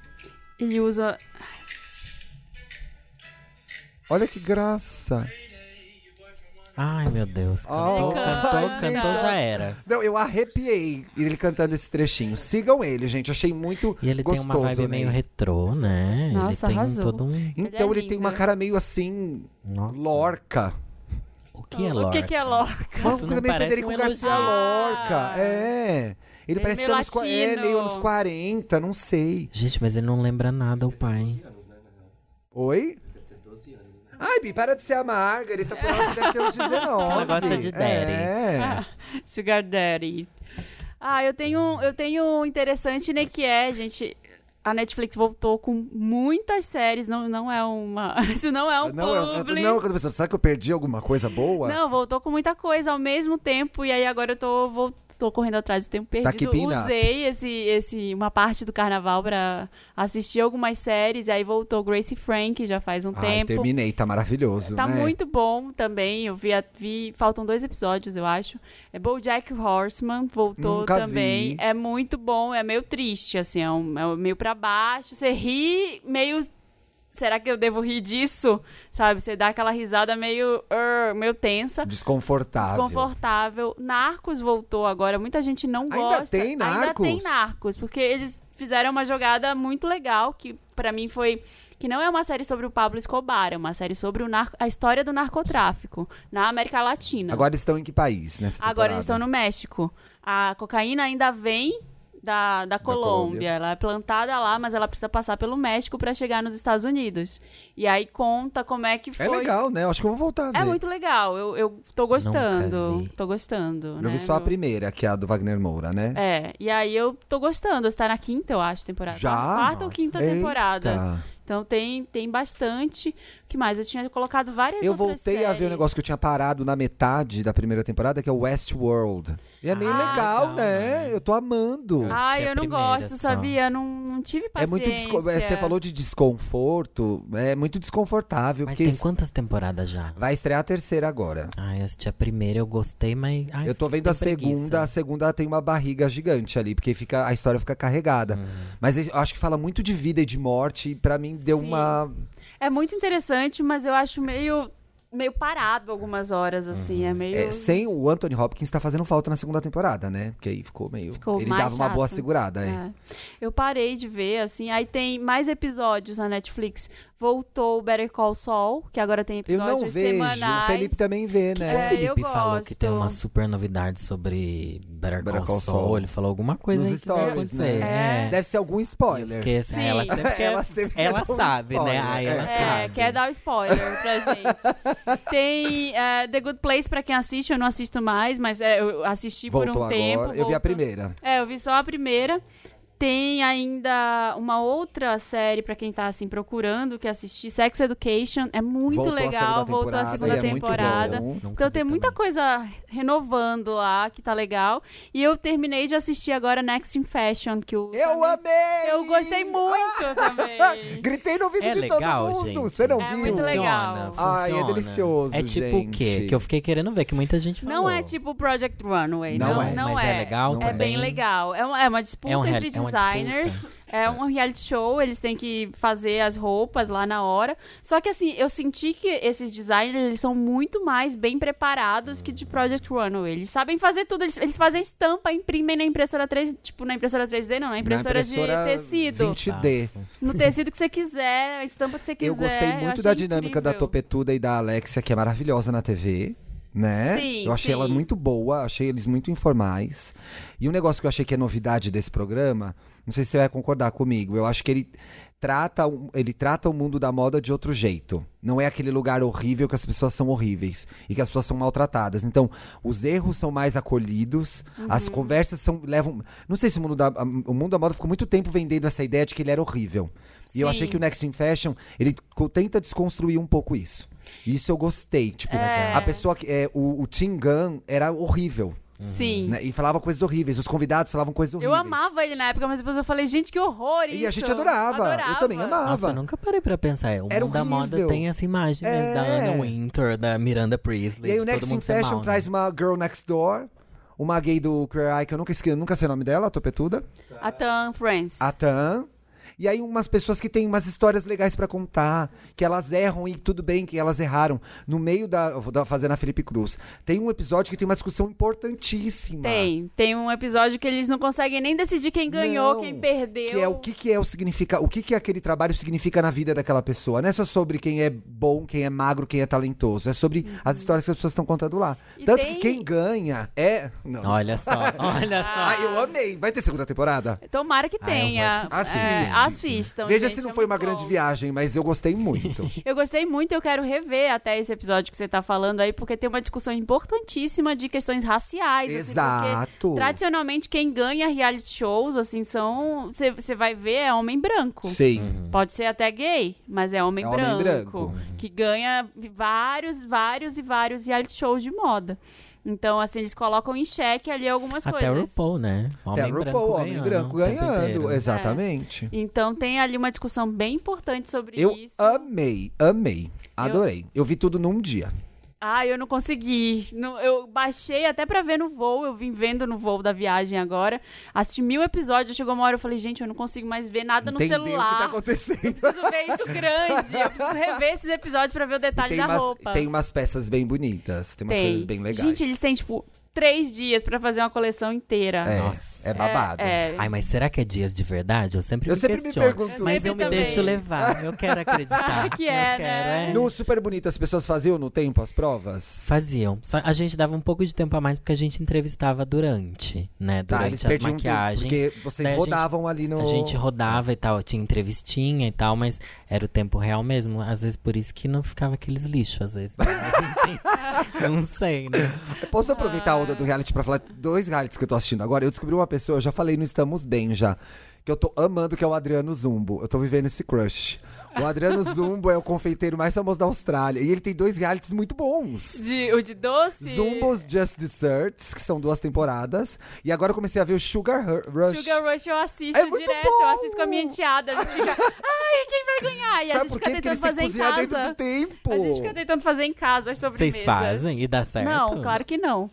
[SPEAKER 1] Ele usa.
[SPEAKER 2] Olha que graça.
[SPEAKER 3] Ai, meu Deus.
[SPEAKER 2] Oh,
[SPEAKER 3] Cantou, cantou,
[SPEAKER 2] gente,
[SPEAKER 3] cantou,
[SPEAKER 2] eu-
[SPEAKER 3] já era.
[SPEAKER 2] Não, eu arrepiei ele cantando esse trechinho. Sigam ele, gente. Achei muito
[SPEAKER 3] E ele
[SPEAKER 2] gostoso.
[SPEAKER 3] tem uma vibe
[SPEAKER 2] né?
[SPEAKER 3] meio retrô, né?
[SPEAKER 1] Nossa,
[SPEAKER 3] ele tem
[SPEAKER 1] arrasou.
[SPEAKER 3] todo um...
[SPEAKER 2] Então
[SPEAKER 1] Ele é
[SPEAKER 2] ele tem
[SPEAKER 1] lindo.
[SPEAKER 2] uma cara meio assim,
[SPEAKER 3] Nossa.
[SPEAKER 2] lorca.
[SPEAKER 3] O que é
[SPEAKER 1] O
[SPEAKER 3] Lorca?
[SPEAKER 1] que, que é Lorca?
[SPEAKER 2] Mas
[SPEAKER 3] Isso
[SPEAKER 2] uma coisa
[SPEAKER 3] não
[SPEAKER 2] meio
[SPEAKER 3] parece
[SPEAKER 2] Federico
[SPEAKER 3] um
[SPEAKER 2] Garcia
[SPEAKER 3] elogio. Ah.
[SPEAKER 2] Lorca. É.
[SPEAKER 1] Meio
[SPEAKER 2] Ele parece anos, qua- é,
[SPEAKER 1] latino.
[SPEAKER 2] meio anos 40, não sei.
[SPEAKER 3] Gente, mas ele não lembra nada, o pai.
[SPEAKER 2] Oi? Ai, Bi, para de ser amarga. Ele tá falando que deve ter uns 19.
[SPEAKER 3] Ela gosta de Daddy.
[SPEAKER 2] É.
[SPEAKER 1] Sugar Daddy. Ah, eu tenho, eu tenho um interessante, né, que é, gente... A Netflix voltou com muitas séries, não, não é uma... Isso não é um
[SPEAKER 2] Não, eu, eu,
[SPEAKER 1] publi.
[SPEAKER 2] não, eu tô pensando, será que eu perdi alguma coisa boa?
[SPEAKER 1] Não, voltou com muita coisa ao mesmo tempo, e aí agora eu tô, vol- tô correndo atrás do tempo
[SPEAKER 2] Tá aqui,
[SPEAKER 1] perdido.
[SPEAKER 2] Pina.
[SPEAKER 1] Usei esse, esse, uma parte do carnaval pra assistir algumas séries, e aí voltou Grace Frank, já faz um
[SPEAKER 2] Ai,
[SPEAKER 1] tempo.
[SPEAKER 2] terminei, tá maravilhoso,
[SPEAKER 1] Tá
[SPEAKER 2] né?
[SPEAKER 1] muito bom também. Eu vi, vi. Faltam dois episódios, eu acho. É Bojack Horseman, voltou
[SPEAKER 2] Nunca
[SPEAKER 1] também.
[SPEAKER 2] vi.
[SPEAKER 1] É muito bom, é meio triste, assim, é, um- é um meio pra baixo. Você ri meio. Será que eu devo rir disso? Sabe? Você dá aquela risada meio. "Ur", meio tensa.
[SPEAKER 2] Desconfortável.
[SPEAKER 1] Desconfortável. Narcos voltou agora. Muita gente não
[SPEAKER 2] Ainda
[SPEAKER 1] gosta.
[SPEAKER 2] tem Narcos?
[SPEAKER 1] Ainda tem Narcos, porque eles fizeram uma jogada muito legal que pra mim foi que não é uma série sobre o Pablo Escobar, é uma série sobre o narco, a história do narcotráfico na América Latina.
[SPEAKER 2] Agora estão em que país, né?
[SPEAKER 1] Agora eles estão no México. A cocaína ainda vem da, da, Colômbia.
[SPEAKER 2] Colômbia.
[SPEAKER 1] Ela é plantada lá, mas ela precisa passar pelo México pra chegar nos Estados Unidos. E aí conta como é que foi.
[SPEAKER 2] É legal, né? Eu acho que eu vou voltar a ver.
[SPEAKER 1] É muito legal, eu, eu tô
[SPEAKER 3] Nunca
[SPEAKER 1] gostando.
[SPEAKER 3] vi.
[SPEAKER 1] Tô gostando.
[SPEAKER 2] Eu
[SPEAKER 1] né?
[SPEAKER 2] vi só a
[SPEAKER 1] No-
[SPEAKER 2] primeira, que é a do Wagner Moura, né?
[SPEAKER 1] É, e aí eu tô gostando. Você tá na quinta, eu acho, temporada. Tá
[SPEAKER 2] Já?
[SPEAKER 1] Quarta ou
[SPEAKER 3] Nossa.
[SPEAKER 1] quinta temporada.
[SPEAKER 2] Eita.
[SPEAKER 1] Então tem, tem bastante. O que mais? Eu tinha colocado várias
[SPEAKER 2] Eu
[SPEAKER 1] outras
[SPEAKER 2] voltei a ver um
[SPEAKER 1] séries.
[SPEAKER 2] negócio que eu tinha parado na metade da primeira temporada, que é o Westworld. E é meio
[SPEAKER 1] Ah,
[SPEAKER 2] legal,
[SPEAKER 3] legal,
[SPEAKER 2] né? Eu tô amando.
[SPEAKER 3] Ah,
[SPEAKER 1] Ai,
[SPEAKER 3] Assisti a
[SPEAKER 1] eu não
[SPEAKER 3] primeira
[SPEAKER 1] gosto,
[SPEAKER 3] só.
[SPEAKER 1] sabia? Não, não tive
[SPEAKER 2] é
[SPEAKER 1] paciência.
[SPEAKER 2] muito desco- é, Você falou de desconforto, é muito desconfortável.
[SPEAKER 3] Mas
[SPEAKER 2] porque
[SPEAKER 3] tem
[SPEAKER 2] es-
[SPEAKER 3] quantas temporadas já?
[SPEAKER 2] Vai estrear a terceira agora.
[SPEAKER 3] Ai, eu assisti a primeira, eu gostei, mas... Ai,
[SPEAKER 2] eu tô
[SPEAKER 3] fiquei
[SPEAKER 2] vendo a
[SPEAKER 3] com preguiça.
[SPEAKER 2] segunda, a segunda tem uma barriga gigante ali, porque fica, a história fica carregada.
[SPEAKER 3] Uhum.
[SPEAKER 2] Mas eu acho que fala muito de vida e de morte, e pra mim deu
[SPEAKER 1] Sim.
[SPEAKER 2] uma.
[SPEAKER 1] É muito interessante, mas eu acho meio, meio parado algumas horas, assim. É meio.
[SPEAKER 2] É, sem o Anthony Hopkins tá fazendo falta na segunda temporada, né? Porque aí ficou meio.
[SPEAKER 1] Ficou
[SPEAKER 2] Ele
[SPEAKER 1] mais
[SPEAKER 2] dava uma boa
[SPEAKER 1] chato.
[SPEAKER 2] segurada aí.
[SPEAKER 1] É. Eu parei de ver, assim. Aí tem mais episódios na Netflix. Voltou o Better Call Saul, que agora tem
[SPEAKER 2] Eu
[SPEAKER 1] episódios
[SPEAKER 2] não vejo.
[SPEAKER 1] semanais.
[SPEAKER 2] O Felipe também vê,
[SPEAKER 1] É,
[SPEAKER 2] né?
[SPEAKER 1] eu
[SPEAKER 3] Felipe falou
[SPEAKER 1] gosto.
[SPEAKER 3] que tem uma super novidade sobre Better Call,
[SPEAKER 2] Better Call
[SPEAKER 3] Saul.
[SPEAKER 2] Saul.
[SPEAKER 3] Ele falou alguma coisa
[SPEAKER 2] Nos
[SPEAKER 3] aí que vai
[SPEAKER 2] stories,
[SPEAKER 3] acontecer.
[SPEAKER 1] né?
[SPEAKER 3] É.
[SPEAKER 2] Deve ser algum spoiler.
[SPEAKER 3] Porque assim,
[SPEAKER 1] Sim.
[SPEAKER 3] ela sempre quer-
[SPEAKER 2] Ela sempre
[SPEAKER 3] ela
[SPEAKER 2] quer dar um
[SPEAKER 3] sabe, né?
[SPEAKER 2] spoiler,
[SPEAKER 3] Aí
[SPEAKER 2] é.
[SPEAKER 3] ela
[SPEAKER 1] É,
[SPEAKER 3] sabe.
[SPEAKER 1] quer dar o spoiler pra gente. Tem é, The Good Place pra quem assiste, eu não assisto mais, mas é, eu assisti por um
[SPEAKER 2] Voltou
[SPEAKER 1] tempo.
[SPEAKER 2] agora. Eu vi a
[SPEAKER 1] voltou.
[SPEAKER 2] primeira.
[SPEAKER 1] É, eu vi só a primeira. Tem ainda uma outra série pra quem tá assim procurando que assistir, Sex Education, é muito
[SPEAKER 2] Voltou a
[SPEAKER 1] legal,
[SPEAKER 2] segunda
[SPEAKER 1] voltou a
[SPEAKER 2] temporada,
[SPEAKER 1] segunda
[SPEAKER 2] e é muito
[SPEAKER 1] temporada.
[SPEAKER 2] bom.
[SPEAKER 3] Nunca
[SPEAKER 1] Então
[SPEAKER 3] vi
[SPEAKER 1] tem muita
[SPEAKER 3] também.
[SPEAKER 1] coisa renovando lá que tá legal. E eu terminei de assistir agora Next in Fashion, que o
[SPEAKER 2] Eu amei!
[SPEAKER 1] eu gostei muito também.
[SPEAKER 2] Gritei no ouvido
[SPEAKER 3] É
[SPEAKER 2] de
[SPEAKER 3] legal,
[SPEAKER 2] todo mundo.
[SPEAKER 3] gente.
[SPEAKER 2] Você não
[SPEAKER 1] É
[SPEAKER 2] viu?
[SPEAKER 1] muito legal.
[SPEAKER 3] Funciona, funciona.
[SPEAKER 2] Ai, é delicioso,
[SPEAKER 3] É tipo o quê?
[SPEAKER 2] gente.
[SPEAKER 3] Que eu fiquei querendo ver, que muita gente falou.
[SPEAKER 1] Não é tipo Project Runway,
[SPEAKER 2] Não
[SPEAKER 1] não, não
[SPEAKER 2] é.
[SPEAKER 1] é.
[SPEAKER 3] Mas é legal
[SPEAKER 2] Não
[SPEAKER 1] É
[SPEAKER 3] também.
[SPEAKER 1] bem legal. É uma, é uma disputa
[SPEAKER 3] É um
[SPEAKER 1] entre
[SPEAKER 3] reali- é uma
[SPEAKER 1] designers.
[SPEAKER 3] disputa.
[SPEAKER 1] É um reality show, eles têm que fazer as roupas lá na hora. Só que assim, eu senti que esses designers eles são muito mais bem preparados que de Project Runway. Eles sabem fazer tudo, eles, eles fazem estampa, imprimem na impressora 3D, tipo na impressora 3D não, na impressora, de tecido.
[SPEAKER 2] 20D.
[SPEAKER 1] No tecido que você quiser, a estampa que você quiser.
[SPEAKER 2] eu gostei muito da
[SPEAKER 1] achei
[SPEAKER 2] dinâmica da
[SPEAKER 1] incrível.
[SPEAKER 2] Topetuda e da Alexia, que é maravilhosa na TV. Né?
[SPEAKER 1] Sim,
[SPEAKER 2] eu
[SPEAKER 1] sim.
[SPEAKER 2] achei ela muito boa, achei eles muito informais. E um negócio que eu achei que é novidade desse programa, não sei se você vai concordar comigo, eu acho que ele trata, um- ele trata o mundo da moda de outro jeito. Não é aquele lugar horrível que as pessoas são horríveis e que as pessoas são maltratadas. Então, os erros são mais acolhidos,
[SPEAKER 1] Uhum.
[SPEAKER 2] as conversas são levam, não sei se o mundo da o mundo da moda ficou muito tempo vendendo essa ideia de que ele era horrível. E eu
[SPEAKER 1] Sim.
[SPEAKER 2] achei que o Next in Fashion, ele co- tenta desconstruir um pouco isso. Isso eu gostei, tipo, a pessoa que é o, o Tim Gunn era horrível.
[SPEAKER 1] Sim.
[SPEAKER 2] né? E falava coisas horríveis, os convidados falavam coisas É
[SPEAKER 1] Eu
[SPEAKER 2] horríveis.
[SPEAKER 1] amava ele na época, mas depois eu falei, gente, que horror isso.
[SPEAKER 2] E a gente adorava. Eu também amava.
[SPEAKER 3] Nossa, eu nunca parei pra pensar. O
[SPEAKER 2] Era um
[SPEAKER 3] mundo da moda
[SPEAKER 2] horrível.
[SPEAKER 3] tem essa imagem mesmo da
[SPEAKER 2] É.
[SPEAKER 3] Anna Winter, da Miranda
[SPEAKER 2] E
[SPEAKER 3] Priestley.
[SPEAKER 2] aí
[SPEAKER 3] de
[SPEAKER 2] o
[SPEAKER 3] todo
[SPEAKER 2] Next in
[SPEAKER 3] mundo ser
[SPEAKER 2] Fashion
[SPEAKER 3] mal, né?
[SPEAKER 2] traz uma girl next door, uma gay do Queer Eye, que eu nunca esqueci, eu nunca sei o nome dela, a topetuda,
[SPEAKER 1] A Tan Friends.
[SPEAKER 2] a Tan. E aí umas pessoas que têm umas histórias legais pra contar, que elas erram e tudo bem que elas erraram. No meio da, eu vou dar- fazer na Felipe Cruz, tem um episódio que tem uma discussão importantíssima.
[SPEAKER 1] Tem.
[SPEAKER 2] Ah.
[SPEAKER 1] Tem um episódio que eles não conseguem nem decidir quem ganhou,
[SPEAKER 2] Não,
[SPEAKER 1] quem perdeu.
[SPEAKER 2] Que é o que, que é o significa, o que, que aquele trabalho significa na vida daquela pessoa. Não é só sobre quem é bom, quem é magro, quem é talentoso. É sobre
[SPEAKER 3] Uhum.
[SPEAKER 2] as histórias que as pessoas estão contando lá.
[SPEAKER 1] E
[SPEAKER 2] Tanto
[SPEAKER 1] tem-
[SPEAKER 2] que quem ganha é. Não.
[SPEAKER 3] Olha só, olha só.
[SPEAKER 2] Ah, eu amei. Vai ter segunda temporada?
[SPEAKER 1] Tomara que
[SPEAKER 3] Ah, eu vou
[SPEAKER 1] tenha.
[SPEAKER 2] assistir.
[SPEAKER 1] É,
[SPEAKER 2] um Assiste.
[SPEAKER 1] assistam.
[SPEAKER 2] Veja
[SPEAKER 1] gente,
[SPEAKER 2] se não
[SPEAKER 1] é
[SPEAKER 2] foi
[SPEAKER 1] muito
[SPEAKER 2] uma grande
[SPEAKER 1] bom.
[SPEAKER 2] viagem, mas eu gostei muito.
[SPEAKER 1] Eu gostei muito, eu quero rever até esse episódio que você tá falando aí, porque tem uma discussão importantíssima de questões raciais. assim, porque
[SPEAKER 2] Exato.
[SPEAKER 1] tradicionalmente, quem ganha reality shows, assim, são. você- Você vai ver, é homem branco.
[SPEAKER 2] Sim.
[SPEAKER 3] Uhum.
[SPEAKER 1] Pode ser até gay, mas é homem,
[SPEAKER 2] É homem
[SPEAKER 1] branco,
[SPEAKER 2] branco.
[SPEAKER 1] Que ganha vários, vários e vários reality shows de moda. Então, assim, eles colocam em xeque ali algumas
[SPEAKER 3] Até o
[SPEAKER 1] coisas.
[SPEAKER 3] RuPaul, né? Homem
[SPEAKER 2] Até
[SPEAKER 3] branco
[SPEAKER 2] RuPaul, homem
[SPEAKER 3] ganhando,
[SPEAKER 2] branco
[SPEAKER 3] o tempo
[SPEAKER 2] ganhando. É
[SPEAKER 3] inteiro. É.
[SPEAKER 2] Exatamente.
[SPEAKER 1] Então tem ali uma discussão bem importante sobre
[SPEAKER 2] Eu
[SPEAKER 1] isso.
[SPEAKER 2] amei, amei. Adorei. Eu vi tudo num dia.
[SPEAKER 1] Ah, eu não consegui. Não, eu baixei até pra ver no voo, eu vim vendo no voo da viagem agora. Assisti mil episódios, chegou uma hora eu falei, gente, eu não consigo mais ver nada no
[SPEAKER 2] Entendeu o que tá
[SPEAKER 1] celular.
[SPEAKER 2] acontecendo.
[SPEAKER 1] preciso ver isso grande. Eu preciso rever esses episódios pra ver o
[SPEAKER 2] E
[SPEAKER 1] detalhe
[SPEAKER 2] Tem
[SPEAKER 1] da
[SPEAKER 2] umas,
[SPEAKER 1] Tá roupa.
[SPEAKER 2] tem umas peças bem bonitas. Tem umas
[SPEAKER 1] Tem.
[SPEAKER 2] coisas bem legais.
[SPEAKER 1] Gente, eles têm, tipo, três dias pra fazer uma coleção inteira.
[SPEAKER 2] É,
[SPEAKER 3] Nossa.
[SPEAKER 2] é babado.
[SPEAKER 1] É,
[SPEAKER 3] Ai, mas será que é dias de verdade? Eu sempre
[SPEAKER 2] Eu
[SPEAKER 3] me
[SPEAKER 2] sempre me
[SPEAKER 3] questiono.
[SPEAKER 2] pergunto
[SPEAKER 3] Mas
[SPEAKER 1] isso.
[SPEAKER 3] eu me
[SPEAKER 1] Sempre
[SPEAKER 3] deixo
[SPEAKER 1] também.
[SPEAKER 3] levar. Eu quero acreditar.
[SPEAKER 1] Claro que é,
[SPEAKER 3] eu quero,
[SPEAKER 1] né?
[SPEAKER 3] é.
[SPEAKER 2] No Super Bonito, as pessoas faziam no tempo as provas?
[SPEAKER 3] Faziam. Só a gente dava um pouco de tempo a mais porque a gente entrevistava durante, né?
[SPEAKER 2] Tá,
[SPEAKER 3] Durante as
[SPEAKER 2] um tempo,
[SPEAKER 3] maquiagens.
[SPEAKER 2] Porque vocês
[SPEAKER 3] Daí a gente-
[SPEAKER 2] rodavam ali no...
[SPEAKER 3] A gente rodava e tal, tinha entrevistinha e tal, mas era o tempo real mesmo. Às vezes por isso que não ficava aqueles lixos, às vezes. né? Mas, enfim, não sei, né?
[SPEAKER 2] Posso aproveitar a
[SPEAKER 1] Ah.
[SPEAKER 2] onda do reality pra falar dois realities que eu tô assistindo agora? Eu descobri uma pessoa, eu já falei no Estamos Bem já, que eu tô amando, que é o Adriano Zumbo. Eu tô vivendo esse crush. O Adriano Zumbo é o confeiteiro mais famoso da Austrália. E ele tem dois realities muito bons.
[SPEAKER 1] De- o de doce.
[SPEAKER 2] Zumbos Just Desserts, que são duas temporadas. E agora eu comecei a ver o Sugar Hu- Rush.
[SPEAKER 1] Sugar Rush eu assisto
[SPEAKER 2] É muito
[SPEAKER 1] direto,
[SPEAKER 2] bom!
[SPEAKER 1] eu assisto com a minha enteada. A gente fica, ai, quem vai ganhar? E a
[SPEAKER 2] Sabe
[SPEAKER 1] gente fica
[SPEAKER 2] por quê? Porque
[SPEAKER 1] tentando
[SPEAKER 2] eles têm que
[SPEAKER 1] fazer em
[SPEAKER 2] cozinhar dentro do
[SPEAKER 1] casa.
[SPEAKER 2] tempo.
[SPEAKER 1] A gente fica tentando fazer em casa as sobremesas.
[SPEAKER 3] Vocês fazem e dá certo?
[SPEAKER 1] Não, claro que não.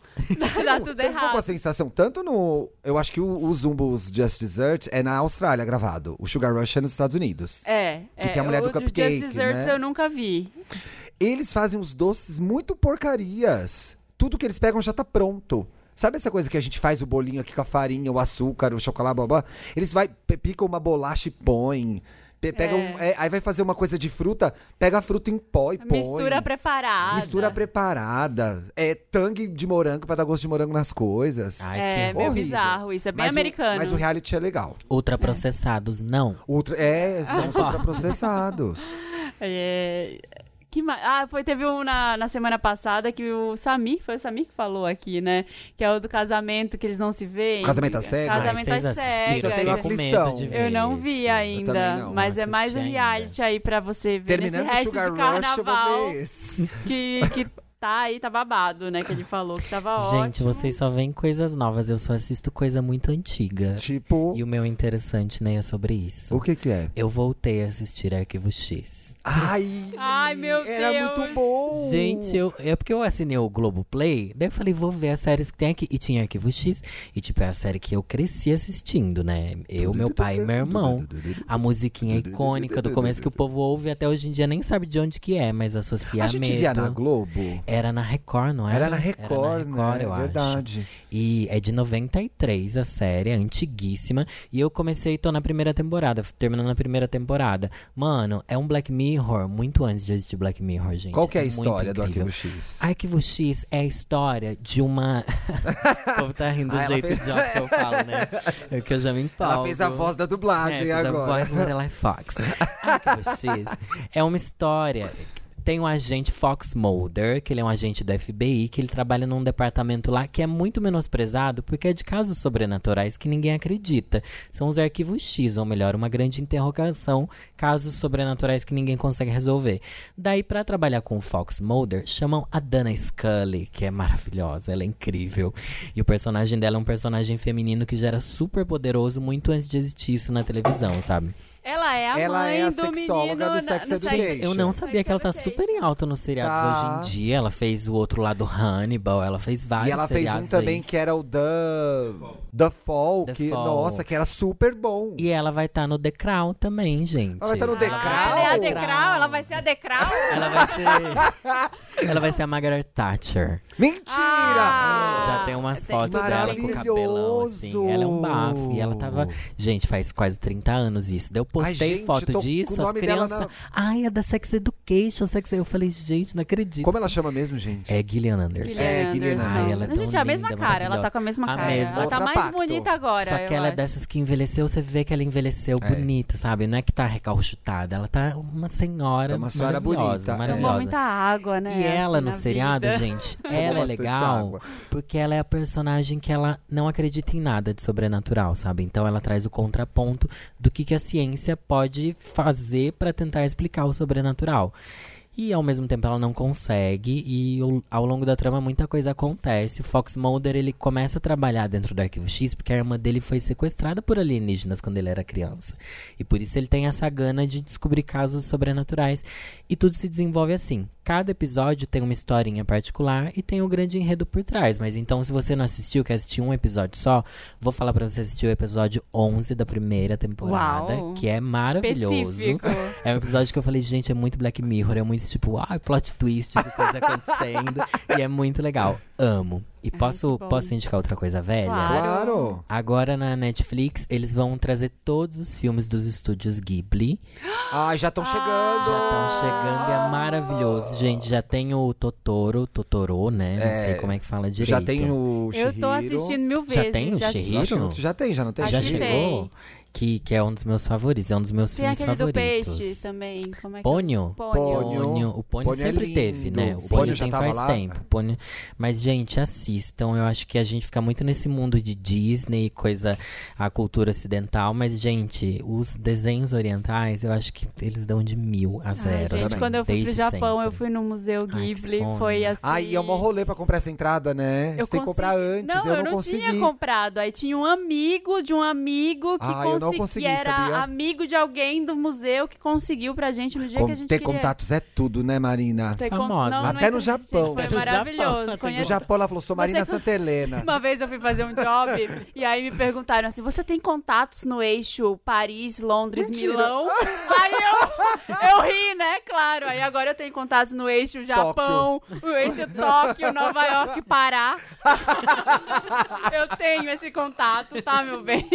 [SPEAKER 1] Dá tudo
[SPEAKER 2] Você ficou
[SPEAKER 1] errado.
[SPEAKER 2] com a sensação, tanto no. Eu acho que o, o Zumbos Just Dessert é na Austrália gravado. O Sugar Rush é nos Estados Unidos.
[SPEAKER 1] É, é.
[SPEAKER 2] Que tem a mulher
[SPEAKER 1] o
[SPEAKER 2] do cupcake,
[SPEAKER 1] Just Desserts
[SPEAKER 2] né?
[SPEAKER 1] eu nunca vi.
[SPEAKER 2] Eles fazem uns doces muito porcarias. Tudo que eles pegam já tá pronto. Sabe essa coisa que a gente faz o bolinho aqui com a farinha, o açúcar, o chocolate, blá blá? Eles vai, pe- picam uma bolacha e põem. Pe- Pega um- é, aí vai fazer uma coisa de fruta, pega a fruta em pó e põe.
[SPEAKER 1] Mistura preparada.
[SPEAKER 2] Mistura preparada. É tangue de morango pra dar gosto de morango nas coisas.
[SPEAKER 3] Ai,
[SPEAKER 1] É,
[SPEAKER 3] que
[SPEAKER 1] meio
[SPEAKER 2] horrível.
[SPEAKER 1] bizarro isso. É bem
[SPEAKER 2] Mas o-
[SPEAKER 1] americano.
[SPEAKER 2] mas o reality é legal.
[SPEAKER 3] Ultraprocessados,
[SPEAKER 1] né?
[SPEAKER 3] não.
[SPEAKER 2] Ultra, é, são os ultraprocessados.
[SPEAKER 1] É, que ma- Ah, foi, teve um na, na semana passada que o Samir, foi o Samir que falou aqui, né? Que é o do casamento, que eles não se veem.
[SPEAKER 2] O casamento às cegas?
[SPEAKER 1] Casamento
[SPEAKER 3] Ai,
[SPEAKER 1] às
[SPEAKER 3] vocês assistiram?
[SPEAKER 1] cegas.
[SPEAKER 2] Isso eu tenho
[SPEAKER 3] Eu tô com medo de
[SPEAKER 2] aflição.
[SPEAKER 3] ver
[SPEAKER 1] Eu não vi
[SPEAKER 3] isso.
[SPEAKER 1] ainda,
[SPEAKER 2] também não,
[SPEAKER 1] mas é
[SPEAKER 3] assisti
[SPEAKER 1] mais um
[SPEAKER 3] ainda.
[SPEAKER 1] reality aí pra você ver
[SPEAKER 2] Terminando
[SPEAKER 1] nesse
[SPEAKER 2] o
[SPEAKER 1] resto
[SPEAKER 2] Sugar
[SPEAKER 1] de
[SPEAKER 2] Rush, eu
[SPEAKER 1] carnaval
[SPEAKER 2] vou ver esse.
[SPEAKER 1] que, que tá aí, tá babado, né? Que ele falou que tava
[SPEAKER 3] Gente,
[SPEAKER 1] ótimo.
[SPEAKER 3] vocês só veem coisas novas, eu só assisto coisa muito antiga.
[SPEAKER 2] Tipo,
[SPEAKER 3] E o meu interessante, né, é sobre isso.
[SPEAKER 2] o que que é?
[SPEAKER 3] Eu voltei a assistir Arquivo X.
[SPEAKER 2] Ai,
[SPEAKER 1] Ai, meu
[SPEAKER 2] era
[SPEAKER 1] Deus.
[SPEAKER 2] muito bom.
[SPEAKER 3] Gente, eu, é porque eu assinei o Globoplay, daí eu falei, vou ver as séries que tem aqui. E tinha Arquivo X, e tipo, é a série que eu cresci assistindo, né? Eu, meu pai e meu irmão. A musiquinha icônica do começo que o povo ouve até hoje em dia nem sabe de onde que é, mas associa
[SPEAKER 2] A
[SPEAKER 3] a
[SPEAKER 2] gente
[SPEAKER 3] medo.
[SPEAKER 2] via na Globo?
[SPEAKER 3] Era na Record, não era?
[SPEAKER 2] Era na Record,
[SPEAKER 3] Record,
[SPEAKER 2] né?
[SPEAKER 3] eu
[SPEAKER 2] É
[SPEAKER 3] acho.
[SPEAKER 2] verdade.
[SPEAKER 3] E é de 93 a série, é antiguíssima. E eu comecei, tô na primeira temporada, terminando a primeira temporada. Mano, é um Black Mirror, muito antes de existir Black Mirror, gente.
[SPEAKER 2] Qual que é a
[SPEAKER 3] muito
[SPEAKER 2] história do
[SPEAKER 3] incrível.
[SPEAKER 2] Arquivo X?
[SPEAKER 3] Arquivo X é a história de uma. o povo tá rindo do
[SPEAKER 2] Ah, ela
[SPEAKER 3] jeito
[SPEAKER 2] fez-
[SPEAKER 3] idiota que eu falo, né? É que eu já me empolgo.
[SPEAKER 2] Ela fez a voz da dublagem
[SPEAKER 3] É,
[SPEAKER 2] agora.
[SPEAKER 3] A voz Lorelai Fox. Arquivo X é uma história. Tem um agente Fox Mulder, que ele é um agente do FBI, que ele trabalha num departamento lá que é muito menosprezado porque é de casos sobrenaturais que ninguém acredita. São os arquivos X, ou melhor, uma grande interrogação, casos sobrenaturais que ninguém consegue resolver. Daí, pra trabalhar com o Fox Mulder, chamam a Dana Scully, que é maravilhosa, ela é incrível. E o personagem dela é um personagem feminino que já era super poderoso muito antes de existir isso na televisão, sabe?
[SPEAKER 1] Ela é a
[SPEAKER 2] Ela
[SPEAKER 1] mãe
[SPEAKER 2] é a
[SPEAKER 1] do menino
[SPEAKER 2] sexóloga do
[SPEAKER 1] na-
[SPEAKER 2] Sex
[SPEAKER 1] no
[SPEAKER 2] Education.
[SPEAKER 1] Sex-
[SPEAKER 3] Eu não sabia
[SPEAKER 1] Sex
[SPEAKER 3] que ela tá
[SPEAKER 1] Education.
[SPEAKER 3] super em alta nos seriados
[SPEAKER 2] Tá.
[SPEAKER 3] hoje em dia. Ela fez o outro lado Hannibal, ela fez vários
[SPEAKER 2] E ela fez um
[SPEAKER 3] seriados
[SPEAKER 2] também
[SPEAKER 3] aí.
[SPEAKER 2] que era o The, The Fall,
[SPEAKER 3] The
[SPEAKER 2] que,
[SPEAKER 3] Fall.
[SPEAKER 2] nossa, que era super bom.
[SPEAKER 3] E ela vai estar no The Crown também, gente.
[SPEAKER 2] Ela vai tá no The
[SPEAKER 1] Ah, ela é a
[SPEAKER 2] Crown?
[SPEAKER 1] Decral? Ela vai ser a Decral?
[SPEAKER 3] Ela vai ser. ela vai ser a Margaret Thatcher.
[SPEAKER 2] Mentira!
[SPEAKER 1] Ah!
[SPEAKER 3] é- Já tem umas
[SPEAKER 1] tem
[SPEAKER 3] fotos
[SPEAKER 1] que
[SPEAKER 3] dela com o
[SPEAKER 1] maravilhoso!
[SPEAKER 3] cabelão, assim. Ela é um bafo. E ela tava. Gente, faz quase 30 anos isso. Daí Eu postei
[SPEAKER 2] Ai, gente, tô
[SPEAKER 3] foto
[SPEAKER 2] com o
[SPEAKER 3] disso, as
[SPEAKER 2] nome dela
[SPEAKER 3] crianças.
[SPEAKER 2] na-
[SPEAKER 3] Ai, é da Sex Education. Sex... Eu falei, gente, não acredito.
[SPEAKER 2] Como ela chama mesmo, gente?
[SPEAKER 3] É Guilherme Anderson.
[SPEAKER 2] É, Guilherme
[SPEAKER 1] Anderson.
[SPEAKER 2] Anderson.
[SPEAKER 3] Ai, ela é tão
[SPEAKER 1] Gente, é a mesma
[SPEAKER 3] linda,
[SPEAKER 1] cara. Ela tá
[SPEAKER 3] maravilhosa.
[SPEAKER 1] com a mesma
[SPEAKER 3] A
[SPEAKER 1] cara. Ela
[SPEAKER 3] mesma.
[SPEAKER 1] tá
[SPEAKER 2] Outra
[SPEAKER 1] mais
[SPEAKER 2] pacto.
[SPEAKER 1] bonita agora.
[SPEAKER 3] Só que
[SPEAKER 1] eu
[SPEAKER 3] ela é
[SPEAKER 1] acho.
[SPEAKER 3] dessas que envelheceu, você vê que ela envelheceu
[SPEAKER 2] É.
[SPEAKER 3] bonita, sabe? Não é que tá recalchutada, ela tá uma senhora.
[SPEAKER 2] Tá uma senhora
[SPEAKER 3] maravilhosa,
[SPEAKER 2] bonita, é.
[SPEAKER 1] Tomou
[SPEAKER 3] Maravilhosa.
[SPEAKER 1] muita água, né?
[SPEAKER 3] E ela
[SPEAKER 1] assim, na
[SPEAKER 3] no seriado,
[SPEAKER 1] vida.
[SPEAKER 3] gente,
[SPEAKER 2] Tomou
[SPEAKER 3] ela é
[SPEAKER 2] bastante
[SPEAKER 3] legal
[SPEAKER 2] água.
[SPEAKER 3] porque ela é a personagem que ela não acredita em nada de sobrenatural, sabe? Então ela traz o contraponto do que, que a ciência pode fazer pra tentar explicar o sobrenatural. E ao mesmo tempo ela não consegue, e o- ao longo da trama muita coisa acontece. O Fox Mulder ele começa a trabalhar dentro do Arquivo X porque a irmã dele foi sequestrada por alienígenas quando ele era criança. E por isso ele tem essa gana de descobrir casos sobrenaturais. E tudo se desenvolve assim. Cada episódio tem uma historinha particular e tem um grande enredo por trás. Mas então, se você não assistiu, quer assistir um episódio só, vou falar pra você assistir o episódio 11 da primeira temporada,
[SPEAKER 1] Uau.
[SPEAKER 3] que é maravilhoso.
[SPEAKER 1] Específico.
[SPEAKER 3] É um episódio que eu falei, gente, é muito Black Mirror, é muito tipo, ah, plot twists e coisa acontecendo. e é muito legal. Amo. E posso,
[SPEAKER 1] que bom.
[SPEAKER 3] posso indicar outra coisa velha?
[SPEAKER 1] Claro.
[SPEAKER 2] Claro!
[SPEAKER 3] Agora na Netflix, eles vão trazer todos os filmes dos estúdios Ghibli.
[SPEAKER 2] Ai, Ah, já
[SPEAKER 1] Ah.
[SPEAKER 2] estão chegando!
[SPEAKER 3] Já estão chegando e é maravilhoso. Gente, já tem o Totoro, Totoro, né? Não
[SPEAKER 2] Ah. É,
[SPEAKER 3] sei como é que fala direito.
[SPEAKER 2] Já tem o Shihiro.
[SPEAKER 1] Eu tô assistindo mil
[SPEAKER 3] Já
[SPEAKER 1] vezes.
[SPEAKER 2] Eu
[SPEAKER 3] tem o
[SPEAKER 1] assisti.
[SPEAKER 2] acho que
[SPEAKER 3] Shihiro?
[SPEAKER 2] Já tem, já não tem?
[SPEAKER 1] Acho
[SPEAKER 3] Já
[SPEAKER 1] que
[SPEAKER 2] Shihiro?
[SPEAKER 3] chegou? Que, que é um dos meus favoritos, é um dos meus
[SPEAKER 1] Tem
[SPEAKER 3] filmes
[SPEAKER 1] aquele do
[SPEAKER 3] favoritos.
[SPEAKER 1] peixe também. Como é que
[SPEAKER 3] Pônio?
[SPEAKER 1] Pônio.
[SPEAKER 2] Pônio.
[SPEAKER 3] O Pônio,
[SPEAKER 2] Pônio é
[SPEAKER 3] sempre
[SPEAKER 2] lindo.
[SPEAKER 3] teve, né? O
[SPEAKER 2] Sim.
[SPEAKER 3] Pônio
[SPEAKER 2] Pônio já
[SPEAKER 3] tem
[SPEAKER 2] tava
[SPEAKER 3] faz
[SPEAKER 2] lá?
[SPEAKER 3] tempo. Pônio... Mas, gente, assistam. Eu acho que a gente fica muito nesse mundo de Disney, coisa, a cultura ocidental. Mas, gente, os desenhos orientais, eu acho que eles dão de mil a
[SPEAKER 1] Ai,
[SPEAKER 3] zero.
[SPEAKER 1] gente,
[SPEAKER 3] assim,
[SPEAKER 1] quando eu fui pro
[SPEAKER 3] desde
[SPEAKER 1] Japão, eu
[SPEAKER 3] sempre.
[SPEAKER 1] fui no Museu
[SPEAKER 3] Ai, que
[SPEAKER 1] Ghibli.
[SPEAKER 3] sonho.
[SPEAKER 1] foi assim.
[SPEAKER 2] Ai, e é um maior rolê pra comprar essa entrada, né? Você tem que comprar
[SPEAKER 1] consegui-
[SPEAKER 2] antes,
[SPEAKER 1] não,
[SPEAKER 2] eu
[SPEAKER 1] não,
[SPEAKER 2] não consegui.
[SPEAKER 1] tinha comprado. Aí tinha um amigo de um amigo que
[SPEAKER 2] Ah, eu não
[SPEAKER 1] consegui-
[SPEAKER 2] consegui,
[SPEAKER 1] era
[SPEAKER 2] sabia?
[SPEAKER 1] amigo de alguém do museu que conseguiu pra gente no dia
[SPEAKER 2] Com-
[SPEAKER 1] que a gente
[SPEAKER 2] ter
[SPEAKER 1] queria.
[SPEAKER 2] contatos é tudo, né, Marina?
[SPEAKER 1] Ter con-
[SPEAKER 3] Famosa.
[SPEAKER 1] não, não
[SPEAKER 2] Até
[SPEAKER 1] é
[SPEAKER 2] no
[SPEAKER 1] tudo,
[SPEAKER 2] Japão.
[SPEAKER 1] gente,
[SPEAKER 3] No
[SPEAKER 1] Foi
[SPEAKER 3] Japão,
[SPEAKER 1] maravilhoso.
[SPEAKER 3] tem
[SPEAKER 2] No
[SPEAKER 1] Conhece-
[SPEAKER 2] Japão, ela falou, sou Marina
[SPEAKER 1] É. Você-
[SPEAKER 2] Santa Helena.
[SPEAKER 1] Uma vez eu fui fazer um job e aí me perguntaram assim: você tem contatos no eixo Paris, Londres,
[SPEAKER 2] Mentira.
[SPEAKER 1] Milão? Aí eu, eu ri, né? Claro. Aí agora eu tenho contatos no eixo Japão, no eixo Tóquio, Nova York, Pará. eu tenho esse contato, tá, meu bem?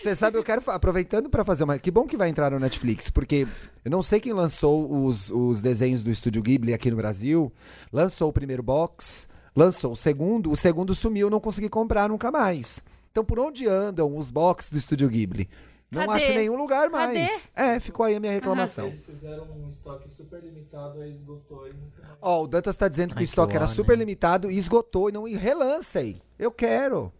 [SPEAKER 2] Você Sabe, eu quero, fa- aproveitando pra fazer uma. Que bom que vai entrar no Netflix, porque eu não sei quem lançou os, os desenhos do Estúdio Ghibli aqui no Brasil. Lançou o primeiro box, lançou o segundo, o segundo sumiu, não consegui comprar nunca mais. Então, por onde andam os box do Estúdio Ghibli? Não
[SPEAKER 5] Cadê?
[SPEAKER 2] acho em nenhum lugar
[SPEAKER 5] Cadê?
[SPEAKER 2] mais. É, ficou aí a minha reclamação.
[SPEAKER 5] Eles fizeram um estoque super limitado, aí esgotou e nunca mais.
[SPEAKER 2] Ó, o Dantas tá dizendo que o estoque era super limitado e esgotou e não e relancem. Eu quero.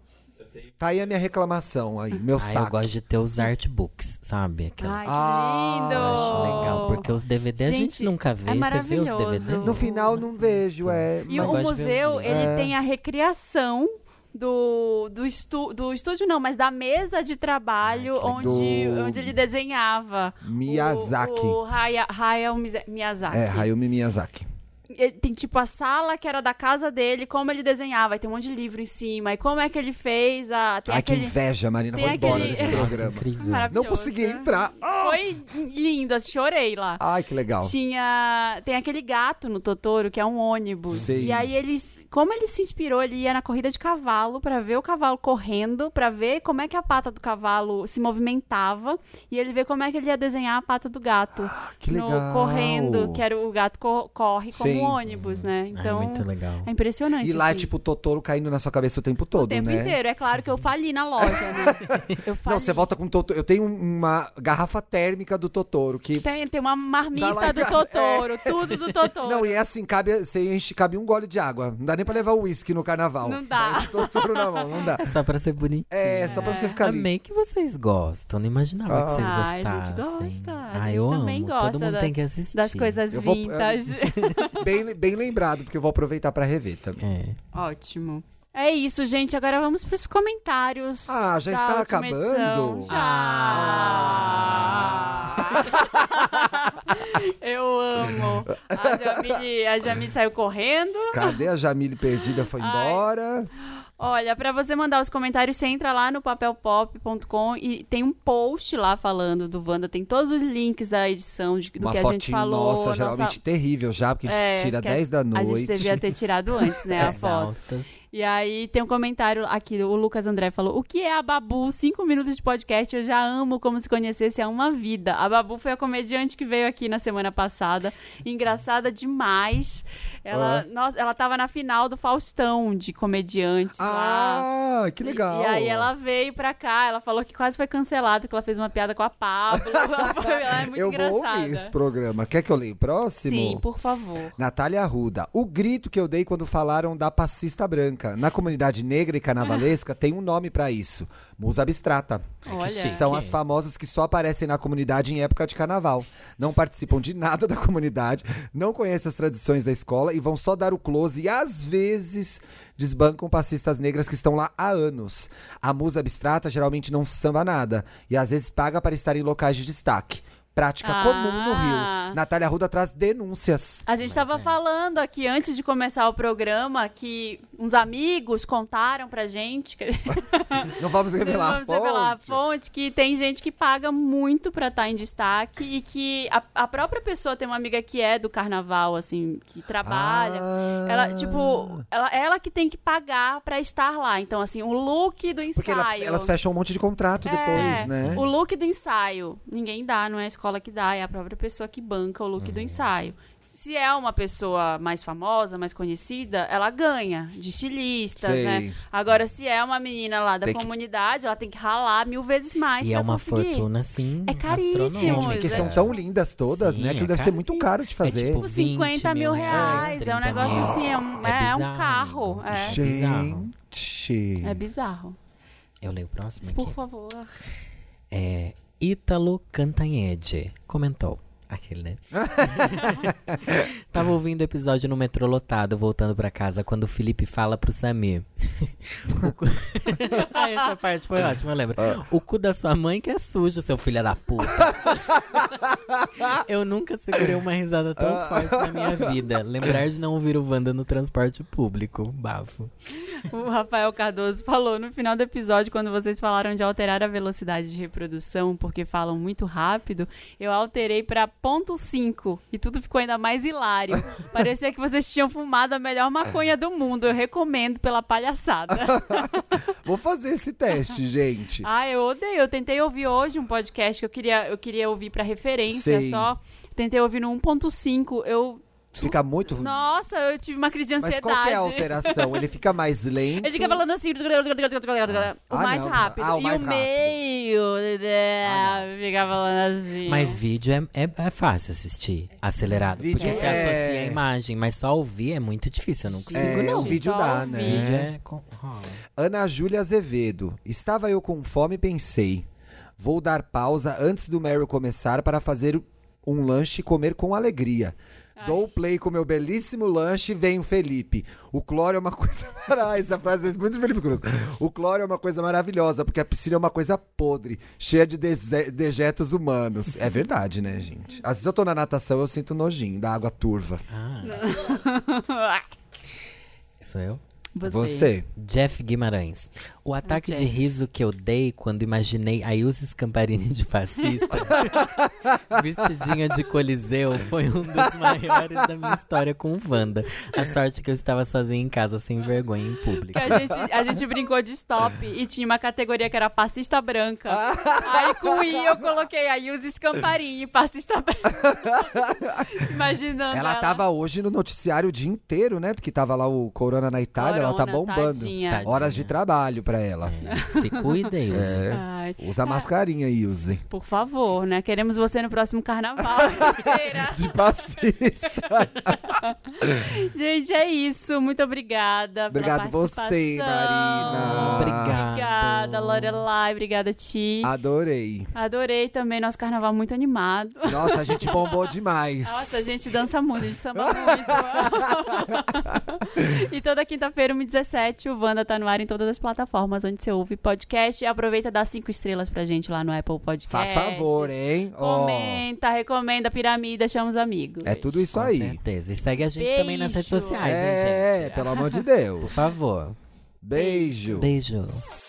[SPEAKER 2] Tá aí a minha reclamação aí, meu
[SPEAKER 3] Ai,
[SPEAKER 2] saco.
[SPEAKER 3] Ah, eu gosto de ter os artbooks, sabe? Aquelas...
[SPEAKER 1] Ai,
[SPEAKER 2] Ah,
[SPEAKER 1] que lindo!
[SPEAKER 3] acho legal, porque os DVD a gente
[SPEAKER 1] Gente,
[SPEAKER 3] nunca vê.
[SPEAKER 1] é
[SPEAKER 3] Você vê os DVD?
[SPEAKER 1] maravilhoso.
[SPEAKER 2] No final não vejo, é.
[SPEAKER 1] E
[SPEAKER 2] mas-
[SPEAKER 1] o museu, ele
[SPEAKER 2] É.
[SPEAKER 1] tem a recriação do, do, estu, do estúdio, não, mas da mesa de trabalho onde,
[SPEAKER 2] Do-
[SPEAKER 1] onde ele desenhava.
[SPEAKER 2] Miyazaki.
[SPEAKER 1] O, o Haya, Hayao Mize- Miyazaki.
[SPEAKER 2] É, Hayumi Miyazaki.
[SPEAKER 1] Ele tem tipo a sala que era da casa dele, como ele desenhava, e tem um monte de livro em cima, e como é que ele fez a. Tem
[SPEAKER 2] Ai, que
[SPEAKER 1] aquele...
[SPEAKER 2] inveja, Marina.
[SPEAKER 1] tem
[SPEAKER 2] Vou embora
[SPEAKER 1] aquele-
[SPEAKER 2] desse programa. Não
[SPEAKER 1] Maravilhoso.
[SPEAKER 2] consegui então. entrar.
[SPEAKER 1] Foi lindo, assim, chorei lá.
[SPEAKER 2] Ai, que legal.
[SPEAKER 1] Tinha. Tem aquele gato no Totoro, que é um ônibus.
[SPEAKER 2] Sim.
[SPEAKER 1] E aí ele. Como ele se inspirou, ele ia na corrida de cavalo pra ver o cavalo correndo, pra ver como é que a pata do cavalo se movimentava e ele ver como é que ele ia desenhar a pata do gato
[SPEAKER 2] Ah, que legal.
[SPEAKER 1] no correndo, que era o gato co- corre como
[SPEAKER 2] Sim.
[SPEAKER 1] um ônibus, né? Então
[SPEAKER 3] muito legal.
[SPEAKER 1] é impressionante.
[SPEAKER 2] E lá é
[SPEAKER 1] assim.
[SPEAKER 2] tipo o Totoro caindo na sua cabeça o tempo todo,
[SPEAKER 1] o tempo
[SPEAKER 2] né?
[SPEAKER 1] inteiro. É claro que eu fali na loja, né? Eu fali.
[SPEAKER 2] Não, você volta com o Totoro. Eu tenho uma garrafa térmica do Totoro que.
[SPEAKER 1] Tem, tem uma marmita
[SPEAKER 2] Tá lá em
[SPEAKER 1] do
[SPEAKER 2] casa.
[SPEAKER 1] Totoro,
[SPEAKER 2] É.
[SPEAKER 1] tudo do Totoro.
[SPEAKER 2] Não, e é assim, cabe, você enche, cabe um gole de água. Não dá nem pra levar o uísque no carnaval.
[SPEAKER 1] Não dá.
[SPEAKER 2] Vai com o Totoro na mão, não dá.
[SPEAKER 3] É só pra ser bonitinho.
[SPEAKER 2] É, só pra você ficar ali.
[SPEAKER 3] Amei que vocês gostam. Não imaginava que vocês
[SPEAKER 1] Ah, a
[SPEAKER 3] gostassem.
[SPEAKER 1] gente gosta. A
[SPEAKER 3] Ah,
[SPEAKER 1] gente
[SPEAKER 3] eu
[SPEAKER 1] também
[SPEAKER 3] amo.
[SPEAKER 1] gosta
[SPEAKER 3] Todo mundo
[SPEAKER 1] da-
[SPEAKER 3] tem que assistir.
[SPEAKER 1] das coisas
[SPEAKER 2] Eu vou-
[SPEAKER 1] vintage.
[SPEAKER 2] Bem, bem lembrado, porque eu vou aproveitar pra rever também.
[SPEAKER 3] É.
[SPEAKER 1] Ótimo. É isso, gente. Agora vamos pros comentários.
[SPEAKER 2] Ah, já
[SPEAKER 1] da
[SPEAKER 2] está
[SPEAKER 1] última
[SPEAKER 2] acabando?
[SPEAKER 1] edição. Já! Eu amo. A Jamile, a Jamile saiu correndo.
[SPEAKER 2] Cadê a Jamile perdida? Foi embora.
[SPEAKER 1] Olha, pra você mandar os comentários, você entra lá no papelpop.com e tem um post lá falando do Wanda. Tem todos os links da edição, de, do
[SPEAKER 2] Uma
[SPEAKER 1] que a gente
[SPEAKER 2] fotinho
[SPEAKER 1] falou.
[SPEAKER 2] nossa,
[SPEAKER 1] nossa-
[SPEAKER 2] geralmente terrível já, porque a gente
[SPEAKER 1] É,
[SPEAKER 2] tira
[SPEAKER 1] que a-
[SPEAKER 2] 10 da
[SPEAKER 1] A
[SPEAKER 2] noite.
[SPEAKER 1] gente devia ter tirado antes, né, a foto.
[SPEAKER 3] é Exaustas.
[SPEAKER 1] E aí tem um comentário aqui, o Lucas André falou: O que é a Babu? Cinco minutos de podcast, eu já amo como se conhecesse há uma vida. A Babu foi a comediante que veio aqui na semana passada. Engraçada demais. Ela,
[SPEAKER 2] Ah.
[SPEAKER 1] nossa, ela tava na final do Faustão de comediantes lá.
[SPEAKER 2] Ah, que legal.
[SPEAKER 1] E aí ela veio pra cá, ela falou que quase foi cancelada, que ela fez uma piada com a Pablo. ela, foi- ela é muito
[SPEAKER 2] eu vou
[SPEAKER 1] engraçada.
[SPEAKER 2] ouvir esse programa. Quer que eu leia o próximo?
[SPEAKER 1] Sim, por favor.
[SPEAKER 2] Natália Arruda. O grito que eu dei quando falaram da passista branca. Na comunidade negra e carnavalesca tem um nome pra isso. Musa abstrata.
[SPEAKER 1] Olha. chique.
[SPEAKER 2] São as famosas que só aparecem na comunidade em época de carnaval. Não participam de nada da comunidade, não conhecem as tradições da escola e vão só dar o close e às vezes desbancam passistas negras que estão lá há anos. A musa abstrata geralmente não samba nada e às vezes paga para estar em locais de destaque. Prática
[SPEAKER 1] Ah.
[SPEAKER 2] comum no Rio. Natália Arruda traz denúncias.
[SPEAKER 1] A gente
[SPEAKER 2] é.
[SPEAKER 1] estava falando aqui antes de começar o programa que uns amigos contaram pra gente, que
[SPEAKER 2] Não vamos revelar
[SPEAKER 1] vamos
[SPEAKER 2] a fonte.
[SPEAKER 1] revelar a fonte, que tem gente que paga muito pra estar em destaque e que a, a própria pessoa tem uma amiga que é do carnaval, assim, que trabalha.
[SPEAKER 2] Ah.
[SPEAKER 1] Ela, tipo, ela, ela que tem que pagar pra estar lá. Então, assim, o look do
[SPEAKER 2] Porque
[SPEAKER 1] ensaio.
[SPEAKER 2] ela- elas fecham um monte de contrato
[SPEAKER 1] É,
[SPEAKER 2] depois, né?
[SPEAKER 1] O look do ensaio. Ninguém dá, não é a escola que dá, é a própria pessoa que banca o look do ensaio. Se é uma pessoa mais famosa, mais conhecida, ela ganha de estilistas,
[SPEAKER 2] Sei.
[SPEAKER 1] né? Agora, se é uma menina lá da
[SPEAKER 2] Tem que-
[SPEAKER 1] comunidade, ela tem que ralar mil vezes mais
[SPEAKER 3] E
[SPEAKER 1] pra
[SPEAKER 3] é uma
[SPEAKER 1] conseguir.
[SPEAKER 3] fortuna, assim,
[SPEAKER 1] É caríssimo,
[SPEAKER 3] astronômica.
[SPEAKER 2] Porque
[SPEAKER 1] é.
[SPEAKER 2] são tão lindas todas,
[SPEAKER 3] Sim,
[SPEAKER 2] né? Aquilo
[SPEAKER 3] é
[SPEAKER 2] deve ser muito caro de fazer.
[SPEAKER 3] tipo,
[SPEAKER 1] Tipo, 50 mil
[SPEAKER 3] 20 mil
[SPEAKER 1] reais,
[SPEAKER 3] reais,
[SPEAKER 1] é um
[SPEAKER 3] 30
[SPEAKER 1] negócio
[SPEAKER 3] mil.
[SPEAKER 1] assim, é um,
[SPEAKER 3] É
[SPEAKER 1] é um
[SPEAKER 3] bizarro,
[SPEAKER 1] carro. É,
[SPEAKER 3] bizarro.
[SPEAKER 2] Gente.
[SPEAKER 1] é bizarro.
[SPEAKER 3] Eu leio o próximo aqui.
[SPEAKER 1] Por favor.
[SPEAKER 3] É, Ítalo Cantanhede comentou. Aquele, né? Tava ouvindo o episódio no metrô lotado, voltando pra casa, quando o Felipe fala pro Samir. O cu- Ah, Essa parte foi ótima, eu lembro. O cu da sua mãe que é sujo, seu filho da puta. eu nunca segurei uma risada tão forte na minha vida. Lembrar de não ouvir o Wanda no transporte público. Bafo.
[SPEAKER 1] O Rafael Cardoso falou no final do episódio, quando vocês falaram de alterar a velocidade de reprodução, porque falam muito rápido, eu alterei pra ponto cinco e tudo ficou ainda mais hilário. Parecia que vocês tinham fumado a melhor maconha do mundo. Eu recomendo pela palhaçada.
[SPEAKER 2] Vou fazer esse teste, gente.
[SPEAKER 1] ah, eu odeio. Eu tentei ouvir hoje um podcast que eu queria, eu queria ouvir pra referência
[SPEAKER 2] Sim.
[SPEAKER 1] só. Tentei ouvir no 1.5. Eu.
[SPEAKER 2] Fica muito ruim.
[SPEAKER 1] Nossa, eu tive uma crise de
[SPEAKER 2] Mas
[SPEAKER 1] ansiedade.
[SPEAKER 2] qual que é a alteração? Ele fica mais lento.
[SPEAKER 1] Ele fica falando assim, o
[SPEAKER 2] Ah,
[SPEAKER 1] mais
[SPEAKER 2] não.
[SPEAKER 1] rápido.
[SPEAKER 2] Ah, o
[SPEAKER 1] e
[SPEAKER 2] mais
[SPEAKER 1] o
[SPEAKER 2] rápido. Ah,
[SPEAKER 1] meio, fica falando assim.
[SPEAKER 3] Mas vídeo é, é, é fácil assistir, acelerado.
[SPEAKER 2] Vídeo
[SPEAKER 3] porque se
[SPEAKER 2] é-
[SPEAKER 3] associa à imagem, mas só ouvir é muito difícil, eu não consigo,
[SPEAKER 2] É,
[SPEAKER 3] não.
[SPEAKER 2] o vídeo
[SPEAKER 1] Só
[SPEAKER 2] dá,
[SPEAKER 1] o
[SPEAKER 2] né?
[SPEAKER 3] Vídeo é com- rola.
[SPEAKER 2] Ana Júlia Azevedo. Estava eu com fome e pensei. Vou dar pausa antes do Meryl começar para fazer um lanche e comer com alegria. Dou play com meu belíssimo lanche e vem o Felipe. O cloro é uma coisa maravilhosa. Essa frase é muito do Felipe Cruz. O cloro é uma coisa maravilhosa, porque a piscina é uma coisa podre, cheia de dese- dejetos humanos. É verdade, né, gente? Às vezes eu tô na natação eu sinto nojinho da água turva.
[SPEAKER 3] Ah, sou eu?
[SPEAKER 2] Você.
[SPEAKER 3] Jeff Guimarães. O ataque de
[SPEAKER 1] Jeff.
[SPEAKER 3] riso que eu dei quando imaginei a Ilse Scamparini de fascista, vestidinha de coliseu, foi um dos maiores da minha história com o Wanda. A sorte que eu estava sozinha em casa, sem vergonha em público.
[SPEAKER 1] Que a gente, a gente brincou de stop e tinha uma categoria que era passista branca. Aí com I eu coloquei a Yuzi Scamparini, passista branca. Imaginando ela.
[SPEAKER 2] Ela tava hoje no noticiário o dia inteiro, né? Porque tava lá o Corona na Itália, ela tá
[SPEAKER 1] Corona,
[SPEAKER 2] bombando.
[SPEAKER 1] tadinha. É.
[SPEAKER 3] Tadinha.
[SPEAKER 2] Horas de trabalho pra ela.
[SPEAKER 3] Se cuida, Ilse.
[SPEAKER 2] É,
[SPEAKER 1] Ai,
[SPEAKER 2] Usa a mascarinha aí, use.
[SPEAKER 1] por favor, né? Queremos você no próximo carnaval. inteira.
[SPEAKER 2] De passista.
[SPEAKER 1] gente, é isso. Muito obrigada.
[SPEAKER 2] Obrigado
[SPEAKER 1] pela participação.
[SPEAKER 2] você, Marina.
[SPEAKER 3] Obrigado.
[SPEAKER 1] Obrigada, Lorelai. Obrigada, Ti.
[SPEAKER 2] Adorei.
[SPEAKER 1] Adorei também nosso carnaval muito animado.
[SPEAKER 2] Nossa, a gente bombou demais.
[SPEAKER 1] Nossa, a gente dança muito, a gente samba muito. e toda quinta-feira, 1h17, o Wanda tá no ar em todas as plataformas onde você ouve podcast. E aproveita e dá cinco estrelas pra gente lá no Apple Podcast.
[SPEAKER 2] Faz favor, hein? Ó,
[SPEAKER 1] é, Comenta, recomenda, piramida, chama os amigos.
[SPEAKER 2] é tudo isso
[SPEAKER 3] Com
[SPEAKER 2] aí.
[SPEAKER 3] certeza. E segue a gente também nas redes
[SPEAKER 1] Beijo.
[SPEAKER 3] sociais, hein, gente?
[SPEAKER 2] É, pelo amor de
[SPEAKER 3] Por
[SPEAKER 2] Deus.
[SPEAKER 3] favor.
[SPEAKER 2] Beijo.
[SPEAKER 3] Beijo.